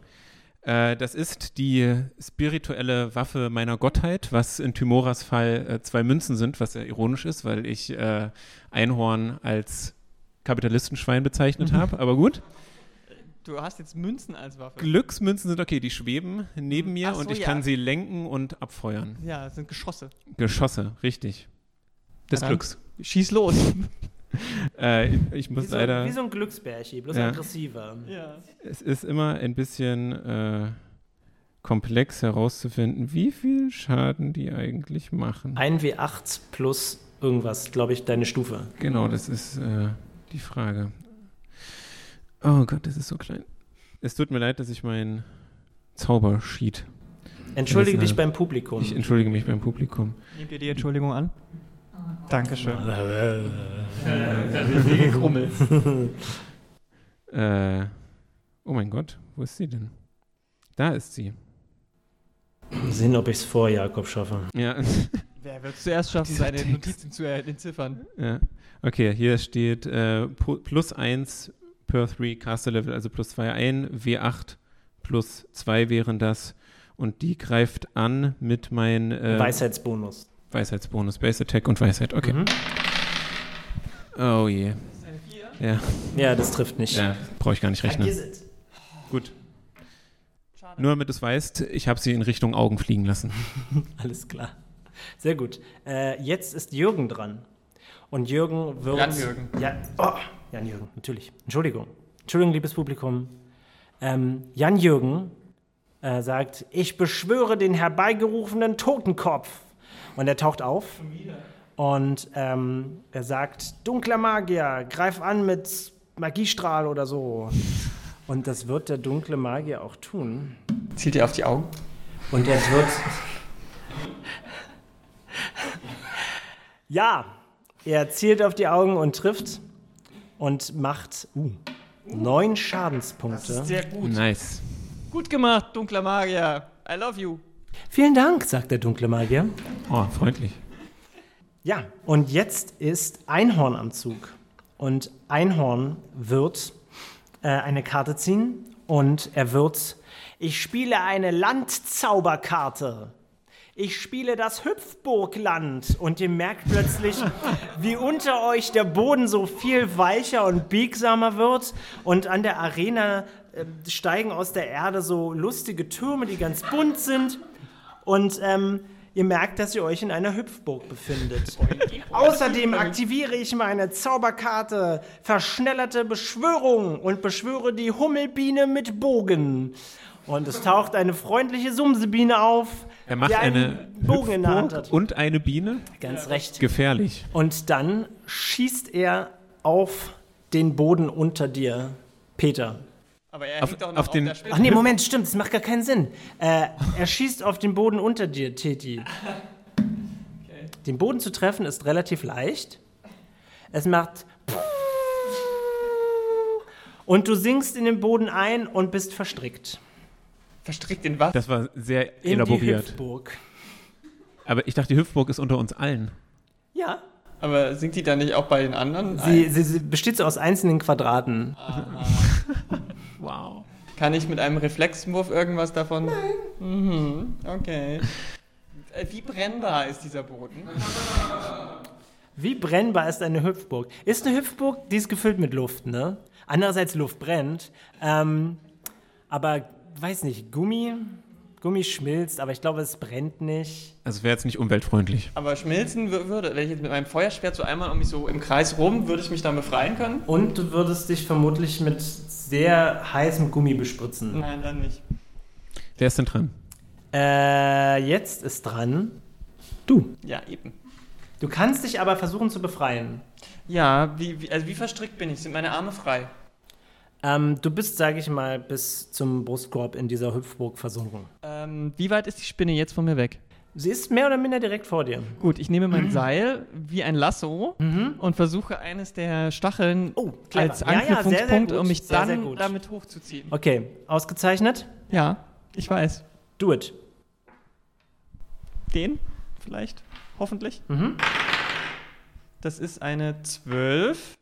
S3: Äh, das ist die spirituelle Waffe meiner Gottheit, was in Timoras Fall äh, zwei Münzen sind, was ja ironisch ist, weil ich äh, Einhorn als Kapitalistenschwein bezeichnet
S2: Mhm.
S3: habe. Aber gut.
S4: Du hast jetzt Münzen als Waffe.
S3: Glücksmünzen sind okay, die schweben neben mir
S4: Hm, Ach so,
S3: und ich
S4: ja.
S3: kann sie lenken und abfeuern.
S4: ja, das sind Geschosse.
S3: Geschosse, richtig. Des
S4: Na dann.
S3: Glücks.
S4: Schieß los.
S3: Äh, ich- ich muss
S2: Wie so,
S3: leider.
S2: wie so ein Glücksbärchen, bloß
S3: Ja.
S2: aggressiver.
S4: [laughs] ja.
S3: Es ist immer ein bisschen äh, komplex herauszufinden, wie viel Schaden die eigentlich machen.
S2: 1W8 plus irgendwas, glaube ich, deine Stufe.
S3: Genau, das ist äh, die Frage. Oh Gott, das ist so klein. Es tut mir leid, dass ich meinen Zauber schied.
S2: Entschuldige
S3: Das ist
S2: dich
S3: eine-
S2: beim Publikum.
S3: Ich entschuldige mich beim Publikum.
S4: Nehmt ihr die Entschuldigung an? Dankeschön.
S3: Äh, oh mein Gott, wo ist sie denn? Da ist sie.
S2: Mal sehen, ob ich es vor Jakob schaffe.
S3: Ja, [laughs]
S4: Wer wird es zuerst schaffen,
S3: Dieser
S4: seine
S3: Text.
S4: Notizen zu äh, entziffern?
S3: ja. Okay, hier steht äh, pu- plus 1 per 3 Caster Level, also plus 2 ein, W8 plus 2 wären das. Und die greift an mit meinem äh,
S2: Weisheitsbonus.
S3: Weisheitsbonus, Base Attack und Weisheit. Okay.
S2: Mhm.
S3: Oh je. Ja,
S2: Ja, das trifft nicht.
S3: ja brauche ich gar nicht rechnen.
S2: Vergiss es.
S3: Gut. Nur damit du es weißt, ich habe sie in Richtung Augen fliegen lassen.
S2: [laughs] Alles klar. Sehr gut. Äh, jetzt ist Jürgen dran. Und Jürgen wird.
S4: Jan-Jürgen.
S2: Ja, oh, Jan-Jürgen, natürlich. Entschuldigung. Entschuldigung, liebes Publikum. Ähm, Jan-Jürgen äh, sagt: Ich beschwöre den herbeigerufenen Totenkopf. Und er taucht auf. Und ähm, er sagt: Dunkler Magier, greif an mit Magiestrahl oder so. Und das wird der dunkle Magier auch tun.
S4: Zielt ihr auf die Augen?
S2: Und er wird. ja, er zielt auf die Augen und trifft und macht uh, neun Schadenspunkte.
S4: Sehr gut.
S3: Nice.
S4: Gut gemacht, dunkler Magier. I love you.
S2: Vielen Dank, sagt der dunkle Magier.
S3: Oh, freundlich.
S2: Ja, und jetzt ist Einhorn am Zug. Und Einhorn wird äh, eine Karte ziehen und er wird. Ich spiele eine Landzauberkarte. Ich spiele das Hüpfburgland und ihr merkt plötzlich, wie unter euch der Boden so viel weicher und biegsamer wird und an der Arena äh, steigen aus der Erde so lustige Türme, die ganz bunt sind. Und ähm, ihr merkt, dass ihr euch in einer Hüpfburg [laughs] befindet. Außerdem aktiviere ich meine Zauberkarte Verschnellerte Beschwörung und beschwöre die Hummelbiene mit Bogen. Und es taucht eine freundliche Sumsebiene auf,
S3: Er macht
S2: die
S3: eine
S2: einen Bogen in der Hand
S3: Hüpfburg
S2: hat.
S3: und eine Biene.
S2: Ganz recht.
S3: Gefährlich.
S2: Und dann schießt er auf den Boden unter dir, Peter.
S4: Aber er
S3: Auf-
S4: hängt auch noch
S3: auf
S4: auf,
S3: den-
S4: der Spitze.
S2: Ach nee, Moment, stimmt, das macht gar keinen Sinn. Äh, er schießt auf den Boden unter dir, Titi. Den Boden zu treffen ist relativ leicht. Es macht. Und du sinkst in den Boden ein und bist verstrickt.
S4: Verstrickt in was?
S3: Das war sehr
S2: In die
S3: elaboriert.
S2: Hüpfburg.
S3: Aber ich dachte, die Hüpfburg ist unter uns allen.
S2: Ja.
S4: Aber singt die dann nicht auch bei den anderen?
S2: Sie, sie, sie besteht so aus einzelnen Quadraten.
S3: Wow.
S4: Kann ich mit einem Reflexwurf irgendwas davon? Nein. Mhm, okay. Äh, Wie brennbar ist dieser Boden?
S2: Wie brennbar ist eine Hüpfburg? Ist eine Hüpfburg, die ist gefüllt mit Luft, ne? Andererseits Luft brennt. Ähm, aber, weiß nicht, Gummi? Gummi schmilzt, aber ich glaube, es brennt nicht.
S3: Also wäre jetzt nicht umweltfreundlich.
S4: Aber schmilzen wür- würde, wenn ich jetzt mit meinem Feuerschwert so einmal um mich so im Kreis rum, würde ich mich dann befreien können?
S2: Und du würdest dich vermutlich mit sehr heißem Gummi bespritzen.
S4: Nein, dann nicht.
S3: Wer ist denn dran?
S2: Äh, jetzt ist dran. Du.
S4: Ja, eben.
S2: Du kannst dich aber versuchen zu befreien.
S4: Ja, wie, wie, also wie verstrickt bin ich? Sind meine Arme frei?
S2: Ähm, du bist, sage ich mal, bis zum Brustkorb in dieser Hüpfburg versunken.
S4: Ähm, wie weit ist die Spinne jetzt von mir weg?
S2: Sie ist mehr oder minder direkt vor dir.
S4: Gut, ich nehme mein Seil wie ein Lasso und versuche eines der Stacheln
S2: Oh, clever.
S4: als
S2: Ja, ja, sehr, sehr
S4: Anknüpfungspunkt,
S2: gut.
S4: um mich
S2: Sehr,
S4: dann
S2: sehr gut.
S4: damit hochzuziehen.
S2: Okay, ausgezeichnet.
S4: Ja, ich weiß.
S2: Do it.
S4: Den vielleicht, hoffentlich.
S2: Mhm.
S4: Das ist eine 12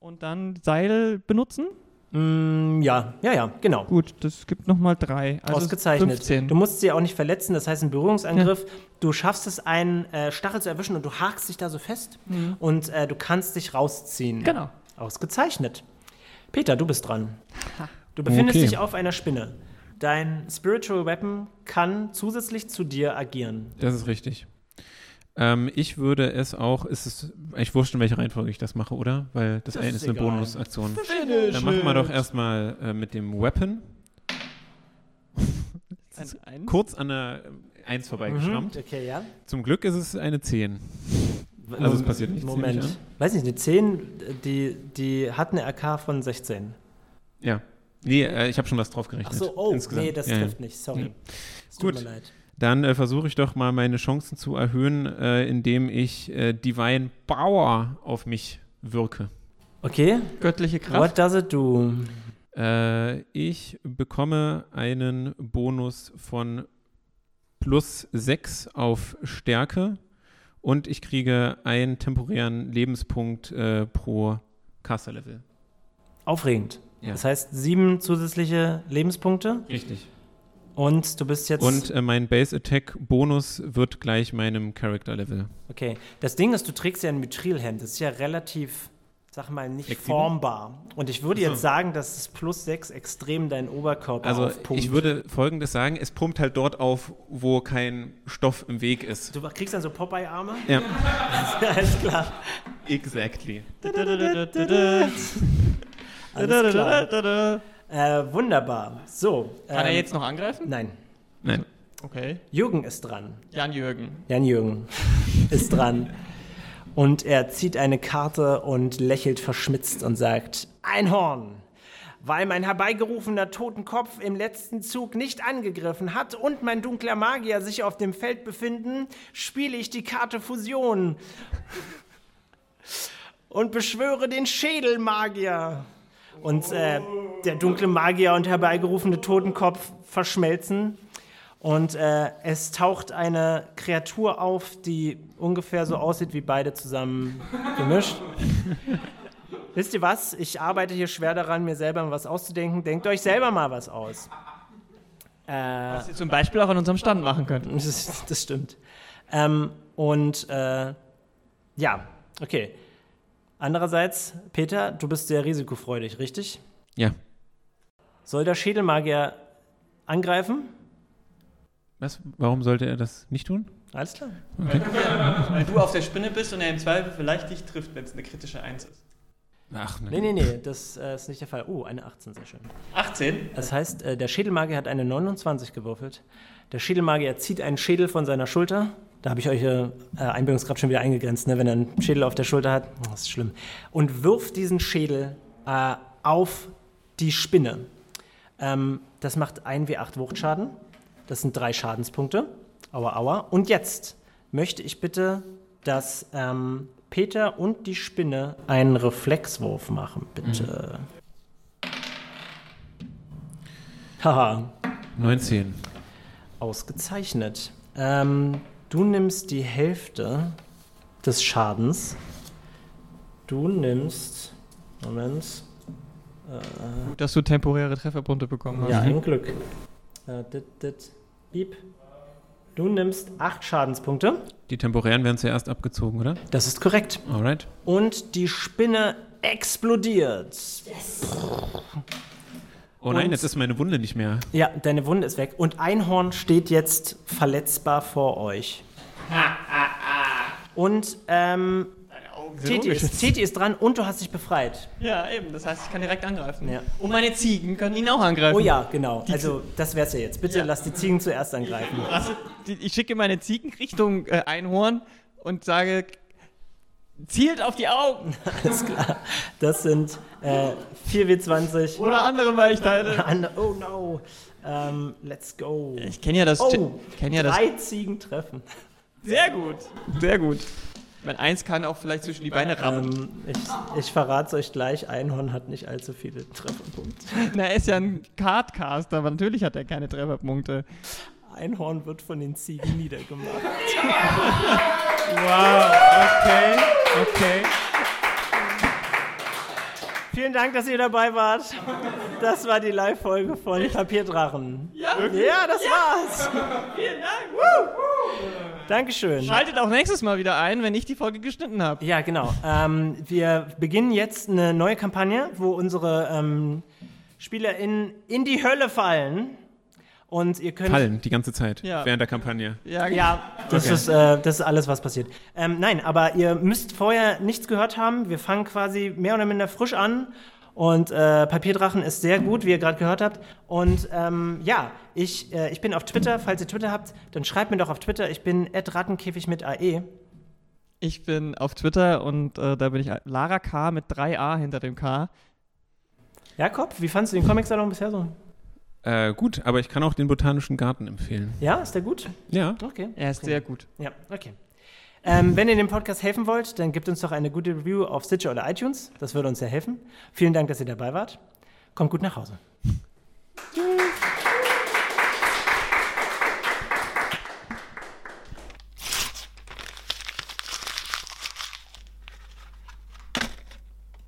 S4: und dann Seil benutzen.
S2: Mm, ja, ja, ja, genau.
S4: Gut, das gibt nochmal 3. Also
S2: Ausgezeichnet.
S4: 15.
S2: Du musst sie auch nicht verletzen, das heißt ein Berührungsangriff. Du schaffst es, einen äh, Stachel zu erwischen und du hakst dich da so fest und äh, du kannst dich rausziehen.
S4: Mhm. genau.
S2: Ausgezeichnet. Peter, du bist dran. Du befindest
S3: Okay.
S2: dich auf einer Spinne. Dein Spiritual Weapon kann zusätzlich zu dir agieren.
S3: Das ist richtig. Ähm, ich würde es auch, ist es eigentlich wurscht, in welcher Reihenfolge ich das mache, oder? Weil das,
S2: Das
S3: eine
S2: ist
S3: ist eine
S2: egal.
S3: Bonusaktion. Dann machen wir doch erstmal äh, mit dem Weapon.
S4: Ein, ein.
S3: Kurz an der äh, 1 vorbeigeschrammt.
S2: Okay, ja.
S3: Zum Glück ist es eine 10. Also es passiert nichts,
S2: Moment.
S3: nehme ich
S2: Weiß nicht, eine 10, die, die hat eine AK von 16.
S3: Ja. Nee, äh, ich habe schon was draufgerechnet.
S2: Ach so, oh,
S3: Insgesamt.
S2: nee, das
S3: ja,
S2: trifft
S3: ja.
S2: nicht, sorry.
S3: Ja.
S2: Es tut
S3: Gut.
S2: mir leid.
S3: Dann äh, versuche ich doch mal meine Chancen zu erhöhen, äh, indem ich äh, Divine Power auf mich wirke.
S2: Okay,
S4: Göttliche
S2: what
S4: Kraft.
S2: does it do?
S3: Äh, ich bekomme einen Bonus von plus 6 auf Stärke und ich kriege einen temporären Lebenspunkt äh, pro Caster-Level.
S2: Aufregend.
S3: Ja.
S2: Das heißt, sieben zusätzliche Lebenspunkte
S3: Richtig.
S2: und du bist jetzt.
S3: Und äh, mein Base-Attack-Bonus wird gleich meinem Character-Level.
S2: Okay, das Ding ist, du trägst ja ein Mithrilhemd. Das ist ja relativ, sag mal, nicht
S3: Flexibel?
S2: formbar. Und ich würde
S3: Ach so.
S2: jetzt sagen, dass es plus sechs extrem deinen Oberkörper
S3: Also
S2: aufpumpt.
S3: ich würde Folgendes sagen, es pumpt halt dort auf, wo kein Stoff im Weg ist.
S2: Du kriegst dann so Popeye-Arme? [laughs]
S3: Ja.
S2: Alles klar.
S3: Exactly.
S2: Alles klar. Äh, wunderbar. So.
S4: Kann er
S2: ähm,
S4: jetzt noch angreifen?
S2: Nein.
S3: Nein.
S4: Okay.
S2: Jürgen ist dran.
S4: Jan-Jürgen.
S2: Jan Jürgen ist dran. Und er zieht eine Karte und lächelt verschmitzt und sagt: Einhorn! Weil mein herbeigerufener Totenkopf im letzten Zug nicht angegriffen hat und mein dunkler Magier sich auf dem Feld befinden, spiele ich die Karte Fusion und beschwöre den Schädelmagier. Und äh, der dunkle Magier und herbeigerufene Totenkopf verschmelzen und äh, es taucht eine Kreatur auf, die ungefähr so aussieht wie beide zusammen gemischt. Wisst ihr was? Ich arbeite hier schwer daran, mir selber was auszudenken. Denkt euch selber mal was aus. Äh,
S4: Was ihr zum Beispiel auch an unserem Stand machen könnt.
S2: das, ist- [laughs] das stimmt. Ähm, und äh, ja, okay. Andererseits, Peter, du bist sehr risikofreudig, richtig?
S3: Ja.
S2: Soll der Schädelmagier angreifen?
S3: Was? Warum sollte er das nicht tun?
S2: Alles klar.
S4: Weil du auf der Spinne bist und er im Zweifel vielleicht dich trifft, wenn es eine kritische Eins ist.
S3: Ach, ne.
S2: Nee, nee, nee, das äh, ist nicht der Fall. Oh, eine 18, sehr schön.
S4: 18?
S2: Das heißt, äh, der Schädelmagier hat eine 29 gewürfelt. Der Schädelmagier zieht einen Schädel von seiner Schulter. Da habe ich euch äh, Einbildungskraft schon wieder eingegrenzt, ne? wenn er einen Schädel auf der Schulter hat. Das ist schlimm. Und wirft diesen Schädel äh, auf die Spinne. Ähm, das macht 1W8 Wuchtschaden. Das sind drei Schadenspunkte. Aua, aua. Und jetzt möchte ich bitte, dass ähm, Peter und die Spinne einen Reflexwurf machen, bitte. Haha,
S3: 19.
S2: ausgezeichnet. Ähm, du nimmst die Hälfte des Schadens. Du nimmst. Moment.
S4: Gut, dass du temporäre Trefferpunkte bekommen hast.
S2: Ja, ein Glück. Äh, dit, dit, piep. Du nimmst acht Schadenspunkte.
S3: Die temporären werden zuerst abgezogen, oder?
S2: Das ist korrekt.
S3: Alright.
S2: Und die Spinne explodiert.
S3: Oh nein,
S2: Und-
S3: jetzt ist meine Wunde nicht mehr.
S2: Ja, deine Wunde ist weg. Und Einhorn steht jetzt verletzbar vor euch. Und ähm, Titi ist, Titi ist dran und du hast dich befreit.
S4: Ja, eben. Das heißt, ich kann direkt angreifen.
S2: Ja.
S4: Und meine Ziegen können ihn auch angreifen.
S2: Oh ja, genau. Also das wär's ja jetzt. Bitte lass die Ziegen zuerst angreifen.
S4: Also, die, ich schicke meine Ziegen Richtung äh, Einhorn und sage, zielt auf die Augen
S2: Alles klar. Das sind äh, 4W20.
S4: oder andere Weichteile.
S2: An- Oh no. Ähm, let's go.
S4: Ich kenne ja das.
S2: Oh,
S4: ich kenne ja das.
S2: drei Ziegen treffen.
S4: Sehr gut. Sehr gut. Mein Eins kann auch vielleicht zwischen die Beine rammen.
S2: Ähm, ich ich verrate euch gleich, Einhorn hat nicht allzu viele Trefferpunkte.
S4: [laughs] Na, er ist ja ein Cardcaster, aber natürlich hat er keine Trefferpunkte.
S2: Einhorn wird von den Ziegen niedergemacht. [laughs]
S4: Wow, okay, okay.
S2: Vielen Dank, dass ihr dabei wart. Das war die Live-Folge von Papierdrachen. Ja, ja das war's. [laughs]
S4: Vielen Dank.
S2: Dankeschön.
S4: Schaltet auch nächstes Mal wieder ein, wenn ich die Folge geschnitten habe.
S2: Ja, genau. Ähm, wir beginnen jetzt eine neue Kampagne, wo unsere ähm, SpielerInnen in die Hölle fallen. Und ihr könnt.
S3: Fallen, die ganze Zeit.
S4: Ja.
S3: Während der Kampagne.
S4: Ja,
S2: Ja, das,
S3: Okay.
S2: ist, äh, das ist alles, was passiert. Ähm, nein, aber ihr müsst vorher nichts gehört haben. Wir fangen quasi mehr oder minder frisch an. Und äh, Papierdrachen ist sehr gut, wie ihr gerade gehört habt. Und ähm, ja, ich, äh, ich bin auf Twitter. Falls ihr Twitter habt, dann schreibt mir doch auf Twitter. Ich bin rattenkäfig mit E. AE.
S4: Ich bin auf Twitter und äh, da bin ich Lara K mit 3a hinter dem K.
S2: Jakob, wie fandst du den Comic-Salon bisher so?
S3: Äh, gut, aber ich kann auch den Botanischen Garten empfehlen.
S2: Ja, ist der gut?
S3: Ja.
S2: Okay.
S4: Er ist sehr gut.
S2: Ja, okay. Ähm, wenn ihr dem Podcast helfen wollt, dann gebt uns doch eine gute Review auf Stitcher oder iTunes. Das würde uns sehr helfen. Vielen Dank, dass ihr dabei wart. Kommt gut nach Hause.
S4: Tschüss.